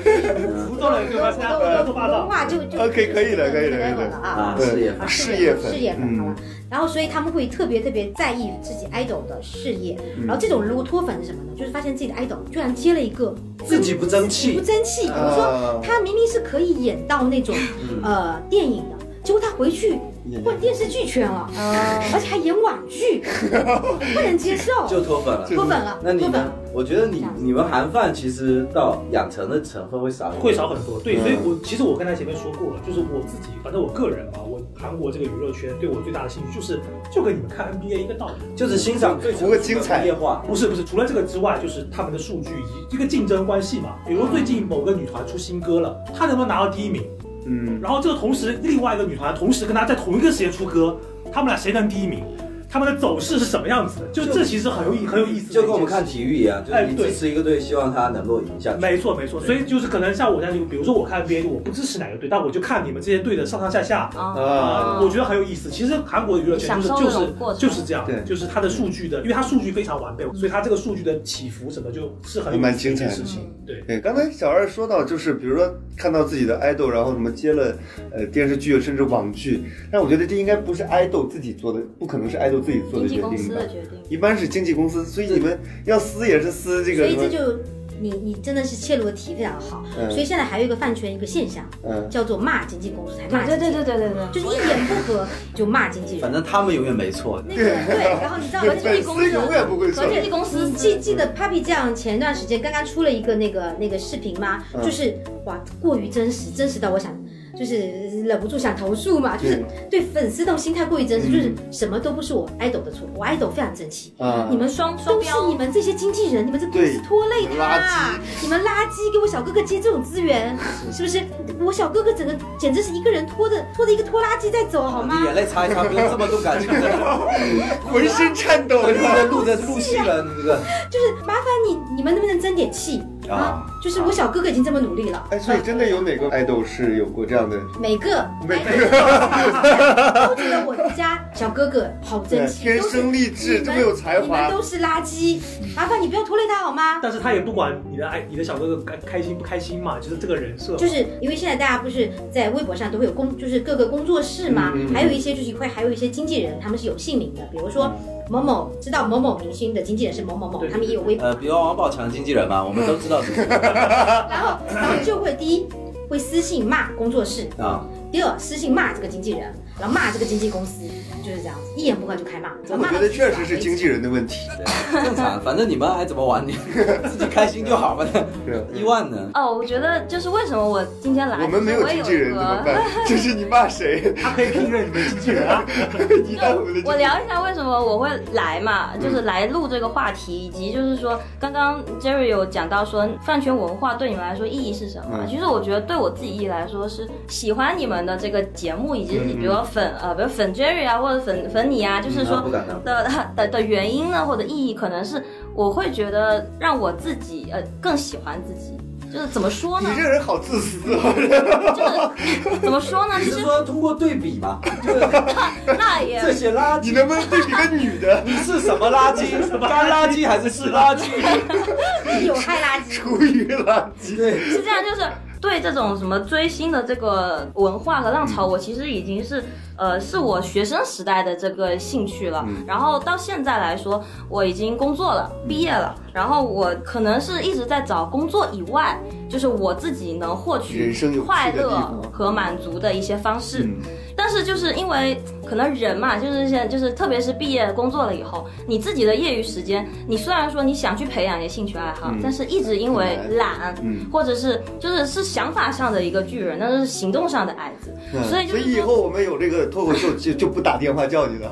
C: 福
E: 呃
C: 州人干嘛
E: 福
C: 他本来
E: 州
C: 都
E: 普
C: 霸道
E: 通。话就就
A: OK，可以了可以了
E: 就
A: 可以了
E: 那个了啊
G: 啊，。事业
E: 啊
A: 事
E: 业
A: 业粉嗯
E: 事业粉好吧，然后所以他们会特别特别在意自己 idol 的事业，
A: 嗯
E: 然后这种如果脱粉是什么呢？就是发现自己的 idol 居然接了一个
G: 自己不争气
E: 不争气，比如
A: 嗯啊嗯
E: 说他明明是可以演到那种呃电影的，结果他回去混电视剧圈了，
A: 啊
E: 而且还演网剧，不能接受，
G: 就脱粉了。
E: 脱粉了，
G: 那你
E: 脱粉
G: 们
E: 了，，
G: 我觉得你你们韩饭其实到养成的成分会少一点，
C: 会少很多，对，所以
A: 嗯
C: 我其实我跟他前面说过了，就是我自己，反正我个人嘛，我韩国这个娱乐圈对我最大的兴趣就是，就跟你们看 NBA 一个道理，
G: 就是欣赏最
A: 图个精彩
G: 工业化。
C: 不是不是，除了这个之外，就是他们的数据一一个竞争关系嘛。比如最近某个女团出新歌了，她能不能拿到第一名？
A: 嗯，
C: 然后这个同时另外一个女团同时跟她在同一个时间出歌，他们俩谁能第一名？他们的走势是什么样子的？就这其实很有意很有意思的一件事情。
G: 就跟我们看体育一样，就是
C: 哎
G: 你
C: 对
G: 支持一个队，希望他能够赢下去。
C: 没错没错，所以就是可能像我这样，就比如说我看 NBA，我不支持哪个队，但我就看你们这些队的上上下下。
A: 啊
C: 啊、我觉得很有意思。其实韩国的娱乐圈就是
D: 哦享受
C: 就
D: 这种过
C: 是
D: 程
C: 就是这样
A: 对，
C: 就是它的数据的，因为它数据非常完备，所以它这个数据的起伏什么就是很有
A: 蛮
C: 意思的一
A: 精彩
C: 件
A: 的
C: 事情。
D: 嗯
C: 对，
A: 对，刚才小二说到，就是比如说看到自己的爱豆，然后什么接了呃电视剧甚至网剧，但我觉得这应该不是爱豆自己做的，不可能是爱豆自己做的决
D: 经纪公
A: 定
D: 司
A: 吧
D: 的？决定。
A: 一般是经纪公司，所以你们要撕也是撕这
E: 所
A: 个
E: 以
A: 什
E: 这
A: 么，
E: 就你你真的是切入的题非常好。
A: 嗯
E: 所以现在还有一个饭圈一个现象，
A: 嗯，
E: 叫做骂经纪公司，还骂
D: 对
E: 经纪
D: 对
E: 人
D: 对对对对，
E: 就是一言不合就骂经纪
G: 反
E: 人。
G: 正他们永远没错。
E: 那个对，然后你知道
A: 对
E: 和
A: 粉
E: 经纪
A: 丝
E: 公司
A: 永远不会错
E: 和经纪公司记记得 Papi 酱前段时间刚刚出了一个那个那个视频吗？
A: 嗯
E: 就是哇，过于真实，真实到我想。就是忍不住想投诉嘛，
A: 嗯
E: 就是对粉丝这种心态过于真实，就是什么都不是我 idol 的错，我 idol 非常争气，
A: 啊
E: 你们
D: 双双
E: 都是
D: 标
E: 你们这些经纪人，你们这公司
A: 对
E: 拖累
A: 你们垃圾
E: 他，你们垃圾，给我小哥哥接这种资源，是不是？我小哥哥整个简直是一个人拖着拖着一个拖拉机在走，好吗？
G: 你眼泪擦一擦，不用这么动感情的，
A: 浑身颤抖
G: 录
A: 着。
G: 着录着入戏了，你这 个
E: 就是麻烦你你们能不能争点气
G: 啊
E: 啊？就是我小哥哥已经这么努力了，
A: 哎，所以真的有哪个爱豆是有过这样的？
E: 每个
A: 每
E: 每个都觉得我们家小哥哥好争气，
A: 天
E: 都是
A: 生丽质
E: 你们
A: 这么有才华
E: 你们都是垃圾，麻烦你不要拖累他好吗？
C: 但是他也不管你的爱，你的小哥哥开开心不开心嘛，就是这个人设嘛。
E: 就是因为现在大家不是在微博上都会有工，就是各个工作室嘛，
A: 嗯
E: 还有一些就是会还有一些经纪人，他们是有姓名的，比如说
A: 嗯
E: 某某，知道某某明星的经纪人是某某某，
C: 对
E: 他们也有微博，
G: 呃，比如王宝强经纪人嘛，我们都知道是 谁
E: 然后然后就会第一会私信骂工作室，
G: 啊。
E: 第二私信骂这个经纪人，然后骂这个经纪公司，就是这样子，一言不合就开骂。
A: 我觉得确实是经纪人的问题。
G: 对正常，反正你们爱怎么玩，你 自己开心就好吧。
A: 对
G: 一万呢？
D: 哦，我觉得就是为什么我今天来，
A: 我们没有
D: 有
A: 经纪人怎么办？ 这是你骂谁？
C: 他可以聘任你们经纪人 啊，
A: 一旦我们的经纪
D: 我
A: 人
D: 聊一下为什么我会来嘛，就是来录这个话题，以及就是说，刚刚 Jerry 有讲到说饭圈文化对你们来说意义是什
G: 嗯
D: 么？其实我觉得对我自己意义来说是喜欢你们的这个节目，以及比如说粉呃，比如粉 Jerry 啊，或者粉粉你啊，就是
G: 嗯那
D: 说
G: 不敢当。
D: 的 的的原啊因呢，或者意义可能是我会觉得让我自己呃更喜欢自己。就是怎么说
A: 你
D: 呢？
A: 这人好自私啊！
D: 就是怎么说呢？
G: 你
D: 其
G: 是
D: 实
G: 说通过对比吗？就是
D: 那也
G: 这些垃
A: 你
G: 圾，
A: 能不能对比个女 的？
G: 你是什么 垃圾？干垃圾还是湿垃圾？
E: 有害垃圾。
A: 厨余垃圾。
G: 对，
D: 是这样，就是对这种什么追星的这个文化和浪潮，
A: 嗯
D: 我其实已经是呃是我学生时代的这个兴趣了。
A: 嗯
D: 然后到现在来说，我已经工作了，毕业了，然后我可能是一直在找工作以外，就是我自己能获取
A: 人生有趣的
D: 快
A: 地
D: 乐
A: 方
D: 和满足的一些方式。
A: 嗯
D: 但是就是因为可能人嘛，就是现在就是特别是毕业工作了以后，你自己的业余时间，你虽然说你想去培养你的兴趣爱好，但是一直因为
A: 很
D: 懒，
A: 嗯
D: 或者是就是是想法上的一个巨人，但是行动上的矮子，所以
A: 嗯
D: 就
A: 所以
D: 是
A: 以
D: 说。
A: 后我们有这个脱口秀就就不打电话叫你 了，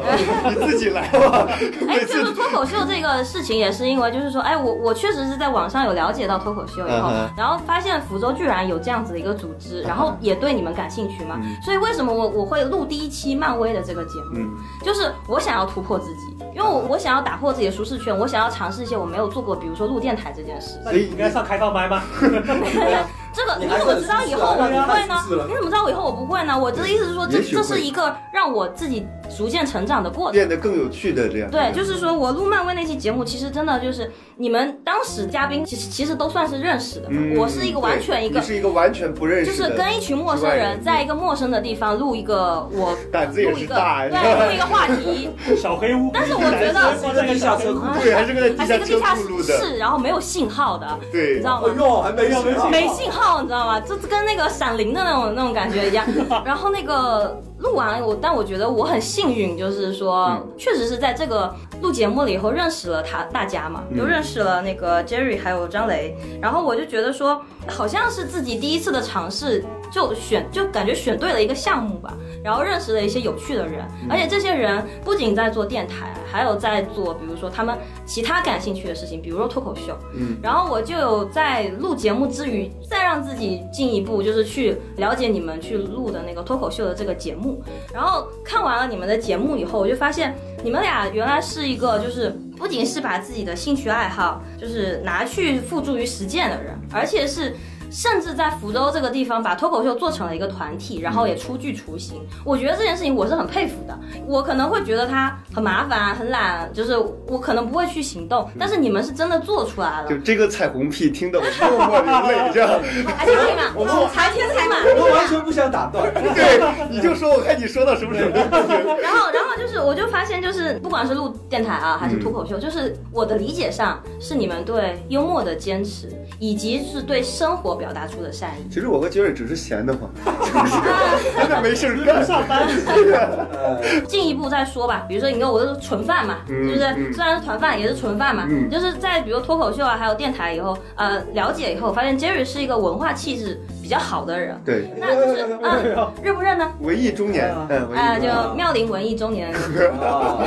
A: 你自己来吧。
D: 哎，
A: 每
D: 就是
A: 次嗯
D: 脱口秀这个事情，也是因为就是说，哎，我我确实是在网上有了解到脱口秀以后
A: 嗯哼，嗯
D: 然后发现福州居然有这样子的一个组织，然后也对你们感兴趣嘛，所以为什么我我会录第一期漫威的这个节目？
A: 嗯
D: 就是我想要突破自己，因为我我想要打破自己的舒适圈，我想要尝试一些我没有做过，比如说录电台这件事。
F: 那你应该上开放麦吗？
D: 这个
G: 你
D: 你
G: 还是
D: 怎么
G: 很
D: 知道以后我不会呢？你怎么知道我以后我不会呢？我这意思是说，这
A: 也许
D: 这
A: 会
D: 是一个让我自己逐渐成长的过程。
A: 变得更有趣的这样。
D: 对，就是说我录漫威那期节目，其实真的就是你们当时嘉宾，其实其实都算是认识的。
A: 嗯
D: 我是一个完全一个
A: 你，是一个完全不认
D: 就
A: 识
D: 是
A: 的，
D: 跟一群陌生人在一个陌生的地方录一个我
A: 胆子也
D: 录
A: 是
D: 一个
A: 大呀，
D: 对录一个话 题，
F: 小黑屋，
D: 但是我觉得嗯
F: 放在一个小车库，
A: 对，还是个在
D: 还
A: 地
D: 是一
A: 下
D: 个
A: 车
D: 地下
A: 库录的，
D: 室，然后没有信号的，你
A: 对
D: 知，道吗
G: 哎？呦，还没有
F: 没有
G: 没
D: 没信号，你知道吗？这这跟那个闪灵的那种那种感觉一样。然后那个录完我，但我觉得我很幸运，就是说，确实是在这个录节目了以后认识了他大家嘛，就认识了那个 Jerry 还有张雷。然后我就觉得说，好像是自己第一次的尝试，就选就感觉选对了一个项目吧。然后认识了一些有趣的人，而且这些人不仅在做电台，还有在做比如说他们其他感兴趣的事情，比如说脱口秀。然后我就有在录节目之余，再让自己进一步，就是去了解你们去录的那个脱口秀的这个节目。然后看完了你们的节目以后，我就发现你们俩原来是一个，就是不仅是把自己的兴趣爱好，就是拿去付诸于实践的人，而且是。甚至在福州这个地方把脱口秀做成了一个团体，然后也初具雏形。我觉得这件事情我是很佩服的。我可能会觉得它很麻烦、啊很懒，就是我可能不会去行动，但是你们是真的做出来了。
A: 就这个彩虹屁听得我默默流泪，这样。
D: 还挺黑啊嘛，我还挺黑嘛。
G: 我完全不想打断。
A: 对，你就说，我看你说到什么程度。
D: 然后，然后就是，我就发现，就是不管是录电台啊，
A: 嗯
D: 还是脱口秀，就是我的理解上是你们对幽默的坚持，以及是对生活表达出的善 意。
A: 其实我和杰瑞只是闲得 慌，
D: 啊
A: 就是 真的没事儿干。
F: 上班。
D: 进一步再说吧，比如说你看我是纯饭嘛，
A: 嗯
D: 是不是？
A: 嗯
D: 虽然是团饭，也是纯饭嘛。
A: 嗯
D: 就是在比如脱口秀啊，还有电台以后，呃，了解以后，发现 Jerry 是一个文化气质比较好的人，
A: 对，
D: 那就是
C: 哎
D: 嗯，认不认呢？
A: 文艺中年，嗯，文艺
D: 啊，
A: 中
D: 就
A: 年。
D: 妙龄文艺中年人。
G: 啊，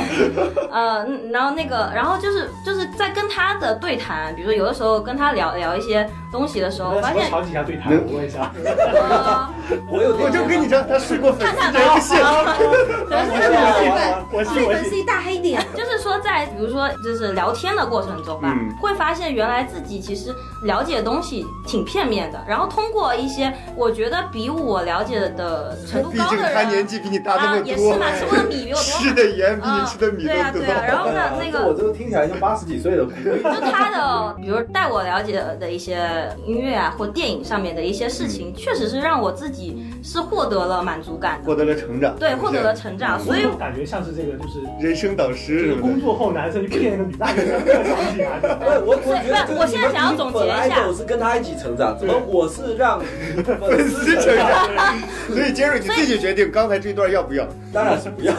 D: 呃，嗯然后那个，然后就是就是在跟他的对谈，比如说有的时候跟他聊聊一些东西的时候，
F: 我
D: 发
F: 什么
D: 现
F: 场景下对谈？
A: 能
F: 我问一下，
D: 呃，
G: 我有
A: 我
G: 点
A: 就跟你讲，他睡过粉丝这个线，
D: 可能
E: 我
D: 是
E: 是
D: 那种
E: 一本，
F: 我
E: 这
F: 信我
E: 本
F: 信。
E: 是一大黑点。
D: 就是说在比如说就是聊天的过程中吧，
A: 嗯
D: 会发现原来自己其实了解的东西挺片面的，然后通过一些我觉得比我了解的程度
A: 毕
D: 高
A: 竟
D: 的
A: 他年
D: 人
A: 纪比你大
D: 啊
A: 那么，
D: 也是
A: 多
D: 嘛，，吃过的米比我多
A: 吃
D: 嘛。
A: 的盐比你
D: 嗯
A: 吃的米
D: 对呀、
A: 都
D: 对呀、然
A: 多。
D: 后呢，那个
G: 我这个听起来就八十几岁的，
D: 就他的，比如带我了解的一些音乐啊，或电影上面的一些事
A: 嗯
D: 情，确实是让我自己是获得了满足感的，
A: 获得了成长，
D: 对，获得了成长。所以
F: 我感觉像是这个，就是
A: 人生导师
F: 就
A: 什
F: 是
A: 么的
F: 工。作后男生去骗那个女大学生的场景啊。
G: 不是
B: 呃
G: 我，我觉得这个
D: 我现在想要总结一下
G: 你们本来就是跟他一起成长，怎么我是让粉
A: 粉
G: 丝
A: 丝
G: 成
A: 成
G: 长？
A: 长，所以杰瑞你自己决定刚才这段要不要。
G: 当然是不要。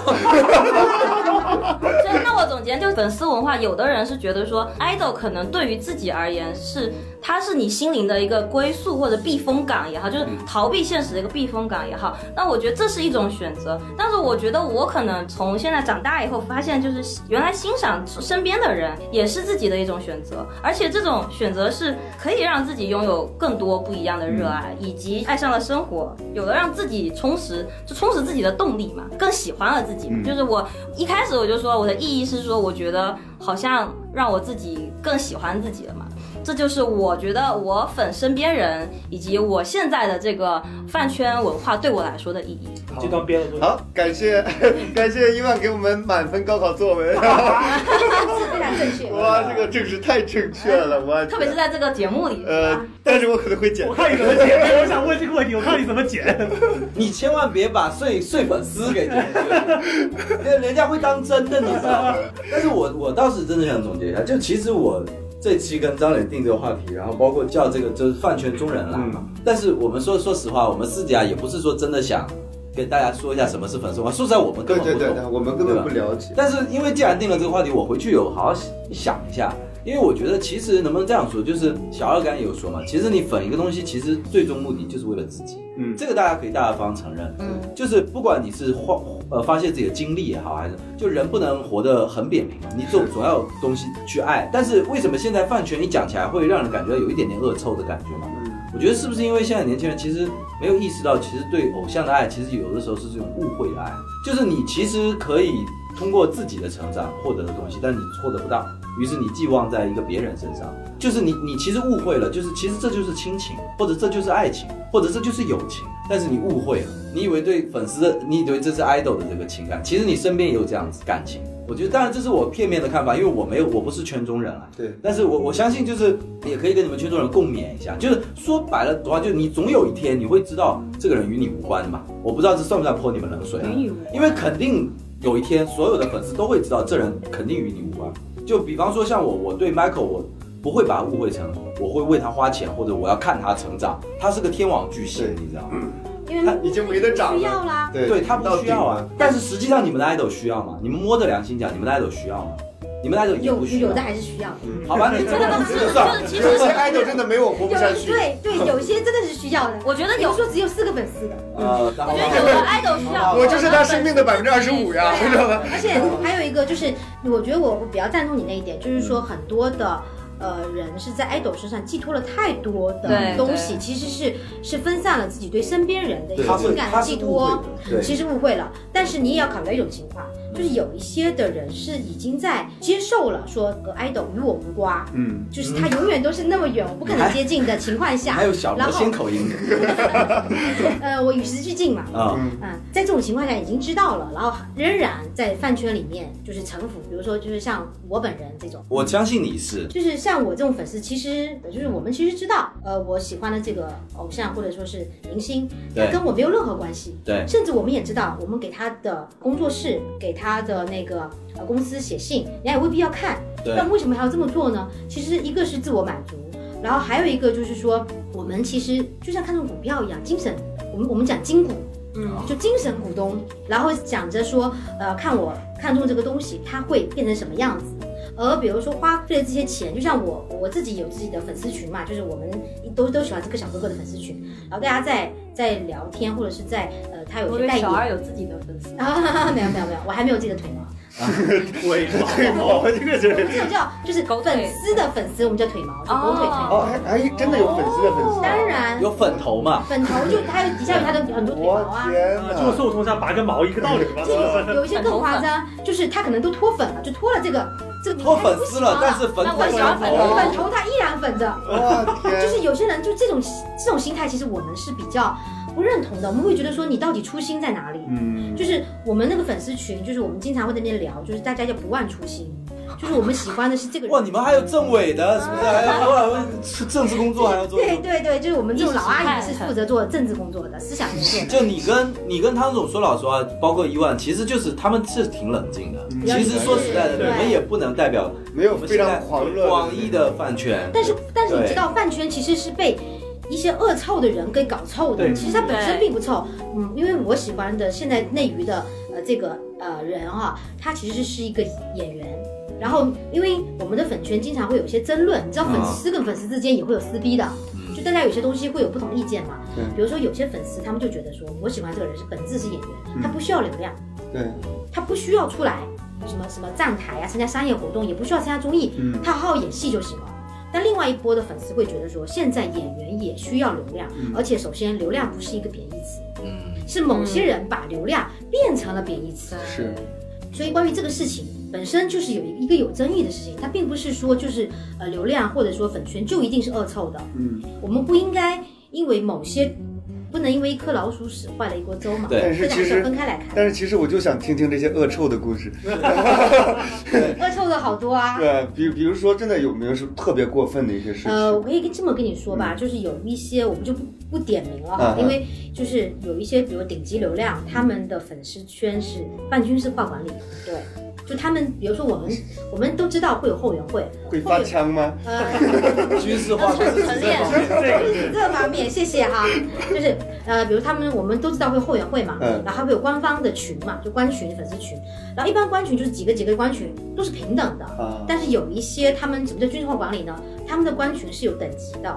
D: 所以那我总结就是粉丝文化，有的人是觉得说，idol 可能对于自己而言是，它是你心灵的一个归宿或者避风港也好，就是逃避现实的一个避风港也好。那我觉得这是一种选择，但是我觉得我可能从现在长大以后发现，就是原来欣赏身边的人也是自己的一种选择，而且这种选择是可以让自己拥有更多不一样的热爱，啊以及爱上了生活，有了让自己充实，就充实自己的动力嘛，更喜欢了自己嘛。
A: 嗯
D: 就是我一开始我就说我的意义是说，我觉得好像让我自己更喜欢自己了嘛。这就是我觉得我粉身边人以及我现在的这个饭圈文化对我来说的意义。
C: 这段编了多久？
A: 好，感谢 感谢伊万给我们满分高考作 文，
E: 非常正确。
A: 哇，这个正是太正确了，我
D: 哎特别是在这个节目里，是吧
A: 呃，但是我可能会剪
C: 我。看你怎么剪，我想问这个问题，我看你怎么剪。
B: 你千万别把碎碎粉丝给剪去，人人家会当真的，你知 道吗？但是我我倒是真的想总结一下，啊就其实我这期跟张磊定这个话题，然后包括叫这个就是饭圈中人来
A: 嗯
B: 嘛。但是我们说说实话，我们私底下也不是说真的想给大家说一下什么是粉丝文化，说实在我们
A: 对
B: 根本
A: 对
B: 不
A: 对
B: 懂
A: 对，。我们根本不了解。
B: 但是因为既然定了这个话题，我回去有好好想一下，因为我觉得其实能不能这样说，就是小二刚也有说嘛，其实你粉一个东西，其实最终目的就是为了自己，
A: 嗯
B: 这个大家可以大方承认，
D: 嗯，
B: 就是不管你是发呃发泄自己的精力也好，还是就人不能活得很扁平嘛，你总总要有东西去爱。但是为什么现在饭圈一讲起来会让人感觉有一点点恶臭的感觉嘛？我觉得是不是因为现在年轻人其实没有意识到，其实对偶像的爱，其实有的时候是这种误会的爱，就是你其实可以通过自己的成长获得的东西，但你获得不到，于是你寄望在一个别人身上，就是你你其实误会了，就是其实这就是亲情，或者这就是爱情，或者这就是友情，但是你误会了，你以为对粉丝的，你以为这是 idol 的这个情感，其实你身边也有这样子感情。我觉得，当然这是我片面的看法，因为我没有，我不是圈中人啊。
A: 对
B: 但是我我相信，就是也可以跟你们圈中人共勉一下。就是说白了的话，就是你总有一天你会知道这个人与你无关嘛。我不知道这算不算泼你们冷水、啊，因为肯定有一天所有的粉丝都会知道这人肯定与你无关。就比方说像我，我对 Michael 我。不会把他误会成我会为他花钱，或者我要看他成长。他是个天王巨星
A: 对，
B: 你知道吗？
E: 因为
A: 已经没得涨
E: 不需要
A: 了
E: 啦，。
A: 嗯对
B: 对他不需要
A: 到
B: 啊
A: 顶了。
B: 但是实际上你们的 idol 需要吗？你们摸着良心讲，你们的 idol 需要吗？你们的 idol 也
E: 有
B: 不需要
E: 有的。还是需要的。
B: 好吧，你真的
D: 就
B: 不需要
D: 是
B: 算
D: 就
B: 了
D: 是其
A: 有
D: 实
A: 些
D: 是
A: idol 真的没我活
E: 有
A: 不下去。
E: 对对，有些真的是需要的。
D: 我觉得
E: 比如
D: 有，
E: 说只有四个粉丝的，
B: 呃，然后
D: 我觉得有的 idol 需要，
A: 我就是他生命的百分之二十五呀，知道吧？
E: 而且还有一个就是，我觉得我我比较赞同你那一点，就是说很多的。呃，人是在 idol 身上寄托了太多的
D: 对
E: 东西，
D: 对
E: 其实是是分散了自己对身边人的一
A: 对
E: 个
B: 他
E: 情
B: 会
E: 感
B: 他
E: 的
B: 是
E: 寄
B: 误会
E: 托
B: 的，，对，嗯
E: 其实误会了。但是你也要考虑到一种情况，就是有一些的人是已经在接受了说呃 idol 与我无关，
A: 嗯，
E: 就是他永远都是那么远，我不可能接近的情况下，
B: 还有小
E: 然
B: 罗
E: 后
B: 先口音
E: 呃，我与时俱进嘛，
B: 啊，
E: 嗯，在这种情况下已经知道了，然后仍然在饭圈里面就是城府，比如说就是像我本人这种，
B: 我相信你是。
E: 就是像我这种粉丝，其实就是我们其实知道，呃，我喜欢的这个偶像或者说是明星，他
B: 对
E: 跟我没有任何关系，
B: 对
E: 甚至我们也知道，我们给他的工作室、给他的那个呃公司写信，人家也未必要看，
B: 对
E: 但为什么还要这么做呢？其实一个是自我满足，然后还有一个就是说，我们其实就像看中股票一样，精神，我们我们讲筋骨。
D: 嗯，
E: 就精神股东，然后想着说，呃，看我看中这个东西，它会变成什么样子。而比如说花费的这些钱，就像我我自己有自己的粉丝群嘛，就是我们都都喜欢这个小哥哥的粉丝群，然后大家在在聊天或者是在呃，他有
D: 我
E: 些
D: 对
E: 代言
D: 小，二有自己的粉丝，
E: 啊，没有没有没有，我还没有自己的腿毛，
A: 腿
B: 啊
A: 毛，这个
E: 我
A: 是
E: 们这种叫就是
D: 狗腿
E: 粉丝的粉丝，我们叫腿毛，就狗腿腿毛。
A: 哦，还还真的有粉丝的粉丝，啊
E: 当，然，
B: 有粉头嘛？
E: 粉头就它有底下有它的很多腿毛
A: 我
E: 啊，
A: 天
C: 啊，就跟
A: 哪！
C: 孙悟空上拔根毛一个道理 吧。
B: 啊
E: 有一些更夸张，就是他可能都脱粉了，就脱了这个这个
B: 脱粉丝了，但是粉
D: 那
B: 头
D: 我喜欢粉头，
E: 粉头他依然粉着，
A: 我
E: 就
A: 天，
E: 是有些人就这种这种心态，其实我们是比较不认同的，我们会觉得说你到底初心在哪里？
A: 嗯，
E: 就是我们那个粉丝群，就是我们经常会在那边聊，就是大家要不忘初心，就是我们喜欢的是这个
B: 哇，
E: 人。
B: 你们还有政委的，是不是？还有还有政治工作还要做。
E: 对对对，就是我们这种老阿姨是负责做政治工作的、思想工作的。
B: 就你跟你跟汤总说老实话，包括伊万，其实就是他们是挺冷静的。其实说实在的，
E: 对
B: 你们也不能代表
A: 没有
B: 我们
A: 嗯非
B: 现
A: 常
B: 在
A: 狂热，
B: 广义的饭圈。
E: 但是但是你
B: 对
E: 知道，饭圈其实是被一些恶臭的人给搞臭的。
C: 对
E: 其实它本身
D: 对
E: 并不臭。嗯，因为我喜欢的现在内娱的呃这个呃人哈、他其实是一个演员。然后，因为我们的粉圈经常会有一些争论，你知道粉丝跟粉丝之间也会有撕逼的，就大家有些东西会有不同意见嘛。
A: 对
E: 比如说有些粉丝他们就觉得说，我喜欢这个人是本质是演员，他不需要流量，
A: 对，
E: 他不需要出来什么什么站台啊，参加商业活动，也不需要参加综艺，
A: 嗯
E: 他好好演戏就行了。但另外一波的粉丝会觉得说，现在演员也需要流量，
A: 嗯
E: 而且首先流量不是一个贬义词，
B: 嗯，
E: 是某些人把流量变成了贬义词。
A: 是嗯
E: 所以关于这个事情，本身就是有一一个有争议的事情，它并不是说就是呃流量或者说粉圈就一定是恶臭的。
A: 嗯，
E: 我们不应该因为某些，不能因为一颗老鼠屎坏了一锅粥嘛。
B: 对
A: 但是
E: 这两
A: 其
E: 个要
A: 实
E: 分开来看。
A: 但是其实我就想听听这些恶臭的故事，
E: 恶臭的好多啊。
A: 对，比比如说真的有没有什么特别过分的一些事
E: 呃，
A: 情？
E: 我可以这么跟你说吧，就是有一些我们就不不点名了哈
A: 嗯，嗯
E: 因为就是有一些比如顶级流量，他们的粉丝圈是半均是跨管理，对，就他们比如说我们我们都知道会有后援会，
A: 会发枪吗？
E: 呃，
B: 军事化确实是这 方面，
E: 各方面谢谢哈，就是呃，比如他们我们都知道会后援会嘛，
A: 嗯
E: 然后还会有官方的群嘛，就官群粉丝群，然后一般官群就是几个几个官群都是平等的，
A: 啊，
E: 但是有一些他们怎么叫军事化管理呢？他们的官群是有等级的，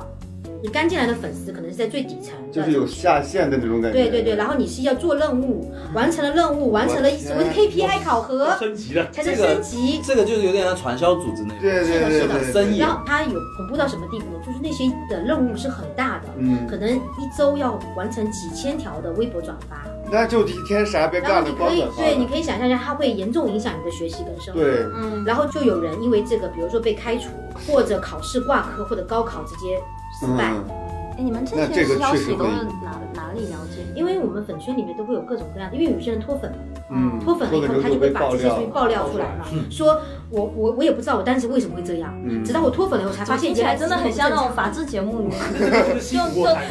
E: 你刚进来的粉丝可能是在最底层的，
A: 就是有下线的那种感觉。
E: 对对对，然后你是要做任务，完成了任务，完成了所谓的 KPI 考核，
F: 升级了，
E: 才能升级。
B: 这个就是有点像传销组织那种。
A: 对对对对
E: 是的
A: 对，
B: 生意
E: 然后它有恐怖到什么地步呢？就是那些的任务是很大的，
A: 嗯，
E: 可能一周要完成几千条的微博转发，
A: 那就一天啥也别
E: 然
A: 干
E: 后
A: 了，
E: 你
A: 光
E: 可以
A: 管饭
E: 对，你
A: 了。
E: 可以想象一下，它会严重影响你的学习跟生活。
A: 对，
D: 嗯，
E: 然后就有人因为这个，比如说被开除，或者考试挂科，或者高考直接失败。
A: 嗯，
D: 哎，你们这
A: 那这个
D: 些消
A: 确实
D: 息都
A: 会
D: 是哪哪里了解？
E: 因为我们粉圈里面都会有各种各样的，因为有些人脱粉嘛，
A: 嗯
E: 脱粉了以
A: 脱粉之后
E: 后他就会
A: 就被
E: 把
A: 爆
E: 这些
A: 料
E: 东西爆料出来嘛，说我我我也不知道我当时为什么会这样，
A: 嗯
E: 直到我脱粉了以后才发现，
D: 啊听起来真的很像那种法制节目里面，就就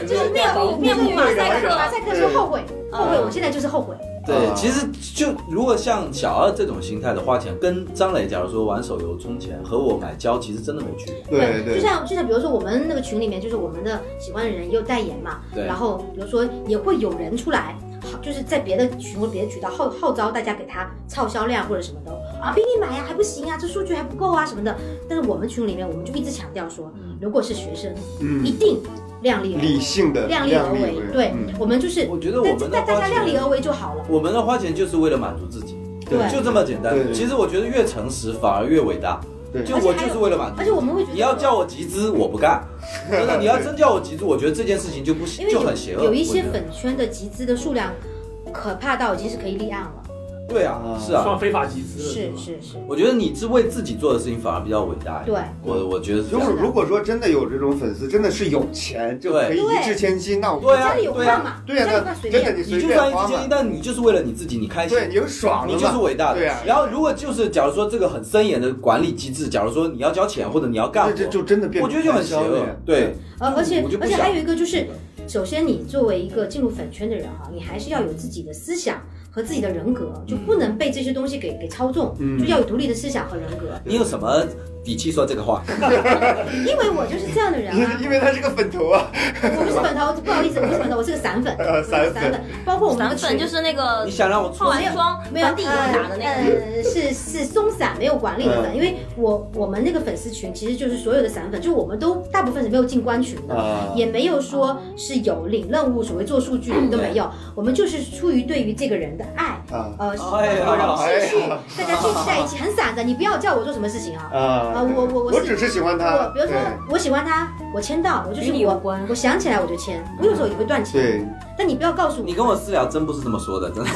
D: 就是面目面目马赛克，
E: 马赛克说后悔，后悔，
D: 嗯
E: 我现在就是后悔，
B: 对，
A: 啊
B: 其实就如果像小二这种心态的花钱，跟张磊假如说玩手游充钱和我买胶，其实真的没区别。
A: 对
E: 就
A: 对，
E: 像就像比如说我们那个群里面，就是我们的喜欢的人也有代言嘛，
B: 对
E: 然后比如说也会有人出来。好，就是在别的群或别的渠道号号召大家给他超销量或者什么的啊，逼你买呀、还不行啊，这数据还不够啊什么的。但是我们群里面我们就一直强调说，如果是学生，一
A: 嗯，
E: 定量力而
A: 理
E: 为，
A: 性的
E: 量力
A: 力
E: 而为。对、
A: 嗯
E: 我们就是，
B: 我觉得我们的
E: 大大
B: 花
E: 家
B: 钱
E: 量力而为就好了。
B: 我们的花钱就是为了满足自己，
E: 对
B: 就这么简单
A: 对。对
B: 其实我觉得越诚实反而越伟大，
A: 对
B: 就
E: 而且
B: 我
E: 还
B: 就
E: 有
B: 是为了满足自
E: 而
B: 己
E: 且。我们会觉得，
B: 你要叫我集资，我不干。真的，你要真叫我集资，我觉得这件事情就不
E: 因
B: 行，
E: 为
B: 就
E: 有
B: 很邪恶。
E: 有一些
B: 我觉得
E: 粉圈的集资的数量可怕到已经是可以立案了。
B: 对啊，
A: 啊
B: 是啊，
F: 算非法集资了，
E: 是
F: 吧，
E: 是是，
B: 我觉得你是为自己做的事情反而比较伟大一点。
E: 对。
B: 我我觉得是这
A: 如
B: 样
A: 果
E: 是的
A: 如果说真的有这种粉丝，真的是有钱就
B: 对
A: 可以一掷千金，那我
B: 对啊
E: 家里有
B: 对啊啊
E: 饭嘛？
A: 对呀、
E: 家里饭
A: 那
E: 随
A: 真的
E: 便。
A: 你
B: 你
A: 随
B: 就
A: 便
B: 算一
A: 花
B: 掷千
A: 嘛
B: 金，，但你就是为了你自己，你开心，
A: 对，你就爽了
B: 你
A: 嘛，
B: 就是伟大的。
A: 对啊呀、
B: 然后如果就是假如说这个很森严的管理机制，假如说你要交钱或者你要干
A: 那
B: 活，
A: 这就真的变
B: 我
A: 成
B: 觉得就很邪
A: 传销
B: 恶
A: 了。
B: 对，
E: 而呃而且
B: 我就不
E: 而且
B: 想
E: 还有一个就是，首先你作为一个进入粉圈的人哈，你还是要有自己的思想和自己的人格，就不能被这些东西给给操纵，
A: 嗯
E: 就要有独立的思想和人格。
B: 你有什么底气说这个话？嗯
E: 因为我就是这样的人啊
A: 因，因为他是个粉头啊，
E: 我不是粉头，不好意思，我不是粉头，我是个 散粉，我
A: 呃
E: 是个
A: 散粉
E: 散粉，包括我们
D: 散
E: 的
D: 粉就是那个
B: 你想让我
D: 化
B: 错？
D: 完妆
E: 没有
D: 粉底油打的那个。
E: 呃，是是松散没有管理的粉，
A: 嗯
E: 因为我我们那个粉丝群其实就是所有的散粉，就我们都大部分是没有进官群的，
A: 啊
E: 也没有说是有领任务，所谓做数据都没有，我们就是出于对于这个人的爱，
A: 嗯啊
E: 呃，兴
B: 哎呀，
E: 趣，大家聚集在一起，很散的，你不要叫我做什么事情啊。
A: 啊
E: 啊，我我
A: 我
E: 我
A: 只是喜欢
E: 我
A: 他，
E: 比如说我喜欢他，我签到，我就是
D: 与你无
E: 我
D: 关，
E: 我想起来我就签，我有时候也会断
A: 对
E: 签，
A: 对，。
E: 但你不要告诉我，
B: 你跟我私聊真不是这么说的， 真的，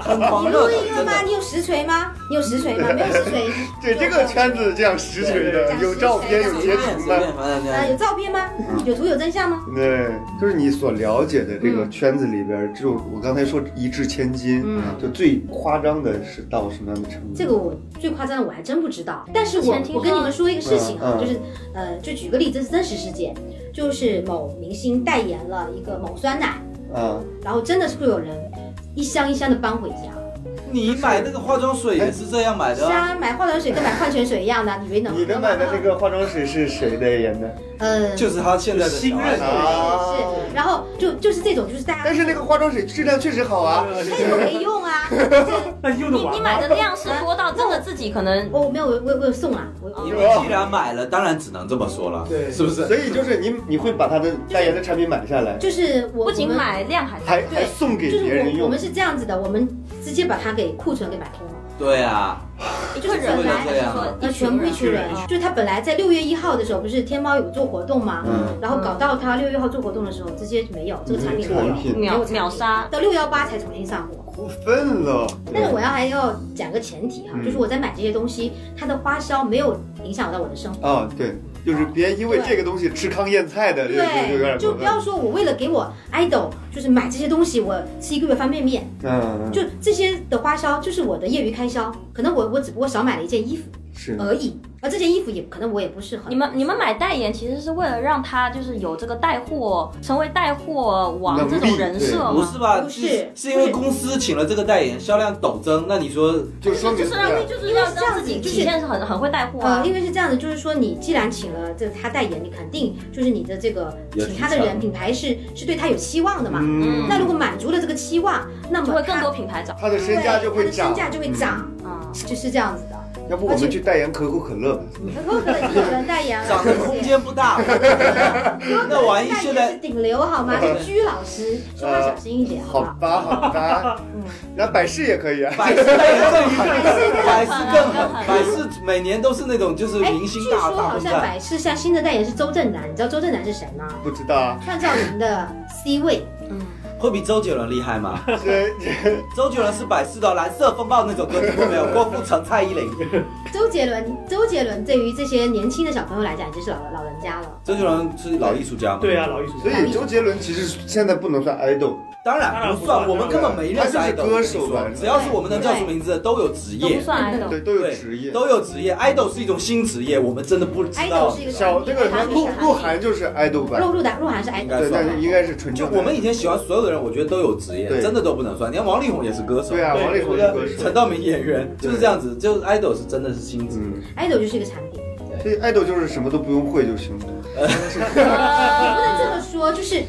B: 很狂
E: 你
B: 热
E: 录
B: 的，
E: 音了
B: 真的
E: 吗？。你有实锤吗？你有实锤吗？没有实锤
A: 对这个圈子这样实锤的，有照片有
B: 随
A: 截
B: 便
A: 图
B: 随
A: 的，
B: 便，反正这
E: 呃，
B: 样
E: 有照片吗？有图有真相吗？
A: 对，就是你所了解的这个圈子里边，这种我刚才说一掷千金，
E: 嗯
A: 就最夸张的是到什么样的程度？
E: 这个我最夸张的我还真不知道，但是
D: 之
E: 我
D: 前听
E: 我跟你们说一个事情啊
A: 嗯，嗯
E: 就是呃，就举个例，这是真实事件，就是某明星代言了一个某酸奶，
A: 啊，
E: 然后真的是会有人一箱一箱的搬回家，
B: 你买那个化妆水也是这样买的
E: 是
B: 啊，
E: 啊，买化妆水跟买矿泉水一样的，以为能
A: 你的买的那个化妆水是谁代言的？
E: 呃
B: 就是他现在的
F: 新
B: 小
F: 任
B: 孩
F: 的
A: 啊
E: 是，然后就就是这种，就是大家
A: 但是那个化妆水质量确实好啊，
E: 那个没用啊，就是
F: 那你用得
D: 你
F: 完吗
D: 你买的量是多到真的自己可能
E: 我我没有我我我有送啊，我
B: 你们既然买了，当然只能这么说了，
F: 对
B: 是不是？
A: 所以就是你你会把他的代言的产品买下来，
E: 就是我
D: 不仅
E: 我们
D: 买量还大。
A: 还还送给
E: 就是
A: 别人
E: 我我
A: 用
E: 们，是这样子的，我们直接把它给库存给买空了。
B: 对啊，
D: 一
E: 就
D: 个
E: 是
D: 人
E: 本
B: 为了
E: 来
D: 来
B: 这
D: 还是
B: 样
D: 说
E: 呃，
D: 一
E: 全部一群人
D: 人啊，
E: 就是他本来在六月一号的时候，不是天猫有做活动嘛，
A: 嗯
E: 然后搞到他六月一号做活动的时候，直接没有这个产品没
A: 产
E: 有，
A: 品
E: 没有
D: 秒
E: 产品
D: 秒杀？
E: 到六幺八才重新上货。
A: 过分了，
E: 但是我要还要讲个前提哈，
A: 嗯
E: 就是我在买这些东西，它的花销没有影响到我的生活。
A: 啊，对，就是别因为这个东西吃糠咽菜的，这个哎就有点
E: 对，就
A: 过
E: 不
A: 分。
E: 要说我为了给我 idol 就是买这些东西，我吃一个月方便面，
A: 嗯，嗯
E: 就这些的花销就是我的业余开销。可能我我只不过少买了一件衣服
A: 是
E: 而已，而这件衣服也可能我也不适合。
D: 你们你们买代言其实是为了让他就是有这个带货，成为带货王这种人设
B: 哦不
D: 吗？
B: 是吧？
E: 不是
B: 是因为公司请了这个代言，销量陡增。那你说
A: 就说
D: 就
A: 明
D: 是让那就是让让自己体现是很很会带货啊
E: 呃，。因为是这样的，就是说你既然请了这他代言，你肯定就是你的这个
B: 有
E: 请他
B: 提
E: 的
B: 成
E: 人品牌是是对他有期望的嘛。
A: 嗯，
E: 那如果满足了这个期望，那么
D: 就会
E: 他
D: 更多品牌找
A: 他的
E: 对
A: 身价就
E: 他
A: 会
E: 的身
A: 涨，
E: 价就会涨，
B: 嗯
D: 啊。
E: 就是这样子的。
A: 嗯。要不我们去代言可口可乐吧？
E: 可口可乐也有人代言了，
B: 嗯 涨的空间不大，那玩意
E: 代
B: 现
E: 言
B: 在嗯
E: 是顶流好吗？是鞠老师，说话小心一点好
A: 好
E: 不
A: 吧，
E: 好？
A: 好吧，那百事也可以啊。
B: 百事代言更 狠，百
E: 哎
D: 百
B: 事
D: 事
B: 更
D: 更
B: 狠，
D: 狠
B: 百事每年都是那种就是
E: 哎，
B: 明
E: 据
B: 星
E: 说
B: 大大
E: 好
B: 混
E: 像
B: 战。
E: 百事现在新的代言是周震南，你知道周震南是谁吗？
A: 不知道啊，
E: 范少云的 C 位，
B: 会比周杰伦厉害吗？
A: 这这
B: 周杰伦是百事的《蓝色风暴》那首歌听过没有？郭富城、蔡依林，
E: 周杰伦，周杰伦对于这些年轻的小朋友来讲已经是老老人家了。
B: 周杰伦是老艺术家吗？
C: 对啊，，老艺术
A: 所
C: 家。
A: 以周杰伦其实现在不能算 idol，
B: 当然不算，我们根本没认识
A: 他就是
B: idol。
A: 歌手
B: 我跟你
A: 吧
B: 说只要是我们能叫出名字的，都有职
D: 都
B: 业
D: 不，算 idol，
A: 对，都有
B: 对
A: 职业。
B: 都有职业。idol 是一种新职业，我们真的不知
E: idol
B: 道
E: 是。一个
A: 小
E: 团体
A: 这个
E: 他是
A: 鹿
E: 一个
A: 鹿
E: 团
A: 晗就是 idol
E: 体，鹿
A: 版，
E: 鹿晗，鹿晗是
B: 应
E: idol，
B: 该
A: 对，但是应该是纯
B: 就
A: 正的。
B: 我们以前喜欢所有的人，我觉得都有职业，
A: 对
B: 真的都不能算。你看王力宏也是歌手，
A: 对啊，
C: 对
A: 王力宏
B: 对
A: 是
B: 不
A: 歌
B: 对
A: 手
B: 陈。道明演员就是这样子，就是 idol 是真的是新职业。
A: 嗯，
E: idol 就是一个产品。
A: 所以 idol 就是什么都不用会就行了。
E: 不能这么说，就是。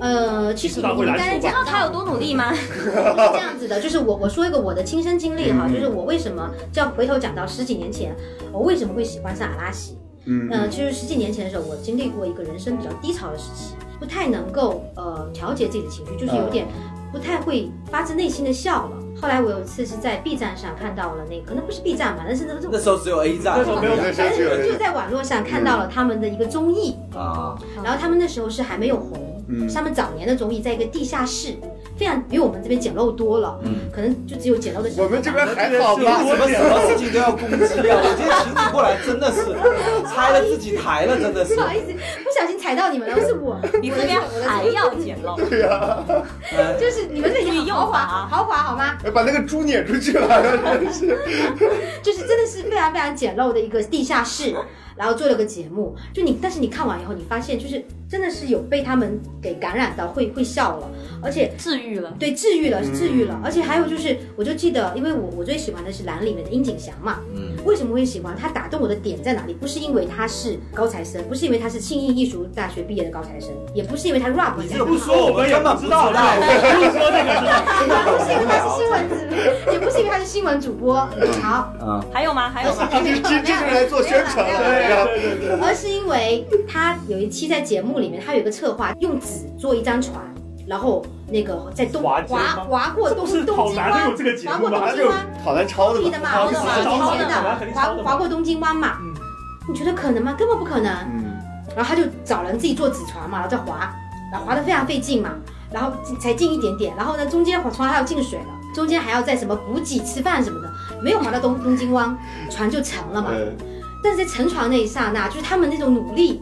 E: 呃，其实
C: 知道
E: 我
C: 会
E: 们
C: 来
E: 刚才
C: 说吧
E: 讲
D: 知道他有多努力吗？
E: 是这样子的，就是我我说一个我的亲身经历哈，
A: 嗯
E: 就是我为什么就要回头讲到十几年前，我为什么会喜欢上阿拉西？
A: 嗯，
E: 呃，其实十几年前的时候，我经历过一个人生比较低潮的时期，不太能够呃调节自己的情绪，就是
A: 嗯
E: 有点不太会发自内心的笑了。后来我有一次是在 B 站上看到了那个，可能不是 B 站吧，但是那个
B: 那时候只有 A 站
C: 那时候没有
A: 那时候
E: 反
A: 只有
E: 正就在网络上看到了
A: 嗯
E: 他们的一个综艺，
B: 啊，
E: 然后他们那时候是还没有红，
A: 嗯
E: 是他们早年的综艺在一个地下室，非常比我们这边简陋多了，
B: 嗯
E: 可能就只有简陋的。
A: 我们这边还啊好
B: 你为什
A: 吧？
B: 么什么事情都要攻击啊？我今天请你过来真的是拆了自己台了，真的是
E: 不。好意思，不小心踩到你们了，是我，
D: 你这边还要简陋，
B: 哎
E: 就是你们这里
D: 御
E: 豪
D: 用
E: 华
D: 法啊
E: 豪华好吗？
A: 哎把那个猪撵出去了，真是。
E: 就是真的是非常非常简陋的一个地下室，然后做了个节目，就你，但是你看完以后，你发现就是真的是有被他们给感染到，会会笑了，而且
D: 治愈了。
E: 对，治愈了，
A: 嗯
E: 是治愈了。而且还有就是，我就记得，因为我我最喜欢的是《蓝》里面的殷景祥嘛。
B: 嗯
E: 为什么会喜欢他？打动我的点在哪里？不是因为他是高材生，不是因为他是庆应艺术大学毕业的高材生，也不是因为他 rap
B: 你
E: 才
B: 这个不说，我们根本不知道。
C: 不说这个，
E: 也不是因为他是新闻主，也不是因为他是新闻主播。
A: 嗯
E: 好，
B: 啊，
D: 还有吗？还有吗？
A: 他这这这就是来做宣传的，然后
E: 而是因为他有一期在节目里面，他有一个策划，用纸做一张船，然后那个在东
C: 划
E: 划
C: 街吗
E: 划过东
C: 这不是
E: 东
C: 好
E: 京
C: 难
E: 湾
C: 有这个节，目
E: 划过
C: 吧
E: 东
A: 他
E: 京
A: 就
E: 湾。
A: 跑男抄的
E: 故意
A: 嘛
E: 的。嘛，
C: 抄
E: 抄的嘛，
C: 的嘛
E: 以前
C: 肯定
E: 的，
C: 抄
E: 划
C: 的嘛
E: 划过东京湾嘛。
C: 嗯
E: 你觉得可能吗？根本不可能。
A: 嗯，
E: 然后他就找人自己做纸船嘛，然后再划，然后划得非常费劲嘛，然后才进一点点，然后呢中间划船还要进水了，中间还要在什么补给、吃饭什么的，没有划到东东京湾，船就沉了嘛。
A: 呃，
E: 但是在沉船那一刹那，就是他们那种努力，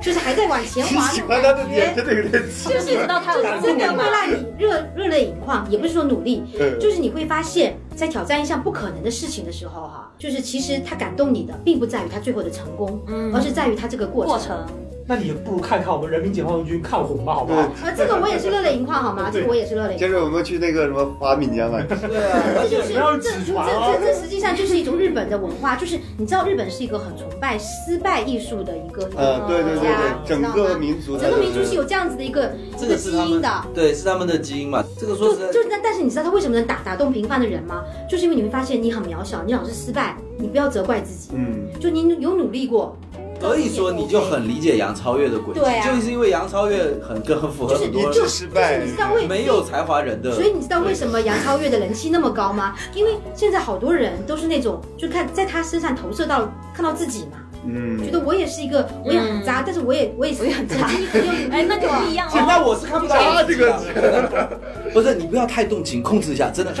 E: 就是还在往前
A: 你
E: 划
A: 嗯喜
E: 那
A: 欢
E: 种
A: 他的
E: 感
A: 点
E: 觉，
A: 真的有点奇
D: 就是知道他有
E: 真
D: 多
E: 的
D: 努
E: 会
D: 力。
E: 让你热热泪盈眶，也不是说努力，
A: 怪。
E: 就是你会发现，在挑战一项不可能的事情的时候、哈，就是其实它感动你的，并不在于它最后的成功，
D: 嗯
E: 而是在于它这个过程。
D: 过程，
C: 那你也不如看看我们人民解放军抗洪吧，好不好？
A: 对，
E: 呃，这个我也是热泪盈眶，好吗？
C: 对
E: 这个我也是热泪盈
A: 接嗯着我们去那个什么华闽江 来。
B: 对啊，
E: 眶。这就是
C: 不要
E: 这这
C: 指
E: 这
C: 船哦
E: 这这实际上就是一种日本的文化，就是你知道日本是一个很崇拜失败艺术的一个一
A: 呃，
E: 个
A: 对对对对，
E: 你知道
A: 整
E: 吗
A: 个民族，
E: 整个民族是有这样子的一个
B: 这
E: 一
B: 个
E: 个
B: 是
E: 基
B: 他
E: 因
B: 们
E: 的。
B: 对，是他们的基因嘛。这个说
E: 就
B: 实在，
E: 就但但是你知道他为什么能打打动平凡的人吗？就是因为你会发现你很渺小，你老是失败，你不要责怪自己，
A: 嗯，
E: 就你有努力过，
B: 所以说你就很理解杨超越的轨迹，
E: 对啊
B: 就是因为杨超越很更符合
E: 就是
B: 很
E: 你
B: 多
E: 知道，
A: 失败
E: 就是你知道为
B: 没有才华人的，
E: 所以你知道为什么杨超越的人气那么高吗？因为现在好多人都是那种，就看在他身上投射到看到自己嘛，
A: 嗯，
E: 觉得我也是一个，我也很渣，但是我嗯也我也是很渣，
D: 哎，那就不一样
B: 对？
D: 了。
B: 那我是看不到
A: 他
B: 杨
A: 啊这
B: 紫的
A: 个，
B: 不是你不要太动情，控制一下，真的。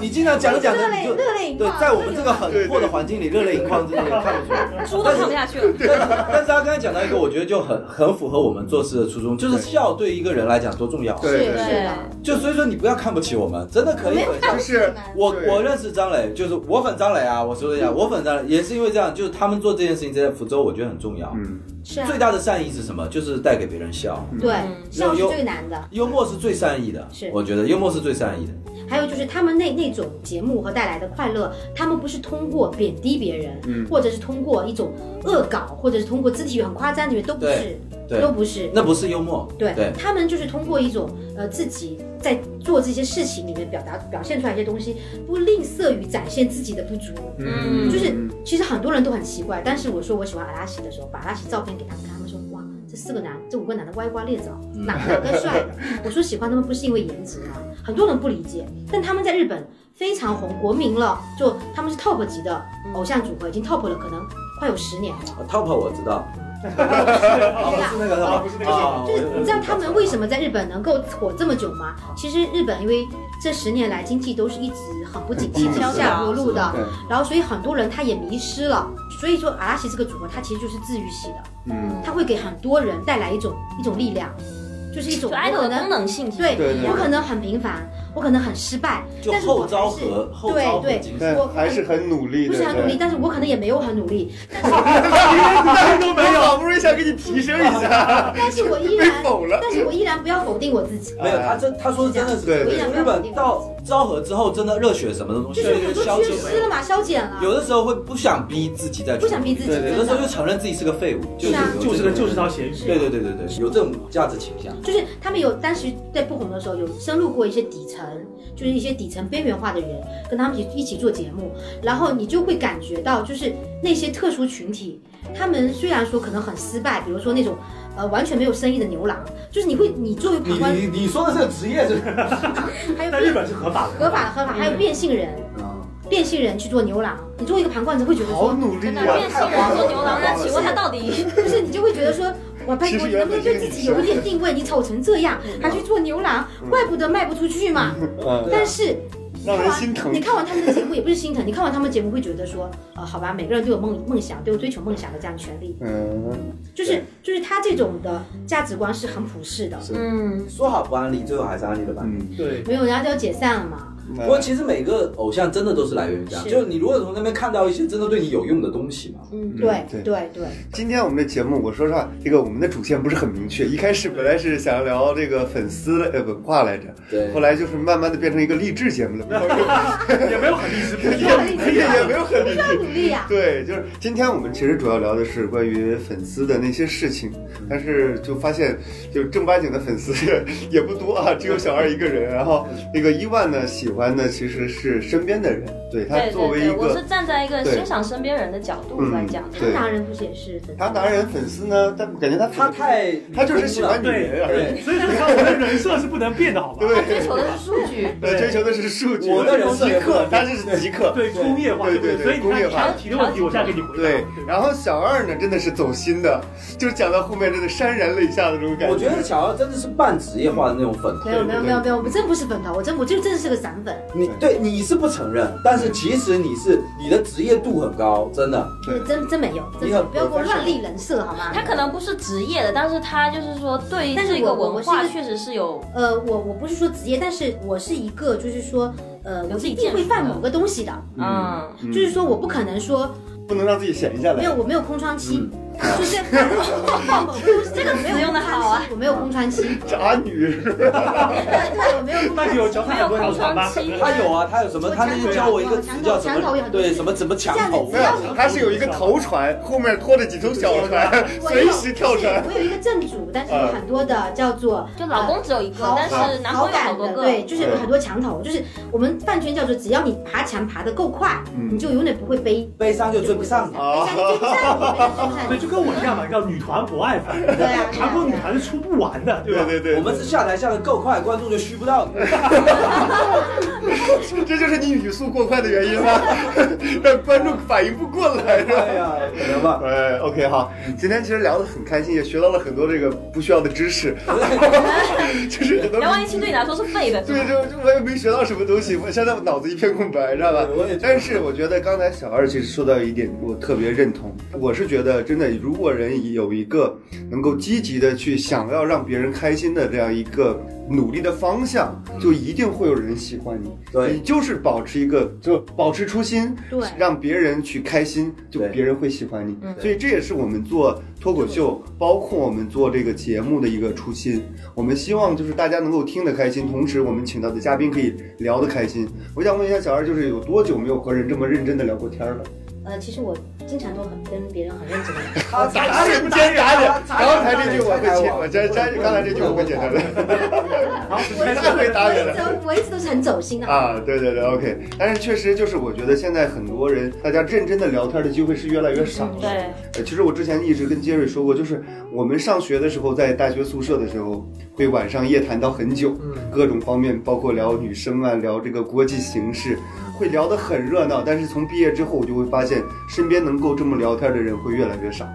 B: 你经常讲着讲着
E: 热
B: 你
E: 泪
B: 就
E: 热泪盈
B: 对
E: 眶，，
B: 在我们这
A: 对
B: 个很
A: 对
B: 破的环境里热泪盈眶，真的也看不出来。
D: 猪都看不下去了。
B: 但是但是他刚才讲到一个，我觉得就很很符合我们做事的初衷，就是笑对一个人来讲多重要。
A: 对
E: 是
A: 对
E: 的，
A: 对
E: 是的，
B: 就所以说你不要看不起我们，真的可以
E: 没有
B: 粉
E: 看
B: 上
E: 不
A: 就
E: 起你
A: 是
E: 们。
B: 我
A: 对
B: 我认识张磊，就是我粉张磊啊，我说一下，我粉张磊也是因为这样，就是他们做这件事情在福州，我觉得很重要。
A: 嗯，
E: 是啊
B: 最，大的善意是什么？就是带给别人笑，
E: 对，笑是
B: 有
E: 最难的。
B: 幽默是最善意的。
E: 是
B: 我觉得幽默是最善意的。
E: 还有就是他们那那种节目和带来的快乐，他们不是通过贬低别人，
B: 嗯
E: 或者是通过一种恶搞，或者是通过肢体语言很夸张的语言，都不是，
B: 对
E: 都不是。
B: 那不是幽默，
E: 对
B: 对
E: 他们就是通过一种呃自己在做这些事情里面表达表现出来一些东西，不吝啬于展现自己的不足。
D: 嗯
E: 就是其实很多人都很奇怪，但是我说我喜欢阿拉西的时候，把阿拉西照片给他们看，他们说哇，这四个男，这五个男的歪瓜裂枣，
A: 嗯
E: 哪个更帅？我说喜欢他们不是因为颜值吗？很多人不理解，但他们在日本非常红，国民了，就他们是 top 级的偶像组合，已经 top 了，可能快有十年了。
B: 啊 Top 我知 道，哦
E: 对吧
B: 不是那个，
E: 不
B: 不
E: 是
B: 是
E: 那
B: 那
E: 个
B: 个啊，
A: 哦
E: 就是你知道他们为什么在日本能够火这么久吗？其实日本因为这十年来经济都是一直很不景气、
A: 很低迷
E: 走下坡路的
A: 对，
E: 然后所以很多人他也迷失了。所以说阿拉西这个组合，它其实就是治愈系的，
A: 嗯，
E: 它会给很多人带来一种一种力量，就是一
D: 就
E: 种我
D: idol
E: 可
D: 的功
E: 能
D: 能性其实
E: 对
D: 不一
E: 我
D: 样
E: 可能很平凡，我可能很失败，
B: 就
E: 但是我
B: 后
E: 还
B: 昭
E: 是
B: 和后昭
E: 对
B: 和
E: 对。
B: 精神。
A: 但还是很努力
E: 不
A: 的，
E: 是很啊努力，
A: 对
E: 但是我可能也没有很努力，
A: 都没有，好不容易想给你提升一 下，
E: 但是我依
A: 被
E: 然，
A: 否了。
E: 但是我依然不要否定我自 己。
B: 没有，他真他说的真的是
A: 对对
E: 对
B: 日本到昭和之后，真的热血什么的东
E: 就
B: 西
E: 是很多
B: 消
E: 缺
B: 解
E: 失了嘛，消减了，
B: 有的时候会不想逼自己再去
E: 不想逼自己，
A: 对对
B: 有
E: 真
B: 的时候就承认自己是个废物，就是
E: 是啊
B: 有
F: 就是
B: 这
F: 跟就是条咸鱼。
B: 对对对对对，有这种价值倾向。
E: 就是他们有当时在不红的时候，有深入过一些底层，就是一些底层边缘化的人，跟他们一起一起做节目，然后你就会感觉到，就是那些特殊群体，他们虽然说可能很失败，比如说那种呃完全没有生意的牛郎，就是你会你作为旁观，
A: 嗯
B: 你说的这个职业是
E: 还有
F: 在日本是合法的，
E: 合法合法，还有变性人，变性人去做牛郎，你作为一个旁观者会觉得
A: 好
E: 说，
A: 努力
D: 真的
A: 啊！
D: 变性人做牛郎，那请问他到底？
E: 不是你就会觉得说。我拜
A: 其
E: 托，
A: 实
E: 你能不能
A: 原
E: 对
A: 本是个
E: 自
A: 女
E: 己
A: 生
E: 有一点定位？你丑成这样，还去做牛郎，怪不得卖不出去嘛。
A: 嗯，
E: 但是
A: 让人心疼
E: 你。看完他们的节目也不是心疼，你看完他们节目会觉得说，呃，好吧，每个人都有梦梦想，都有追求梦想的这样权利，
A: 嗯，
E: 就是就是他这种的价值观是很普世的。
D: 嗯，
G: 说好不安利，最后还是安利了吧？
A: 嗯，
F: 对，
E: 没有，人家就要解散了嘛。
A: 不
G: 不过其实每个偶像真的都是来源于这样，
E: 是
G: 就是你如果从那边看到一些真的对你有用的东西嘛，
E: 嗯，对
A: 对
E: 对对，
A: 今天我们的节目，我说实话，这个我们的主线不是很明确。一开始本来是想聊这个粉丝呃文化来着，
G: 对
A: 后来就是慢慢的变成一个励志节目 了，
F: 也没有很励志，不一样
A: 也也没有很励
E: 要
A: 志。
E: 努力啊呀、
A: 对，就是今天我们其实主要聊的是关于粉丝的那些事情，但是就发现，就正八经的粉丝也不多啊，只有小二一个人。然 后那个伊万呢，喜欢的其实是身边的人，对他
D: 对
A: 作
D: 对
A: 为一
D: 对，
A: 个
D: 我是站在一个
A: 对嗯
D: 欣赏身边人的角度来讲的。
A: 对
E: 他达人不是也是粉丝
A: 他达人粉丝呢，他感觉他
G: 他太
A: 他就是喜欢女
F: 对
A: 人而已，
F: 所以你看我的人设是不能变的，好吧？
D: 他
A: 对
D: 追求的是数据，
A: 呃追求的是数据，
G: 我的人设
A: 极
G: 也不
A: 客
G: 能，
A: 他就是极客，
F: 对工业化，
A: 对
F: 不
A: 对对
F: 所以你
A: 工业
F: 看，
A: 化
F: 你还提的问题，我现在给你回答。
A: 对，然后小二呢，真的是走心的，就是讲到后面真的潸然泪下的那种感
G: 我觉
A: 觉。
G: 得小姚真的是半职业化的那种粉头
E: 没。有没有没有没有，我真不是粉头，我真我就真的是个散粉，
G: 你对你是不承认，但是其实你是你的职业度很高，真的。
A: 对
E: 真真没有，真
G: 你
E: 没有
G: 很
E: 不要给我乱立人设好吗
D: 他？可能不是职业的，但是他就是说对
E: 但是
D: 这个
E: 我我
D: 文
E: 是一
D: 化
E: 个
D: 确实是有
E: 呃，我我不是说职业，但是我是一个就是说，呃，我
D: 有自
E: 是一
D: 己
E: 定会
D: 建树
E: 犯
D: 的
E: 某个东西的，
D: 嗯，
E: 就是说我不可能说
A: 不能让自己闲下
E: 没
A: 来
E: 有，。我没有空窗期，就是这个词用的好啊，我没有空窗期，
A: 渣 女，
E: 对，我没有空
F: 那
E: 窗
F: 你
E: 期。
F: 有脚
D: 没
F: 踩
D: 有
F: 过条船
D: 空窗
F: 吗？
D: 期。
G: 他有啊，他有什么？他那天教我一个词叫什
E: 墙头有
G: 么？
E: 很多
G: 对，什么怎么抢头
A: 没
E: 这
A: 有
E: 样子，
A: 他是有一个头船，后面拖着几艘小船，
E: 我
A: 随
E: 有
A: 时跳船
E: 是。我有一个正主，但是有很多的叫做呃
D: 就老公只有一个
E: 好，
D: 但是男
E: 好
D: 朋友好
E: 感
D: 多
E: 的，
D: 个。
E: 对，就是有很多墙头，就是我们饭圈叫做只要你爬墙爬得够快，
A: 嗯
E: 你就永远不会背。
G: 悲伤就追不上你。
E: 背上就追不上你，背上就追不上
C: 就跟我一样嘛，叫女团不爱粉，
E: 对啊对啊
C: 韩国女团是出不完的，对吧？
A: 对对对，
B: 我们是下台下的够快，观众就虚不到你。
A: 这就是你语速过快的原因吗？ 让观众反应不过来是吧？
B: 哎呀，可能吧。
A: 哎，OK，好，今天其实聊得很开心，也学到了很多这个不需要的知识，
G: 哎
A: 就是很多
D: 聊完一期对你来说是废的，
A: 对，就就我也没学到什么东西，我现在脑子一片空白，知道吧
B: 对我也觉得？
A: 但是我觉得刚才小二其实说到一点，我特别认同。我是觉得真的，如果人有一个能够积极的去想要让别人开心的这样一个努力的方向，就一定会有人喜欢你。
B: 嗯对
A: 你就是保持一个，就保持初心，
E: 对
A: 让别人去开心，就
B: 对
A: 别人会喜欢你。
D: 嗯
A: 所以这也是我们做脱口秀，包括我们做这个节目的一个初心。我们希望就是大家能够听得开心，同时我们请到的嘉宾可以聊得开心。我想问一下小二，就是有多久没有和人这么认真的聊过天了？
E: 呃，其实我经常都很跟别人很认真的。
B: 他
A: 打脸兼打脸，刚才这句我会切，我这这刚才这句我会剪掉的。
C: 然后直
A: 我
C: 接
A: 太会打脸了。
E: 我我一直都是很走心的。
A: 啊，对对对，OK。但是确实就是，我觉得现在很多人大家认真的聊天的机会是越来越少了。
D: 对，
A: 呃，其实我之前一直跟杰瑞说过，就是我们上学的时候，在大学宿舍的时候，会晚上夜谈到很久，各种方面，包括聊女生啊，聊这个国际形势，会聊得很热闹。但是从毕业之后，我就会发现身边能够这么聊天的人会越来越少。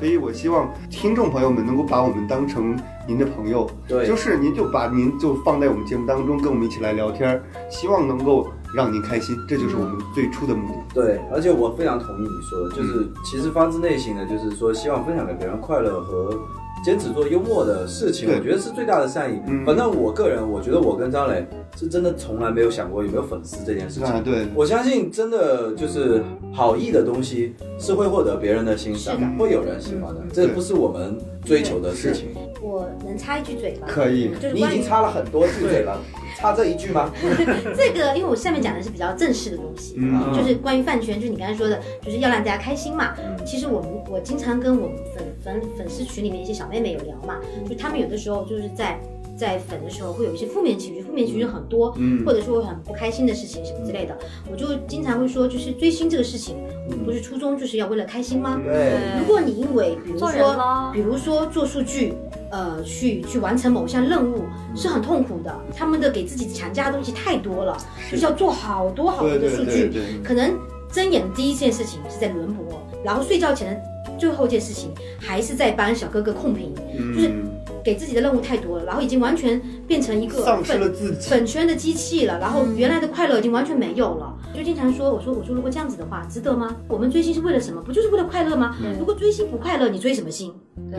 A: 所以我希望听众朋友们能够把我们当成您的朋友，
B: 对
A: 就是您就把您就放在我们节目当中，跟我们一起来聊天儿，希望能够让您开心，这就是我们最初的目的。
B: 对，而且我非常同意你说的，就是其实发自内心的，就是说希望分享给别人快乐和坚持做幽默的事情，
A: 对
B: 我觉得是最大的善意。
A: 嗯
B: 反正我个人，我觉得我跟张磊是真的从来没有想过有没有粉丝这件事情。
A: 啊，对，
B: 我相信，真的就是好意的东西是会获得别人的欣赏
E: 是的，
B: 会有人喜欢的，这不是我们追求的事情。
E: 我能插一句嘴吧？
A: 可以
E: 嗯就是
B: 你已
E: 关于
B: 经插了很多次嘴了，插这一句吗？
E: 这个，因为我下面讲的是比较正式的东西，
A: 嗯
E: 就是关于饭圈，就是你刚才说的，就是要让大家开心嘛。
B: 嗯
E: 其实我们我经常跟我们粉粉粉丝群里面一些小妹妹有聊嘛，
A: 嗯
E: 就她们有的时候就是在在粉的时候会有一些负面情绪，负面情绪很多，
A: 嗯
E: 或者说很不开心的事情什么之类的，我就经常会说，就是追星这个事情，我
A: 嗯
E: 们不是初衷就是要为了开心吗？
B: 对，
E: 如果你因为比如
D: 做人
E: 说
D: 咯，
E: 比如说做数据，呃，去去完成某项任务是很痛苦的。他们的给自己强加的东西太多了，就是要做好多好多
A: 对
E: 的
A: 对
E: 数
A: 对
E: 据。
A: 对。
E: 可能睁眼第一件事情是在轮播，然后睡觉前的最后一件事情还是在帮小哥哥控屏，就是
A: 嗯，
E: 给自己的任务太多了，然后已经完全变成一个
A: 丧失
E: 笨
A: 了自己。
E: 粉圈的机器了，然后原来的快乐已经完全没有了。就经常说，我说我说如果这样子的话，值得吗？嗯我们追星是为了什么？不就是为了快乐吗？如果追星不快乐，你追什么星？
A: 对，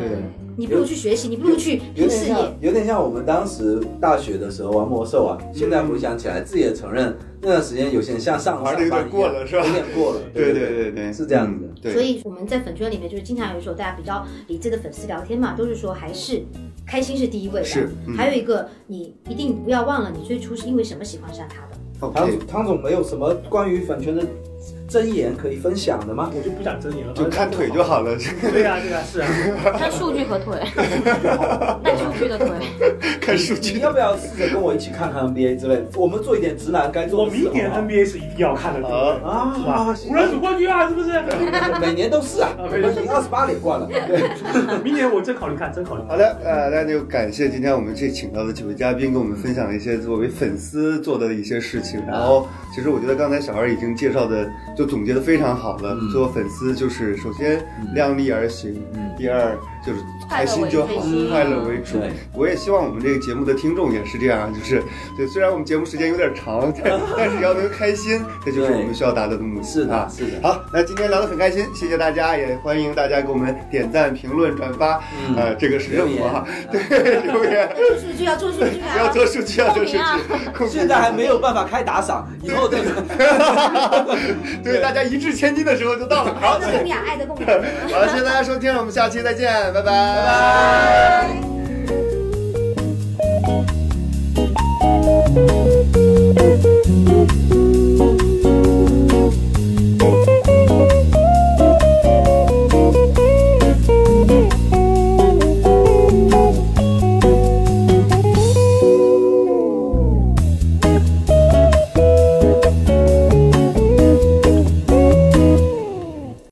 E: 你不如去学习，你不如去
B: 有
E: 拼
B: 点
E: 事
B: 像
E: 业。，
B: 有点像我们当时大学的时候玩魔兽啊。现在回想起来，自己也承认那段时间有些像上
A: 玩得有点过了是吧
B: 有点过了，
A: 对
B: 对
A: 对对对，
B: 是这样子的
A: 嗯。对，
E: 所以我们在粉圈里面就是经常有时候大家比较理智的粉丝聊天嘛，都是说还是开心是第一位的。
A: 是嗯
E: 还有一个你一定不要忘了，你最初是因为什么喜欢上他的。
B: 汤
A: OK，
B: 汤总没有什么关于粉圈的真言可以分享的吗？
C: 我就不想睁眼了，
A: 就看腿就好了，
C: 对呀、对呀、是啊，
D: 看数据和腿，看数据的腿，
A: 看数据
B: 你。要不要试着跟我一起看看 NBA 之类的？我们做一点直男该
C: 我
B: 做的事
C: 明年
B: 好不
C: NBA 是一定要看的，对不
B: 好
C: 对？
B: 啊
C: 是吧
B: 啊！
C: 湖人总冠军啊，是不是？
B: 每年都是啊，
C: 啊
B: 我
C: 每年
B: 们
C: 都
B: 已
C: 是
B: 经二十八 连冠了。对，
C: 明年我真考虑看，真考虑看。
A: 好的，呃，那就感谢今天我们这请到的几位嘉宾，跟我们分享了一些作为粉丝做的一些事情。然
B: 嗯
A: 后，其实我觉得刚才小二已经介绍的就总结的非常好了。
B: 嗯
A: 做粉丝就是首先量力而行，
B: 嗯
A: 第二就是开心就好，快
D: 快
A: 乐
D: 乐
A: 为
D: 为
A: 主
B: 对。
A: 我也希望我们这个节目的听众也是这样，啊就是对，虽然我们节目时间有点长， 但但是只要能开心，这就是我们需要达到的目的。
B: 是
A: 啊
B: 的，。是的。
A: 好，那今天聊得很开心，谢谢大家，也欢迎大家给我们点赞、评论、转发，
B: 嗯
A: 呃，这个是任务啊，对，留言，
E: 要做数据要做数据
A: 不要
E: 啊！
A: 做数据啊，做
D: 控
A: 数
D: 评啊
A: 据，控
B: 现在还没有办法开打赏，以后这个
A: 对大家一掷千金的时候就到了。好，
E: 爱的供养，爱的供养。
A: 好，谢谢大家收听，我们下期再见，拜拜。
B: 拜。